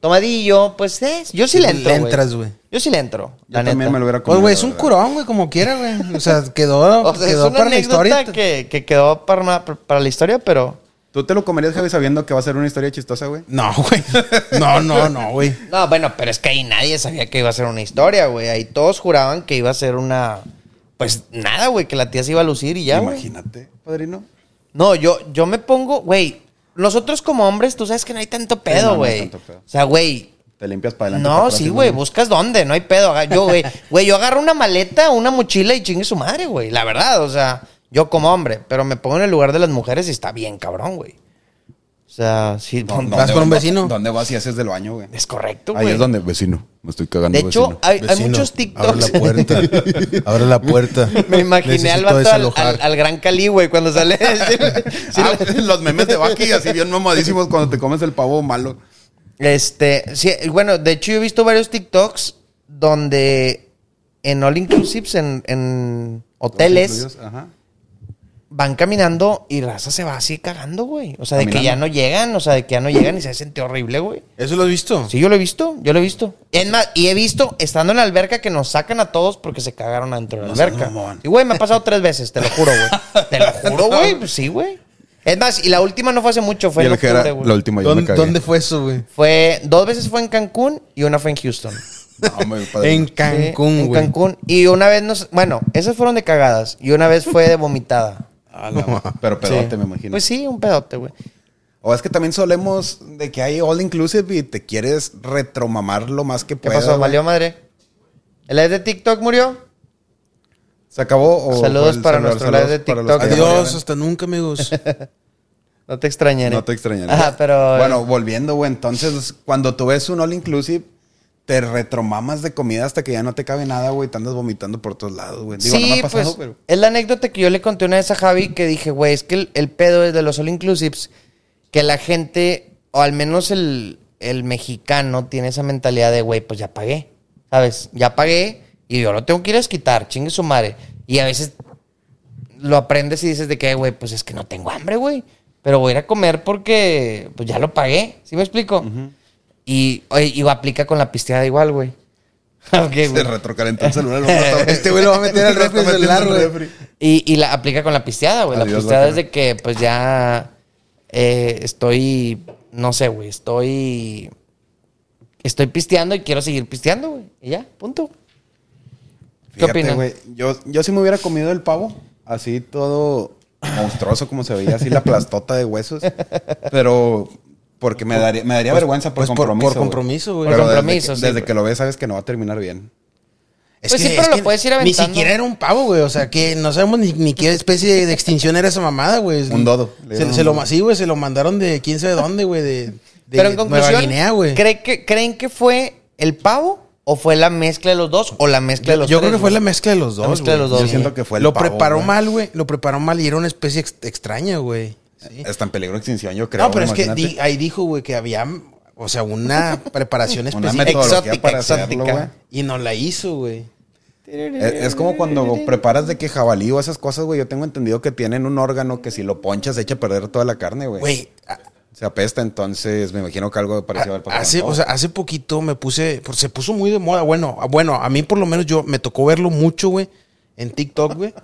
[SPEAKER 1] tomadillo, pues eh, yo sí le entro.
[SPEAKER 2] Le
[SPEAKER 1] güey.
[SPEAKER 2] entras, güey.
[SPEAKER 1] Yo sí le entro. la
[SPEAKER 3] Yo también
[SPEAKER 1] neta.
[SPEAKER 3] me lo hubiera
[SPEAKER 2] Pues,
[SPEAKER 3] comido.
[SPEAKER 2] güey, es
[SPEAKER 3] la
[SPEAKER 2] un
[SPEAKER 3] verdad.
[SPEAKER 2] curón, güey, como quiera, güey. O sea, quedó,
[SPEAKER 1] O sea, es
[SPEAKER 2] quedó
[SPEAKER 1] una
[SPEAKER 2] para la
[SPEAKER 1] anécdota
[SPEAKER 2] historia.
[SPEAKER 1] Que, que quedó para, una- para la historia, pero.
[SPEAKER 3] ¿Tú te lo comerías, Javi, sabiendo que va a ser una historia chistosa, güey?
[SPEAKER 2] No, güey. No, no, no, güey.
[SPEAKER 1] No, bueno, pero es que ahí nadie sabía que iba a ser una historia, güey. Ahí todos juraban que iba a ser una. Pues nada, güey, que la tía se iba a lucir y ya, güey.
[SPEAKER 3] Imagínate, padrino.
[SPEAKER 1] No, yo, yo me pongo, güey. Nosotros como hombres, tú sabes que no hay tanto
[SPEAKER 3] no, no
[SPEAKER 1] pedo,
[SPEAKER 3] hay
[SPEAKER 1] güey.
[SPEAKER 3] tanto pedo.
[SPEAKER 1] o sea, güey.
[SPEAKER 3] Te limpias para adelante. para
[SPEAKER 1] No,
[SPEAKER 3] atrás,
[SPEAKER 1] sí,
[SPEAKER 3] y
[SPEAKER 1] güey.
[SPEAKER 3] no-
[SPEAKER 1] Buscas dónde, no hay pedo. Aga- Yo, güey. Güey, yo agarro una maleta, una mochila y chingue su madre, güey. La verdad, o sea, yo como hombre, pero me pongo en el lugar de las mujeres y está bien, cabrón, güey. O sea, sí,
[SPEAKER 3] No,
[SPEAKER 1] pon-
[SPEAKER 3] ¿dónde
[SPEAKER 2] Vas con un
[SPEAKER 3] vas?
[SPEAKER 2] vecino.
[SPEAKER 3] ¿Dónde vas y haces del baño, güey?
[SPEAKER 1] es correcto,
[SPEAKER 5] Ahí
[SPEAKER 1] güey.
[SPEAKER 5] es donde, vecino, me estoy cagando,
[SPEAKER 1] De hecho,
[SPEAKER 5] vecino.
[SPEAKER 1] hay, hay
[SPEAKER 2] Vecino,
[SPEAKER 1] muchos TikToks.
[SPEAKER 2] Abre la puerta. Abre la puerta.
[SPEAKER 1] Me imaginé al
[SPEAKER 2] Necesito
[SPEAKER 1] vato al,
[SPEAKER 2] desalojar.
[SPEAKER 1] al- al gran Cali, güey, cuando sale. Sí, sí,
[SPEAKER 3] Ah, los memes de Baki así bien mamadísimos cuando te comes el pavo malo.
[SPEAKER 1] Este, sí, bueno, de hecho yo he visto varios TikToks donde en All Inclusives, en, en hoteles,
[SPEAKER 3] Ajá.
[SPEAKER 1] van caminando y raza se va así cagando, güey. O sea, de que ya
[SPEAKER 3] Caminando.
[SPEAKER 1] no llegan, o sea, de que ya no llegan y se siente horrible, güey.
[SPEAKER 2] ¿Eso lo has visto?
[SPEAKER 1] Sí, yo lo he visto, yo lo he visto. Es más, y he visto, estando en la alberca, que nos sacan a todos porque se cagaron adentro de la
[SPEAKER 3] No seas
[SPEAKER 1] alberca.
[SPEAKER 3] mamón.
[SPEAKER 1] Y, güey, me ha pasado tres veces, te lo juro, güey. Te lo juro, güey. Pues sí, güey. Es más, y la última no fue hace mucho, fue
[SPEAKER 5] y
[SPEAKER 1] en
[SPEAKER 5] el Jera,
[SPEAKER 1] octubre, güey.
[SPEAKER 5] la última yo me
[SPEAKER 2] ¿Dónde,
[SPEAKER 5] cagué.
[SPEAKER 2] dónde fue eso, güey?
[SPEAKER 1] Fue, dos veces fue en Cancún y una fue en Houston.
[SPEAKER 5] No, me- padrino.
[SPEAKER 2] En
[SPEAKER 1] Sí,
[SPEAKER 2] Cancún,
[SPEAKER 1] en
[SPEAKER 2] güey.
[SPEAKER 1] Cancún. Y una vez nos. Bueno, esas fueron de cagadas. Y una vez fue de vomitada.
[SPEAKER 3] Ah, Pero pedote,
[SPEAKER 1] Sí.
[SPEAKER 3] me imagino.
[SPEAKER 1] Pues sí, un pedote, güey.
[SPEAKER 3] o es que también solemos de que hay all inclusive y te quieres retromamar lo más que
[SPEAKER 1] ¿Qué
[SPEAKER 3] puedas.
[SPEAKER 1] pasó?
[SPEAKER 3] güey.
[SPEAKER 1] ¿Valió madre? ¿El live de TikTok murió?
[SPEAKER 3] ¿Se acabó? o
[SPEAKER 1] Saludos
[SPEAKER 3] fue el
[SPEAKER 1] para
[SPEAKER 3] celular?
[SPEAKER 1] nuestro live de
[SPEAKER 3] para los
[SPEAKER 1] TikTok.
[SPEAKER 3] que-
[SPEAKER 2] Adiós, hasta nunca, amigos.
[SPEAKER 1] No te extrañaré.
[SPEAKER 3] No te extrañaré.
[SPEAKER 1] Ajá, pero. eh,
[SPEAKER 3] Bueno, volviendo, güey. Entonces, cuando tú ves un all inclusive, te retromamas de comida hasta que ya no te cabe nada, güey. Te andas vomitando por todos lados, güey. Digo,
[SPEAKER 1] sí,
[SPEAKER 3] no me ha
[SPEAKER 1] pues,
[SPEAKER 3] pasado, pero.
[SPEAKER 1] es la anécdota que yo le conté una vez a Javi que dije, güey, es que el, el pedo es de los all inclusives que la gente, o al menos el, el mexicano, tiene esa mentalidad de, güey, pues ya pagué, ¿sabes? Ya pagué y yo lo tengo que ir a quitar, chingue su madre. Y a veces lo aprendes y dices de que, güey, pues es que no tengo hambre, güey. Pero voy a ir a comer porque pues ya lo pagué. ¿Sí me explico? Y, oye, y aplica con la pisteada igual, güey. Ok,
[SPEAKER 3] Se
[SPEAKER 1] güey.
[SPEAKER 3] retrocalentó el celular. el
[SPEAKER 2] Este güey lo va a meter al refri
[SPEAKER 3] Lo está metiendo
[SPEAKER 2] del
[SPEAKER 3] al
[SPEAKER 2] refri.
[SPEAKER 3] refri.
[SPEAKER 1] Y, y la aplica con la pisteada, güey. La
[SPEAKER 3] Adiós,
[SPEAKER 1] pisteada es
[SPEAKER 3] vaquero.
[SPEAKER 1] de que, pues ya. eh, estoy. No sé, güey. Estoy. Estoy pisteando y quiero seguir pisteando, güey. Y ya, punto. ¿Qué
[SPEAKER 3] Fíjate,
[SPEAKER 1] opinan?
[SPEAKER 3] güey, yo, yo si me hubiera comido el pavo, así todo monstruoso como se veía, así la plastota de huesos, pero porque me daría, me daría
[SPEAKER 2] pues-
[SPEAKER 3] vergüenza por
[SPEAKER 2] pues por-
[SPEAKER 3] compromiso.
[SPEAKER 2] por compromiso, güey.
[SPEAKER 1] Por
[SPEAKER 3] Pero desde
[SPEAKER 1] compromiso,
[SPEAKER 3] que-
[SPEAKER 1] sí,
[SPEAKER 3] Desde,
[SPEAKER 1] güey.
[SPEAKER 3] que lo ves sabes que no va a terminar bien.
[SPEAKER 2] Es
[SPEAKER 1] Pues sí, pero lo puedes ir
[SPEAKER 2] Ni
[SPEAKER 1] aventando.
[SPEAKER 2] siquiera era un pavo, güey. O sea, que no sabemos ni, ni qué especie de, de extinción era esa mamada, güey.
[SPEAKER 3] Un dodo. Le
[SPEAKER 2] Se,
[SPEAKER 3] dieron
[SPEAKER 2] se
[SPEAKER 3] un
[SPEAKER 2] lo,
[SPEAKER 3] dodo.
[SPEAKER 2] sí, güey, se lo mandaron de quién sabe dónde, güey. De, de
[SPEAKER 1] Pero en
[SPEAKER 2] Nueva
[SPEAKER 1] conclusión,
[SPEAKER 2] Guinea, güey.
[SPEAKER 1] ¿cree que, ¿creen que fue el pavo o fue la mezcla de los dos o la mezcla de
[SPEAKER 2] Yo
[SPEAKER 1] los
[SPEAKER 2] yo
[SPEAKER 1] tres,
[SPEAKER 2] creo que fue
[SPEAKER 1] güey?
[SPEAKER 2] la mezcla de los
[SPEAKER 1] La
[SPEAKER 2] dos,
[SPEAKER 1] mezcla de los
[SPEAKER 2] güey.
[SPEAKER 1] dos,
[SPEAKER 3] Yo
[SPEAKER 1] sí.
[SPEAKER 3] siento que fue el
[SPEAKER 2] Lo
[SPEAKER 3] pavo,
[SPEAKER 2] preparó
[SPEAKER 3] güey.
[SPEAKER 2] mal, güey. Lo preparó mal y era una especie ex- extraña, güey. Sí.
[SPEAKER 3] Está en peligro de extinción, yo creo.
[SPEAKER 2] No, pero es que
[SPEAKER 3] imagínate.
[SPEAKER 2] di- ahí dijo, güey, que había, o sea, una preparación
[SPEAKER 3] una
[SPEAKER 2] específica.
[SPEAKER 3] metodología
[SPEAKER 6] exótica,
[SPEAKER 3] para hacerlo,
[SPEAKER 6] exótica.
[SPEAKER 3] güey.
[SPEAKER 2] Y no la hizo, güey.
[SPEAKER 3] Es, es como cuando preparas de que jabalí o esas cosas, güey. Yo tengo entendido que tienen un órgano que si lo ponchas echa a perder toda la carne, güey.
[SPEAKER 2] Güey, a-
[SPEAKER 3] Se apesta, entonces me imagino que algo
[SPEAKER 1] Ah,
[SPEAKER 3] parecido al pavo.
[SPEAKER 2] hace, o sea, hace poquito me puse, por- se puso muy de moda. Bueno, a- bueno, a mí por lo menos yo me tocó verlo mucho, güey, en TikTok, güey.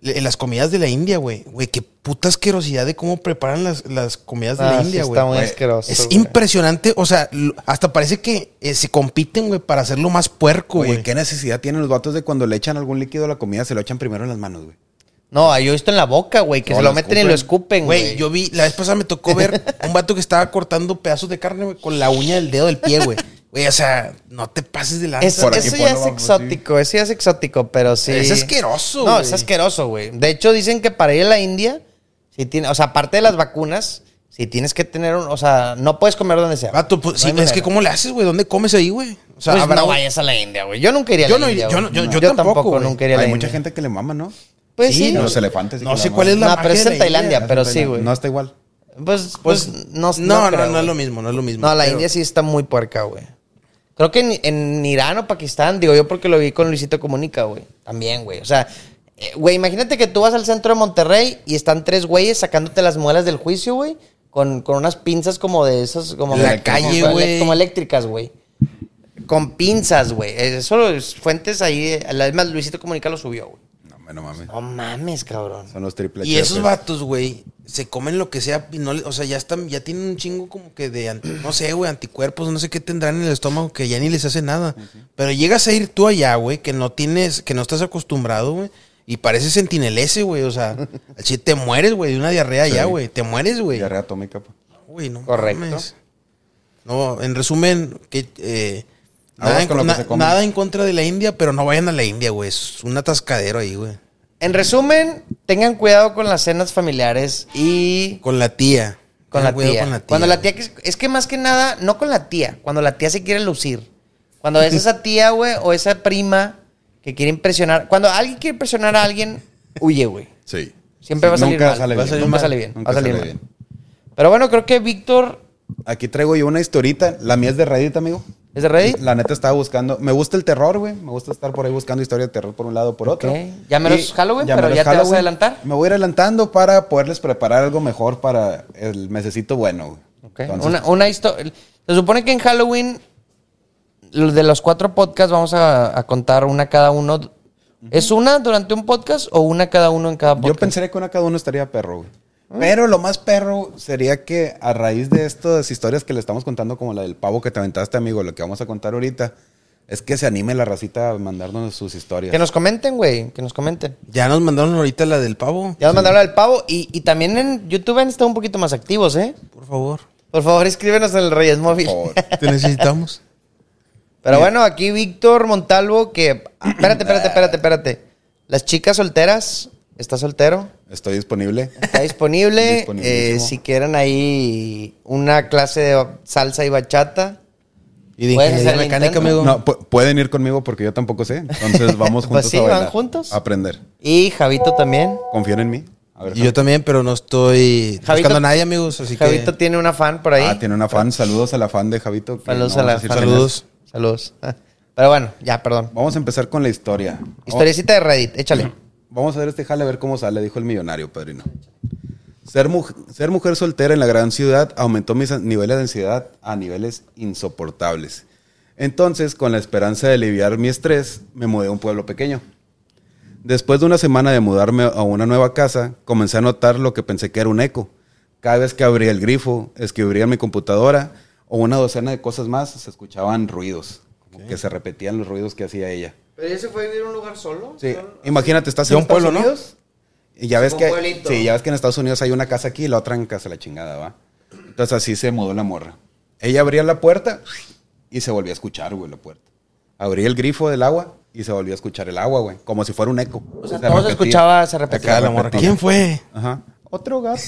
[SPEAKER 2] Le- En las comidas de la India, güey. Güey, qué puta asquerosidad de cómo preparan las, las comidas de
[SPEAKER 1] Ah,
[SPEAKER 2] la
[SPEAKER 1] sí
[SPEAKER 2] India, güey.
[SPEAKER 1] Está muy
[SPEAKER 3] Güey,
[SPEAKER 1] asqueroso.
[SPEAKER 2] Es
[SPEAKER 1] güey.
[SPEAKER 2] impresionante, o sea, lo- hasta parece que eh, se compiten, güey, para hacerlo más puerco,
[SPEAKER 3] Oye,
[SPEAKER 2] güey.
[SPEAKER 3] ¿qué necesidad tienen los vatos de cuando le echan algún líquido a la comida, se lo echan primero en las manos, güey?
[SPEAKER 1] No, yo he visto en la boca, güey, que
[SPEAKER 3] No,
[SPEAKER 1] se lo
[SPEAKER 3] lo
[SPEAKER 1] meten y lo escupen,
[SPEAKER 2] Güey,
[SPEAKER 1] güey.
[SPEAKER 2] yo vi, la vez pasada me tocó ver un vato que estaba cortando pedazos de carne, güey, con la uña del dedo del pie, güey. Güey, o sea, no te pases de lanza.
[SPEAKER 1] Eso,
[SPEAKER 3] por aquí,
[SPEAKER 1] eso ya
[SPEAKER 3] por
[SPEAKER 1] es
[SPEAKER 3] abajo, sí.
[SPEAKER 1] exótico, eso ya es exótico, pero sí.
[SPEAKER 2] Es asqueroso,
[SPEAKER 1] No,
[SPEAKER 2] güey.
[SPEAKER 1] es asqueroso, güey. De hecho, dicen que para ir a la India, si tiene, o sea, aparte de las vacunas, si tienes que tener un, o sea, no puedes comer donde sea.
[SPEAKER 2] Vato, pues,
[SPEAKER 1] No
[SPEAKER 2] sí,
[SPEAKER 1] hay
[SPEAKER 2] es
[SPEAKER 1] manera.
[SPEAKER 2] que ¿cómo le haces, güey? ¿Dónde comes ahí, güey? O sea,
[SPEAKER 1] Pues
[SPEAKER 2] habrá-
[SPEAKER 1] no vayas a la India, güey. Yo nunca iría a la
[SPEAKER 2] Yo no-
[SPEAKER 1] India.
[SPEAKER 2] yo
[SPEAKER 1] güey.
[SPEAKER 2] no- yo- yo tampoco, güey.
[SPEAKER 1] nunca iría a la
[SPEAKER 3] Hay
[SPEAKER 1] India.
[SPEAKER 3] mucha gente que le mama, ¿no?
[SPEAKER 1] Pues sí,
[SPEAKER 3] Los
[SPEAKER 1] no,
[SPEAKER 3] elefantes. y
[SPEAKER 2] No
[SPEAKER 3] que le
[SPEAKER 2] sé
[SPEAKER 3] maman.
[SPEAKER 2] cuál es la
[SPEAKER 1] No,
[SPEAKER 2] magia
[SPEAKER 1] pero es
[SPEAKER 2] de
[SPEAKER 1] en
[SPEAKER 2] la
[SPEAKER 1] Tailandia, pero sí, güey.
[SPEAKER 3] No está igual.
[SPEAKER 1] Pues, pues, no,
[SPEAKER 2] No, no, no,
[SPEAKER 1] creo,
[SPEAKER 2] es
[SPEAKER 1] güey.
[SPEAKER 2] lo mismo, no es lo mismo.
[SPEAKER 1] No, la
[SPEAKER 2] pero-
[SPEAKER 1] India sí está muy puerca, güey. Creo que en, en Irán o Pakistán, digo yo porque lo vi con Luisito Comunica, güey. También, güey. O sea, eh, güey, imagínate que tú vas al centro de Monterrey y están tres güeyes sacándote las muelas del juicio, güey. Con, con unas pinzas como de esas, como...
[SPEAKER 2] La
[SPEAKER 1] como-
[SPEAKER 2] calle,
[SPEAKER 1] como-
[SPEAKER 2] güey.
[SPEAKER 1] Como eléctricas, güey. Con pinzas, güey. Eso, es fuentes ahí... Además, Luisito Comunica lo subió, güey.
[SPEAKER 3] No, hombre, no mames.
[SPEAKER 1] No mames, cabrón.
[SPEAKER 3] Son los triple
[SPEAKER 2] Y esos
[SPEAKER 3] cheppers.
[SPEAKER 2] vatos, güey, se comen lo que sea y no le- o sea, ya están, ya tienen un chingo como que de, anti- no sé, güey, anticuerpos, no sé qué tendrán en el estómago que ya ni les hace nada. Pero llegas a ir tú allá, güey, que no tienes, que no estás acostumbrado, güey, y pareces sentinelese, güey, o sea, si te mueres, güey, de una diarrea
[SPEAKER 3] Sí.
[SPEAKER 2] allá, güey, te mueres, güey.
[SPEAKER 3] Diarrea atómica, pues. pa.
[SPEAKER 2] Güey, no
[SPEAKER 1] Correcto.
[SPEAKER 2] mames. No, en resumen, que eh,
[SPEAKER 3] Aguas
[SPEAKER 2] nada, en,
[SPEAKER 3] con lo que
[SPEAKER 2] na-
[SPEAKER 3] se comen.
[SPEAKER 2] nada en contra de la India, pero no vayan a la India, güey, es un atascadero ahí, güey.
[SPEAKER 1] En resumen, tengan cuidado con las cenas familiares y...
[SPEAKER 2] Con la tía.
[SPEAKER 1] Con
[SPEAKER 2] Ten
[SPEAKER 1] la,
[SPEAKER 2] cuidado
[SPEAKER 1] tía.
[SPEAKER 2] con la tía,
[SPEAKER 1] Cuando la
[SPEAKER 2] güey.
[SPEAKER 1] tía. que- Es que más que nada, no con la tía. Cuando la tía se quiere lucir. Cuando es esa tía, güey, o esa prima que quiere impresionar. Cuando alguien quiere impresionar a alguien, huye, güey.
[SPEAKER 7] Sí.
[SPEAKER 1] Siempre va a salir
[SPEAKER 3] Nunca
[SPEAKER 1] mal.
[SPEAKER 3] sale
[SPEAKER 1] va a
[SPEAKER 3] bien.
[SPEAKER 1] salir
[SPEAKER 3] Nunca
[SPEAKER 1] mal.
[SPEAKER 3] sale bien.
[SPEAKER 1] va a salir
[SPEAKER 3] Nunca
[SPEAKER 1] mal.
[SPEAKER 3] sale
[SPEAKER 1] Pero bueno, creo que Víctor
[SPEAKER 3] Aquí traigo yo una historita. La mía es de Reddit, amigo.
[SPEAKER 1] es de Reddit.
[SPEAKER 3] La neta estaba buscando. Me gusta el terror, güey. Me gusta estar por ahí buscando historias de terror por un lado o por otro.
[SPEAKER 1] Ok. Ya menos
[SPEAKER 3] Y-
[SPEAKER 1] Halloween, pero
[SPEAKER 3] menos
[SPEAKER 1] ya te vas a
[SPEAKER 3] Halloween.
[SPEAKER 1] adelantar.
[SPEAKER 3] Me voy a ir adelantando para poderles preparar algo mejor para el mesecito bueno, güey.
[SPEAKER 1] Ok.
[SPEAKER 3] Entonces,
[SPEAKER 1] Una, una historia. Se supone que en Halloween, los de los cuatro podcasts, vamos a, a contar una cada uno. ¿Es una durante un podcast o una cada uno en cada podcast?
[SPEAKER 3] Yo pensaría que una cada uno estaría perro, güey. Pero lo más perro sería que a raíz de estas historias que le estamos contando, como la del pavo que te aventaste, amigo, lo que vamos a contar ahorita, es que se anime la racita a mandarnos sus historias.
[SPEAKER 1] Que nos comenten, güey. Que nos comenten.
[SPEAKER 2] Ya nos mandaron ahorita la del pavo.
[SPEAKER 1] Ya nos mandaron al pavo y, y también en YouTube han estado un poquito más activos, ¿eh?
[SPEAKER 2] Por favor.
[SPEAKER 1] Por favor, escríbenos en el Reyes Móvil.
[SPEAKER 3] Por-
[SPEAKER 2] Te necesitamos.
[SPEAKER 1] Pero bueno, aquí Víctor Montalvo que... ah, Espérate, espérate, espérate, espérate. Las chicas solteras, ¿está soltero?
[SPEAKER 3] Estoy disponible.
[SPEAKER 1] Está disponible.
[SPEAKER 3] Disponibilísimo.
[SPEAKER 1] Eh, si quieren ahí una clase de salsa y bachata.
[SPEAKER 2] Y de
[SPEAKER 1] Puedes
[SPEAKER 2] ingeniería
[SPEAKER 1] hacer el
[SPEAKER 2] mecánica,
[SPEAKER 1] intento.
[SPEAKER 2] amigo.
[SPEAKER 3] No, pu- pueden ir conmigo porque yo tampoco sé. Entonces vamos juntos
[SPEAKER 1] Pues sí,
[SPEAKER 3] a
[SPEAKER 1] van
[SPEAKER 3] bailar.
[SPEAKER 1] juntos.
[SPEAKER 3] a aprender.
[SPEAKER 1] Y Javito también.
[SPEAKER 3] Confían en mí. A ver,
[SPEAKER 2] y yo también, pero no estoy buscando a nadie, amigos. Así
[SPEAKER 1] Javito
[SPEAKER 2] que.
[SPEAKER 1] tiene una fan por ahí.
[SPEAKER 3] Ah, tiene una fan. Saludos a la fan de Javito. que
[SPEAKER 1] Saludos
[SPEAKER 3] no
[SPEAKER 1] a
[SPEAKER 3] vamos
[SPEAKER 1] la
[SPEAKER 3] decir
[SPEAKER 1] fan.
[SPEAKER 3] quién es.
[SPEAKER 2] Saludos.
[SPEAKER 1] Saludos. Ah, Pero bueno, ya, perdón.
[SPEAKER 3] Vamos a empezar con la historia.
[SPEAKER 1] Historiecita de Reddit, échale.
[SPEAKER 3] Vamos a ver este jale a ver cómo sale, dijo el millonario, padrino. Ser, muj- ser mujer soltera en la gran ciudad aumentó mis an- niveles de ansiedad a niveles insoportables. Entonces, con la esperanza de aliviar mi estrés, me mudé a un pueblo pequeño. Después de una semana de mudarme a una nueva casa, comencé a notar lo que pensé que era un eco. Cada vez que abría el grifo, escribía en mi computadora o una docena de cosas más, se escuchaban ruidos, como que se repetían los ruidos que hacía ella.
[SPEAKER 1] ¿Pero ella se fue a vivir a un lugar solo?
[SPEAKER 3] Sí, imagínate, estás en
[SPEAKER 2] De un
[SPEAKER 3] Estados
[SPEAKER 2] pueblo, ¿no?
[SPEAKER 3] Unidos y ya ves
[SPEAKER 1] Un
[SPEAKER 3] que
[SPEAKER 1] pueblito.
[SPEAKER 3] sí, ya ves que en Estados Unidos hay una casa aquí y la otra en casa la chingada, ¿va? Entonces así se mudó la morra. Ella abría la puerta y se volvió a escuchar, güey, la puerta. Abría el grifo del agua y se volvió a escuchar el agua, güey, como si fuera un eco.
[SPEAKER 1] O sea, todo se escuchaba, se repetía.
[SPEAKER 3] Acá
[SPEAKER 2] la morra. ¿Quién fue?
[SPEAKER 3] Ajá. Otro gato.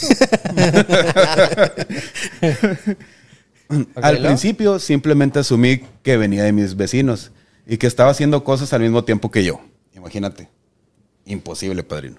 [SPEAKER 3] al principio simplemente asumí que venía de mis vecinos y que estaba haciendo cosas al mismo tiempo que yo. Imagínate. Imposible, padrino.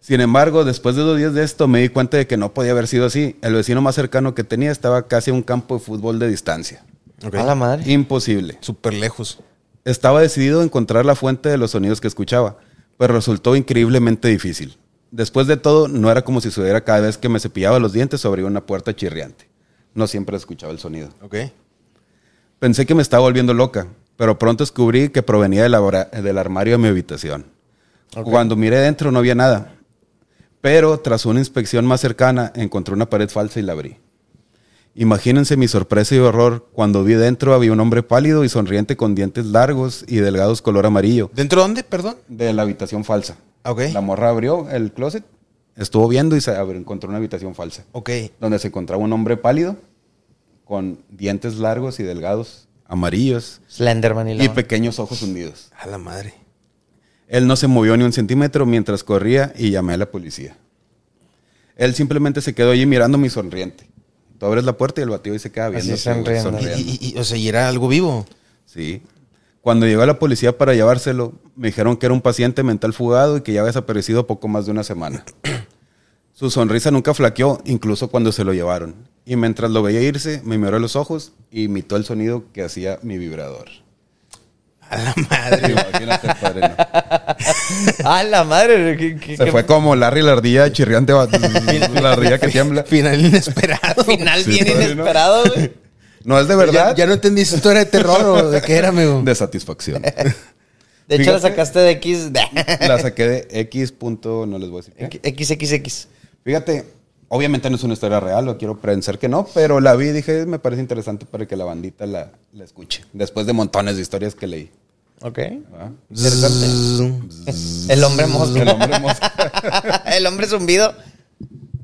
[SPEAKER 3] Sin embargo, después de dos días de esto me di cuenta de que no podía haber sido así. El vecino más cercano que tenía estaba casi a un campo de fútbol de distancia.
[SPEAKER 1] A la madre.
[SPEAKER 3] Imposible.
[SPEAKER 2] Súper lejos.
[SPEAKER 3] Estaba decidido a encontrar la fuente de los sonidos que escuchaba, pero resultó increíblemente difícil. Después de todo, no era como si sucediera cada vez que me cepillaba los dientes sobre una puerta chirriante. No siempre escuchaba el sonido.
[SPEAKER 2] Ok.
[SPEAKER 3] Pensé que me estaba volviendo loca, pero pronto descubrí que provenía del, abra- del armario de mi habitación. Cuando miré dentro no había nada, pero tras una inspección más cercana encontré una pared falsa y la abrí. Imagínense mi sorpresa y horror cuando vi dentro había un hombre pálido y sonriente con dientes largos y delgados color amarillo
[SPEAKER 2] ¿Dentro dónde? Perdón.
[SPEAKER 3] de la habitación falsa.
[SPEAKER 2] Ah, Ok.
[SPEAKER 3] La morra abrió el closet, estuvo viendo y se abrió- encontró una habitación falsa
[SPEAKER 2] Ok.
[SPEAKER 3] donde se encontraba un hombre pálido con dientes largos y delgados, amarillos
[SPEAKER 1] Slenderman y la
[SPEAKER 3] y
[SPEAKER 1] madre.
[SPEAKER 3] pequeños ojos hundidos.
[SPEAKER 2] A la madre.
[SPEAKER 3] Él no se movió ni un centímetro mientras corría y llamé a la policía. Él simplemente se quedó allí mirándome y sonriente. Tú abres la puerta y el batido y se queda
[SPEAKER 1] Así
[SPEAKER 3] viendo.
[SPEAKER 1] sonriendo.
[SPEAKER 2] Y, y- y- o sea, y era algo vivo.
[SPEAKER 3] Sí. Cuando llegó la policía para llevárselo, me dijeron que era un paciente mental fugado y que ya había desaparecido poco más de una semana. Su sonrisa nunca flaqueó, incluso cuando se lo llevaron. Y mientras lo veía irse, me miró a los ojos y imitó el sonido que hacía mi vibrador.
[SPEAKER 2] A la madre.
[SPEAKER 3] Imagínate, padre, ¿no?
[SPEAKER 1] A la madre. ¿qué- qué-
[SPEAKER 3] Se
[SPEAKER 1] qué-
[SPEAKER 3] fue como Larry la ardilla chirriante, va- la ardilla que tiembla.
[SPEAKER 2] Final inesperado.
[SPEAKER 1] Final
[SPEAKER 3] Sí,
[SPEAKER 1] bien
[SPEAKER 3] padre, ¿no?
[SPEAKER 1] inesperado, güey.
[SPEAKER 3] No es de verdad,
[SPEAKER 2] Ya, ya no entendí si esto era de terror o de qué era, amigo.
[SPEAKER 3] de satisfacción.
[SPEAKER 1] De hecho, la
[SPEAKER 3] Fíjate.
[SPEAKER 1] sacaste de X.
[SPEAKER 3] La saqué de X punto, no les voy a decir. qué.
[SPEAKER 1] XXX.
[SPEAKER 3] Fíjate, obviamente no es una historia real, lo quiero pensar que no, pero la vi y dije, me parece interesante para que la bandita la, la escuche. Después de montones de historias que leí.
[SPEAKER 1] Ok.
[SPEAKER 3] ¿verdad?
[SPEAKER 2] Zzzz.
[SPEAKER 1] El hombre mosca.
[SPEAKER 3] El hombre mosca.
[SPEAKER 1] El hombre zumbido.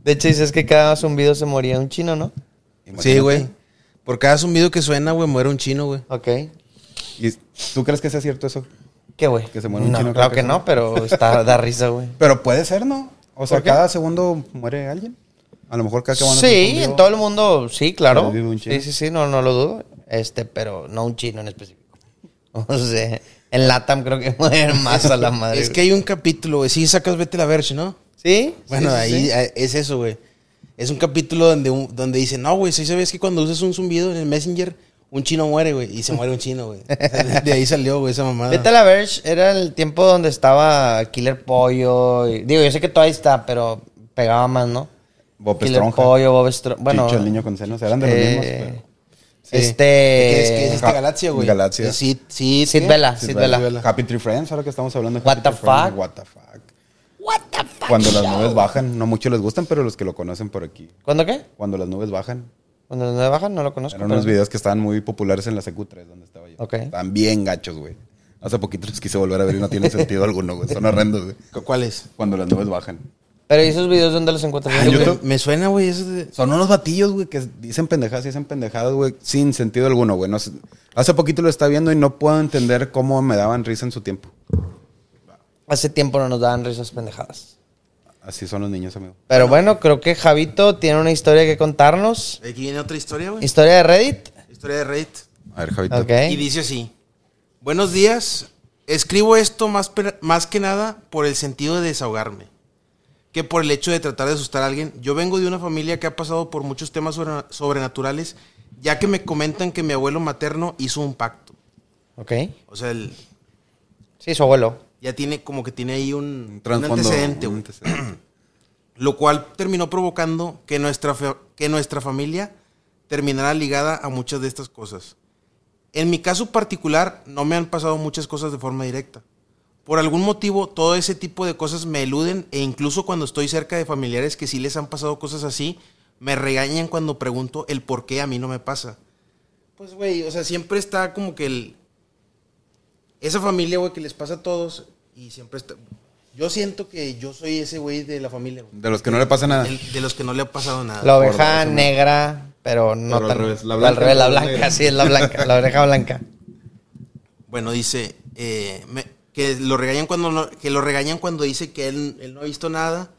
[SPEAKER 1] De hecho, dices que cada zumbido se moría un chino, ¿no?
[SPEAKER 2] Sí,
[SPEAKER 3] Imagínate.
[SPEAKER 2] güey. Por cada zumbido que suena, güey, muere un chino, güey.
[SPEAKER 1] Ok.
[SPEAKER 3] ¿Y tú crees que sea cierto eso?
[SPEAKER 1] ¿Qué, güey?
[SPEAKER 3] Que se muera un
[SPEAKER 1] No,
[SPEAKER 3] chino
[SPEAKER 1] Claro
[SPEAKER 3] cada
[SPEAKER 1] que no, pero está, da risa, güey.
[SPEAKER 3] Pero puede ser, ¿no? O sea,
[SPEAKER 1] ¿Por qué?
[SPEAKER 3] cada segundo muere alguien. A lo mejor cada que van a hacer un
[SPEAKER 1] Sí,
[SPEAKER 3] vivo.
[SPEAKER 1] en todo el mundo, sí, claro.
[SPEAKER 3] Pero vive un chino.
[SPEAKER 1] Sí, sí, sí, no, no lo dudo. Este, pero no un chino en específico. O sea, en Latam creo que mueren más a la madre.
[SPEAKER 2] Es que hay un capítulo, güey. Sí, sacas Vete la Verge, ¿no?
[SPEAKER 1] Sí.
[SPEAKER 2] Bueno,
[SPEAKER 1] sí, sí,
[SPEAKER 2] ahí
[SPEAKER 1] sí.
[SPEAKER 2] eh, es eso, güey. Es un capítulo donde, un- donde dice, no, güey, si sabes que cuando usas un zumbido en el Messenger, un chino muere, güey. Y se muere un chino, güey. De ahí salió, güey, esa mamada.
[SPEAKER 1] Vete a la Verge era el tiempo donde estaba Killer Pollo. y- digo, yo sé que todavía está, pero pegaba más, ¿no?
[SPEAKER 3] Bob
[SPEAKER 1] Killer
[SPEAKER 3] Esponja.
[SPEAKER 1] Pollo, Bob Esponja. Bueno,
[SPEAKER 3] Chicho, el niño con senos, eran de los
[SPEAKER 1] eh,
[SPEAKER 3] mismos. pero-
[SPEAKER 2] Sí.
[SPEAKER 1] Este.
[SPEAKER 2] Es que es esta
[SPEAKER 3] Ja-
[SPEAKER 2] Galaxia, güey.
[SPEAKER 3] Galaxia.
[SPEAKER 2] Sí, sí.
[SPEAKER 1] Sid
[SPEAKER 2] ¿qué?
[SPEAKER 1] Vela,
[SPEAKER 2] Sid
[SPEAKER 1] Sid Vela.
[SPEAKER 2] Vela.
[SPEAKER 3] Happy Tree Friends, ahora que estamos hablando de
[SPEAKER 1] What
[SPEAKER 3] Happy
[SPEAKER 1] the
[SPEAKER 3] Tree Friends,
[SPEAKER 1] fuck?
[SPEAKER 3] What the fuck. Cuando las nubes bajan, no muchos les gustan, pero los que lo conocen por aquí.
[SPEAKER 1] ¿Cuándo qué?
[SPEAKER 3] Cuando las nubes bajan.
[SPEAKER 1] Cuando me bajan no lo conozco.
[SPEAKER 3] Eran
[SPEAKER 1] pero-
[SPEAKER 3] unos videos que estaban muy populares en la CQ3, donde estaba yo.
[SPEAKER 1] Ok.
[SPEAKER 3] Estaban bien gachos, güey. Hace poquito los quise volver a ver y no tiene sentido alguno, güey. Son horrendos, güey.
[SPEAKER 2] ¿Cu- ¿Cuál es?
[SPEAKER 3] Cuando las nubes bajan.
[SPEAKER 1] Pero ¿y esos videos dónde los encuentras?
[SPEAKER 2] Ah,
[SPEAKER 1] ¿En
[SPEAKER 2] güey,
[SPEAKER 1] YouTube?
[SPEAKER 2] Me suena, güey. eso de-
[SPEAKER 3] Son unos batillos, güey, que dicen pendejadas y dicen pendejadas, güey, sin sentido alguno, güey. No sé. Hace poquito lo estaba viendo y no puedo entender cómo me daban risa en su tiempo.
[SPEAKER 1] Hace tiempo no nos daban risas pendejadas.
[SPEAKER 3] Así son los niños, amigo.
[SPEAKER 1] Pero bueno, creo que Javito tiene una historia que contarnos.
[SPEAKER 2] Aquí viene otra historia, güey.
[SPEAKER 1] Historia de Reddit.
[SPEAKER 2] Historia de Reddit.
[SPEAKER 3] A ver, Javito.
[SPEAKER 1] Ok.
[SPEAKER 2] Y dice así: Buenos días. Escribo esto más, per- más que nada por el sentido de desahogarme que por el hecho de tratar de asustar a alguien. Yo vengo de una familia que ha pasado por muchos temas sobre- sobrenaturales, ya que me comentan que mi abuelo materno hizo un pacto.
[SPEAKER 1] Ok.
[SPEAKER 2] O sea, él
[SPEAKER 1] Sí, su abuelo.
[SPEAKER 2] ya tiene como que tiene ahí un,
[SPEAKER 3] Un
[SPEAKER 2] un
[SPEAKER 3] trasfondo,
[SPEAKER 2] antecedente,
[SPEAKER 3] un
[SPEAKER 2] güey.
[SPEAKER 3] antecedente.
[SPEAKER 2] lo cual terminó provocando que nuestra, fa- que nuestra familia terminara ligada a muchas de estas cosas. En mi caso particular, no me han pasado muchas cosas de forma directa. Por algún motivo, todo ese tipo de cosas me eluden e incluso cuando estoy cerca de familiares que sí les han pasado cosas así, me regañan cuando pregunto el por qué a mí no me pasa. Pues, güey, o sea, siempre está como que el... Esa familia, güey, que les pasa a todos y siempre está... Yo siento que yo soy ese güey de la familia, güey.
[SPEAKER 3] De los que no le pasa nada.
[SPEAKER 2] El- De los que no le ha pasado nada.
[SPEAKER 8] Ah. La
[SPEAKER 3] Por
[SPEAKER 8] oveja
[SPEAKER 3] dos, ¿no?
[SPEAKER 8] negra, pero no
[SPEAKER 3] Pero al
[SPEAKER 8] tan.
[SPEAKER 3] revés, la blanca,
[SPEAKER 8] al revés, la
[SPEAKER 3] la
[SPEAKER 8] blanca,
[SPEAKER 3] negra.
[SPEAKER 8] sí, es la blanca, la oreja blanca.
[SPEAKER 2] Bueno, dice eh, me- que lo regañan cuando no- que lo regañan cuando dice que él, él no ha visto nada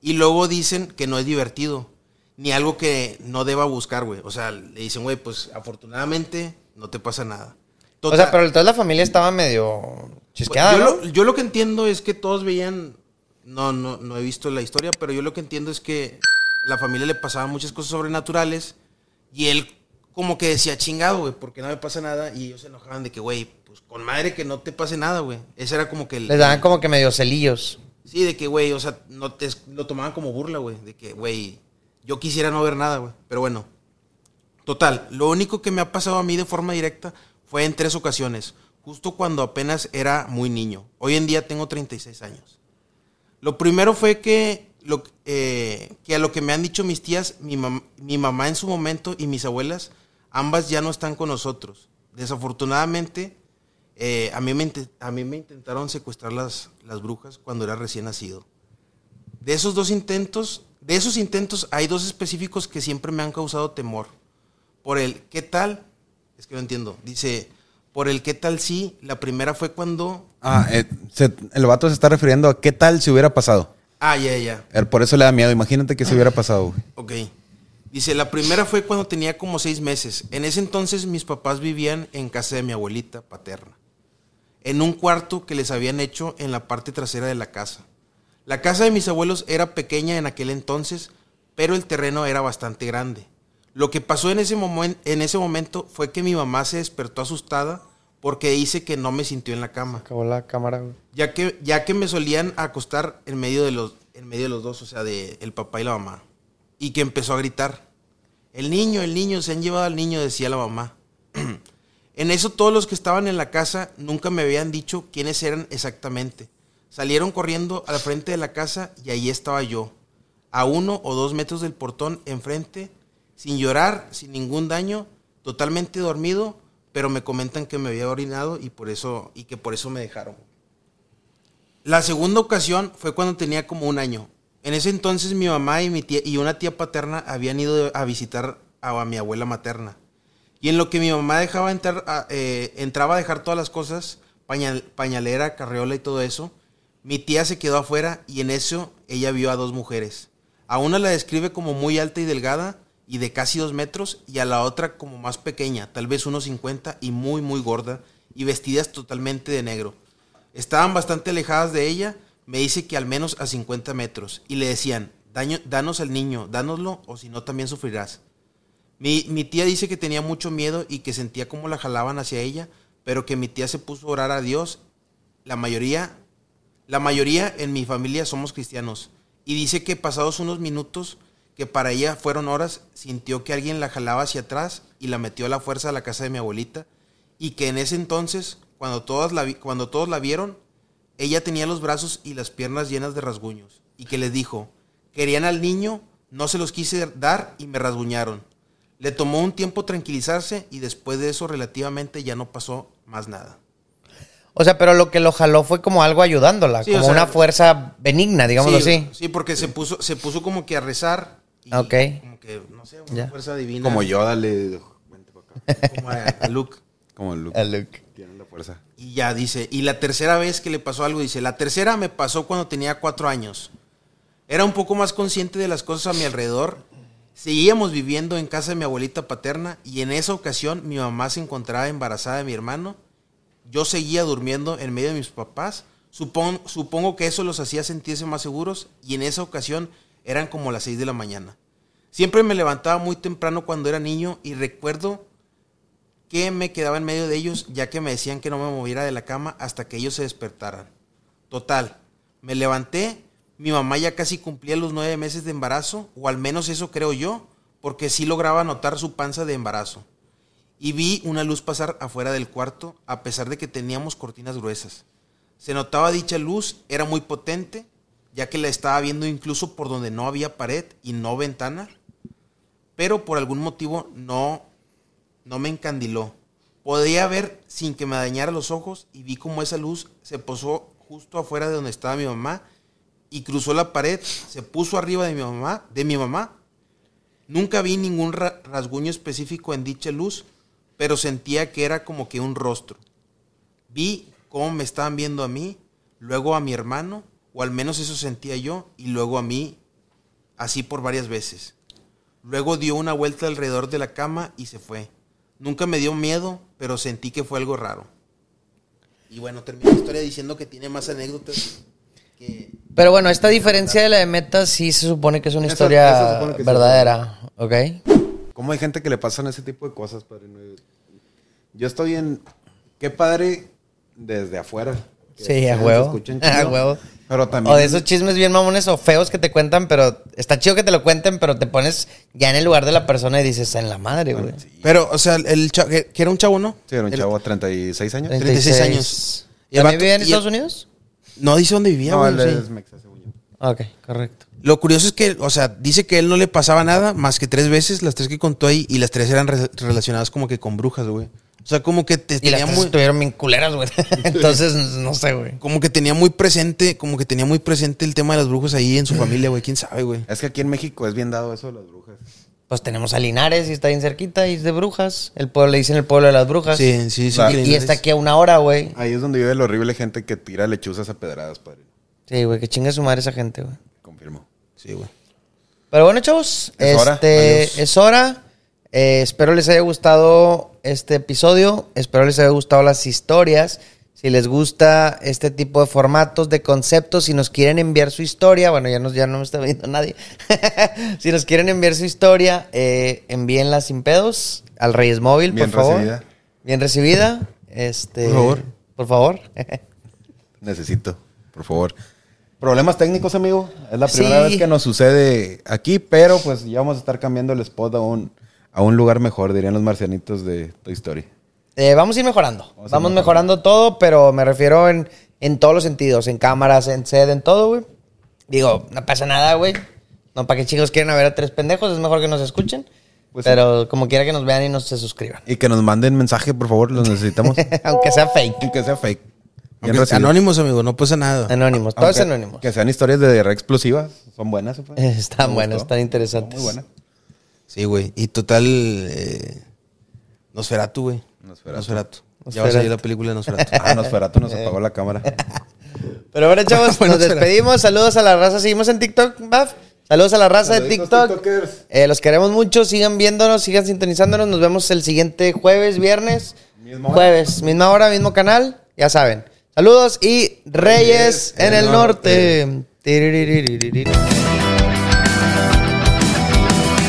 [SPEAKER 2] y luego dicen que no es divertido ni algo que no deba buscar, güey. O sea, le dicen, güey, pues afortunadamente no te pasa nada.
[SPEAKER 8] O sea, pero toda la familia estaba medio chisqueada.
[SPEAKER 2] yo,
[SPEAKER 8] ¿no?
[SPEAKER 2] lo, yo lo que entiendo es que todos veían, no, no, no he visto la historia, pero yo lo que entiendo es que la familia le pasaban muchas cosas sobrenaturales y él como que decía, chingado, güey, porque no me pasa nada y ellos se enojaban de que, güey, pues con madre que no te pase nada, güey. Ese era como que el...
[SPEAKER 8] Les daban como que medio celillos.
[SPEAKER 2] Sí, de que, güey, o sea, no te, lo tomaban como burla, güey. De que, güey, yo quisiera no ver nada, güey. Pero bueno, total, lo único que me ha pasado a mí de forma directa fue en tres ocasiones, justo cuando apenas era muy niño. Hoy en día tengo 36 años. Lo primero fue que, lo, eh, que a lo que me han dicho mis tías, mi, mam- mi mamá en su momento y mis abuelas, ambas ya no están con nosotros. Desafortunadamente, eh, a, mí me inte- a mí me intentaron secuestrar las, las brujas cuando era recién nacido. De esos dos intentos, de esos intentos hay dos específicos que siempre me han causado temor. Por el qué tal, es que no entiendo, dice, por el qué tal sí, la primera fue cuando...
[SPEAKER 3] Ah, eh, se- el vato se está refiriendo a qué tal si hubiera pasado.
[SPEAKER 2] Ah, ya, ya.
[SPEAKER 3] Él por eso le da miedo. Imagínate que se hubiera pasado, güey.
[SPEAKER 2] Ok. Dice, la primera fue cuando tenía como seis meses. En ese entonces mis papás vivían en casa de mi abuelita paterna, en un cuarto que les habían hecho en la parte trasera de la casa. La casa de mis abuelos era pequeña en aquel entonces, pero el terreno era bastante grande. Lo que pasó en ese, momen- en ese momento fue que mi mamá se despertó asustada porque dice que no me sintió en la cama
[SPEAKER 8] Acabó la cámara, güey.
[SPEAKER 2] ya que, ya que me solían acostar en medio de los, en medio de los dos, o sea, de el papá y la mamá. Y que empezó a gritar. El niño, el niño, se han llevado al niño, decía la mamá. en eso todos los que estaban en la casa nunca me habían dicho quiénes eran exactamente. Salieron corriendo al frente de la casa y ahí estaba yo, a uno o dos metros del portón enfrente, sin llorar, sin ningún daño, totalmente dormido, pero me comentan que me había orinado y por eso y que por eso me dejaron. La segunda ocasión fue cuando tenía como un año. En ese entonces mi mamá y, mi tía, y una tía paterna habían ido a visitar a, mi abuela materna. Y en lo que mi mamá dejaba entrar, a- eh, entraba a dejar todas las cosas, pañal- pañalera, carriola y todo eso, mi tía se quedó afuera y en eso ella vio a dos mujeres. A una la describe como muy alta y delgada y de casi dos metros y a la otra como más pequeña, tal vez unos 50 y muy muy gorda y vestidas totalmente de negro. Estaban bastante alejadas de ella, me dice que al menos a 50 metros, y le decían, Daño, danos al niño, dánoslo, o si no también sufrirás. Mi, mi tía dice que tenía mucho miedo y que sentía como la jalaban hacia ella, pero que mi tía se puso a orar a Dios. La mayoría, la mayoría en mi familia somos cristianos, y dice que pasados unos minutos, que para ella fueron horas, sintió que alguien la jalaba hacia atrás y la metió a la fuerza a la casa de mi abuelita, y que en ese entonces, cuando, todas la vi- cuando todos la vieron, ella tenía los brazos y las piernas llenas de rasguños, y que les dijo, querían al niño, no se los quise dar y me rasguñaron. Le tomó un tiempo tranquilizarse y después de eso relativamente ya no pasó más nada.
[SPEAKER 8] O sea, pero lo que lo jaló fue como algo ayudándola,
[SPEAKER 2] Sí, o
[SPEAKER 8] como
[SPEAKER 2] sea-
[SPEAKER 8] una fuerza benigna, digámoslo
[SPEAKER 2] sí,
[SPEAKER 8] así.
[SPEAKER 2] sí, porque se puso, se puso como que a rezar. Y
[SPEAKER 8] Ok.
[SPEAKER 2] Como que, no sé, una
[SPEAKER 8] Ya.
[SPEAKER 2] fuerza divina.
[SPEAKER 3] Como yo, dale. Vente para acá.
[SPEAKER 2] Como a- a Luke.
[SPEAKER 3] Como Luke.
[SPEAKER 8] Ah, Luke.
[SPEAKER 3] Tiene la fuerza.
[SPEAKER 2] Y ya dice, y la tercera vez que le pasó algo, dice, la tercera me pasó cuando tenía cuatro años. Era un poco más consciente de las cosas a mi alrededor. Seguíamos viviendo en casa de mi abuelita paterna y en esa ocasión mi mamá se encontraba embarazada de mi hermano. Yo seguía durmiendo en medio de mis papás. Supon- supongo que eso los hacía sentirse más seguros y en esa ocasión eran como las seis de la mañana. Siempre me levantaba muy temprano cuando era niño y recuerdo que me quedaba en medio de ellos, ya que me decían que no me moviera de la cama hasta que ellos se despertaran. Total, me levanté, mi mamá ya casi cumplía los nueve meses de embarazo, o al menos eso creo yo, porque sí lograba notar su panza de embarazo. y vi una luz pasar afuera del cuarto a pesar de que teníamos cortinas gruesas. Se notaba dicha luz, era muy potente, ya que la estaba viendo incluso por donde no había pared y no ventana, pero por algún motivo no, no me encandiló. Podía ver sin que me dañara los ojos y vi cómo esa luz se posó justo afuera de donde estaba mi mamá y cruzó la pared, se puso arriba de mi mamá, de mi mamá Nunca vi ningún ra- rasguño específico en dicha luz, pero sentía que era como que un rostro. Vi cómo me estaban viendo a mí, luego a mi hermano, o al menos eso sentía yo, y luego a mí, así por varias veces. Luego dio una vuelta alrededor de la cama y se fue. Nunca me dio miedo, pero sentí que fue algo raro. Y bueno, termina la historia diciendo que tiene más anécdotas que...
[SPEAKER 1] Pero bueno, esta diferencia de la de Meta sí se supone que es una
[SPEAKER 3] Eso-
[SPEAKER 1] historia
[SPEAKER 3] eso se supone que sí.
[SPEAKER 1] verdadera, ¿ok?
[SPEAKER 3] ¿Cómo hay gente que le pasan ese tipo de cosas, padre? No, Yo estoy en. Qué padre desde afuera. que
[SPEAKER 1] Sí, a
[SPEAKER 3] se
[SPEAKER 1] huevo.
[SPEAKER 3] escuchen chido,
[SPEAKER 1] A huevo.
[SPEAKER 3] Pero también.
[SPEAKER 1] O de esos chismes bien mamones o feos que te cuentan, pero está chido que te lo cuenten, pero te pones ya en el lugar de la persona y dices, en la madre, güey.
[SPEAKER 9] Pero, o sea, el chavo, que que era un chavo, ¿no?
[SPEAKER 3] Sí, era un
[SPEAKER 9] El-
[SPEAKER 3] chavo de 36 años.
[SPEAKER 9] 36 años. Y el
[SPEAKER 1] ¿También
[SPEAKER 9] vato-
[SPEAKER 1] vive en
[SPEAKER 9] y el-
[SPEAKER 1] Estados Unidos? Ah,
[SPEAKER 9] No dice dónde vivía,
[SPEAKER 3] No,
[SPEAKER 9] güey,
[SPEAKER 3] él
[SPEAKER 9] sí.
[SPEAKER 3] es mexa, según yo.
[SPEAKER 1] Ok, correcto.
[SPEAKER 9] Lo curioso es que, o sea, dice que a él no le pasaba nada más que tres veces, las tres que contó ahí, y las tres eran re- relacionadas como que con brujas, güey. O sea, como que te,
[SPEAKER 1] Y las
[SPEAKER 9] tenía
[SPEAKER 1] tres
[SPEAKER 9] muy,
[SPEAKER 1] estuvieron bien culeras, güey. Entonces, no sé, güey.
[SPEAKER 9] como que tenía muy presente, como que tenía muy presente el tema de las brujas ahí en su familia, güey. ¿Quién sabe, güey?
[SPEAKER 3] Es que aquí en México es bien dado eso de las brujas.
[SPEAKER 1] Pues tenemos a Linares y está bien cerquita y es de brujas. El pueblo, le dicen el pueblo de las brujas.
[SPEAKER 9] Sí, sí, sí.
[SPEAKER 3] Claro.
[SPEAKER 1] Y está aquí a una hora, güey.
[SPEAKER 3] Ahí es donde vive la horrible gente que tira lechuzas a pedradas, padre.
[SPEAKER 1] Sí, güey, que chinga su madre esa gente, güey.
[SPEAKER 3] Confirmo.
[SPEAKER 9] Sí, güey.
[SPEAKER 1] Pero bueno, chavos,
[SPEAKER 3] Es hora.
[SPEAKER 1] este,
[SPEAKER 3] Adiós.
[SPEAKER 1] es hora. Eh, espero les haya gustado este episodio. Espero les haya gustado las historias. Si les gusta este tipo de formatos, de conceptos, si nos quieren enviar su historia, bueno, ya, nos, ya no me está viendo nadie. si nos quieren enviar su historia, eh, envíenla sin pedos al Reyes Móvil,
[SPEAKER 3] Bien
[SPEAKER 1] por favor.
[SPEAKER 3] recibida.
[SPEAKER 1] Bien recibida. Este,
[SPEAKER 9] Por favor.
[SPEAKER 1] Por favor.
[SPEAKER 3] Necesito, por favor. Problemas técnicos, amigo. Es la primera
[SPEAKER 1] Sí.
[SPEAKER 3] vez que nos sucede aquí, pero pues ya vamos a estar cambiando el spot a un, a un lugar mejor, dirían los marcianitos de Toy Story.
[SPEAKER 1] Eh, vamos a ir mejorando.
[SPEAKER 3] a ir
[SPEAKER 1] Vamos, mejorando. todo, pero me refiero en, en todos los sentidos, en cámaras, en sed, en todo, güey. Digo, no pasa nada, güey. No, para que chicos quieren ver a tres pendejos, es mejor que nos escuchen.
[SPEAKER 3] Pues sí.
[SPEAKER 1] pero como quiera que nos vean y nos se suscriban.
[SPEAKER 3] Y que nos manden mensaje, por favor, los necesitamos.
[SPEAKER 1] Aunque sea fake.
[SPEAKER 3] Aunque sea fake. Bien
[SPEAKER 9] Aunque-
[SPEAKER 3] recibido.
[SPEAKER 9] anónimos, amigo, no pasa nada.
[SPEAKER 1] Anónimos, todos
[SPEAKER 3] Aunque-
[SPEAKER 1] anónimos.
[SPEAKER 3] Que sean historias de diarrea explosivas. Son buenas, ¿o fue?
[SPEAKER 1] Están
[SPEAKER 3] Me
[SPEAKER 1] buenas,
[SPEAKER 3] gustó.
[SPEAKER 1] están interesantes.
[SPEAKER 3] Muy buenas.
[SPEAKER 9] Sí, güey. Y total, eh, Nosferatu, güey.
[SPEAKER 3] Nosferatu.
[SPEAKER 9] Ya va a salir la película de Nosferatu.
[SPEAKER 3] Ah, Nosferatu nos apagó la cámara.
[SPEAKER 1] Pero bueno, chavos,
[SPEAKER 9] Bueno,
[SPEAKER 1] nos
[SPEAKER 9] será.
[SPEAKER 1] despedimos. Saludos a la raza. Seguimos en TikTok, Baf. Saludos a la raza de
[SPEAKER 3] Saluditos,
[SPEAKER 1] TikTok.
[SPEAKER 3] tiktokers.
[SPEAKER 1] Eh, los queremos mucho. Sigan viéndonos, sigan sintonizándonos. Nos vemos el siguiente jueves, viernes.
[SPEAKER 3] Misma hora.
[SPEAKER 1] Jueves, misma hora, mismo canal. Ya saben. Saludos y Reyes, en el norte. Tiririririririr.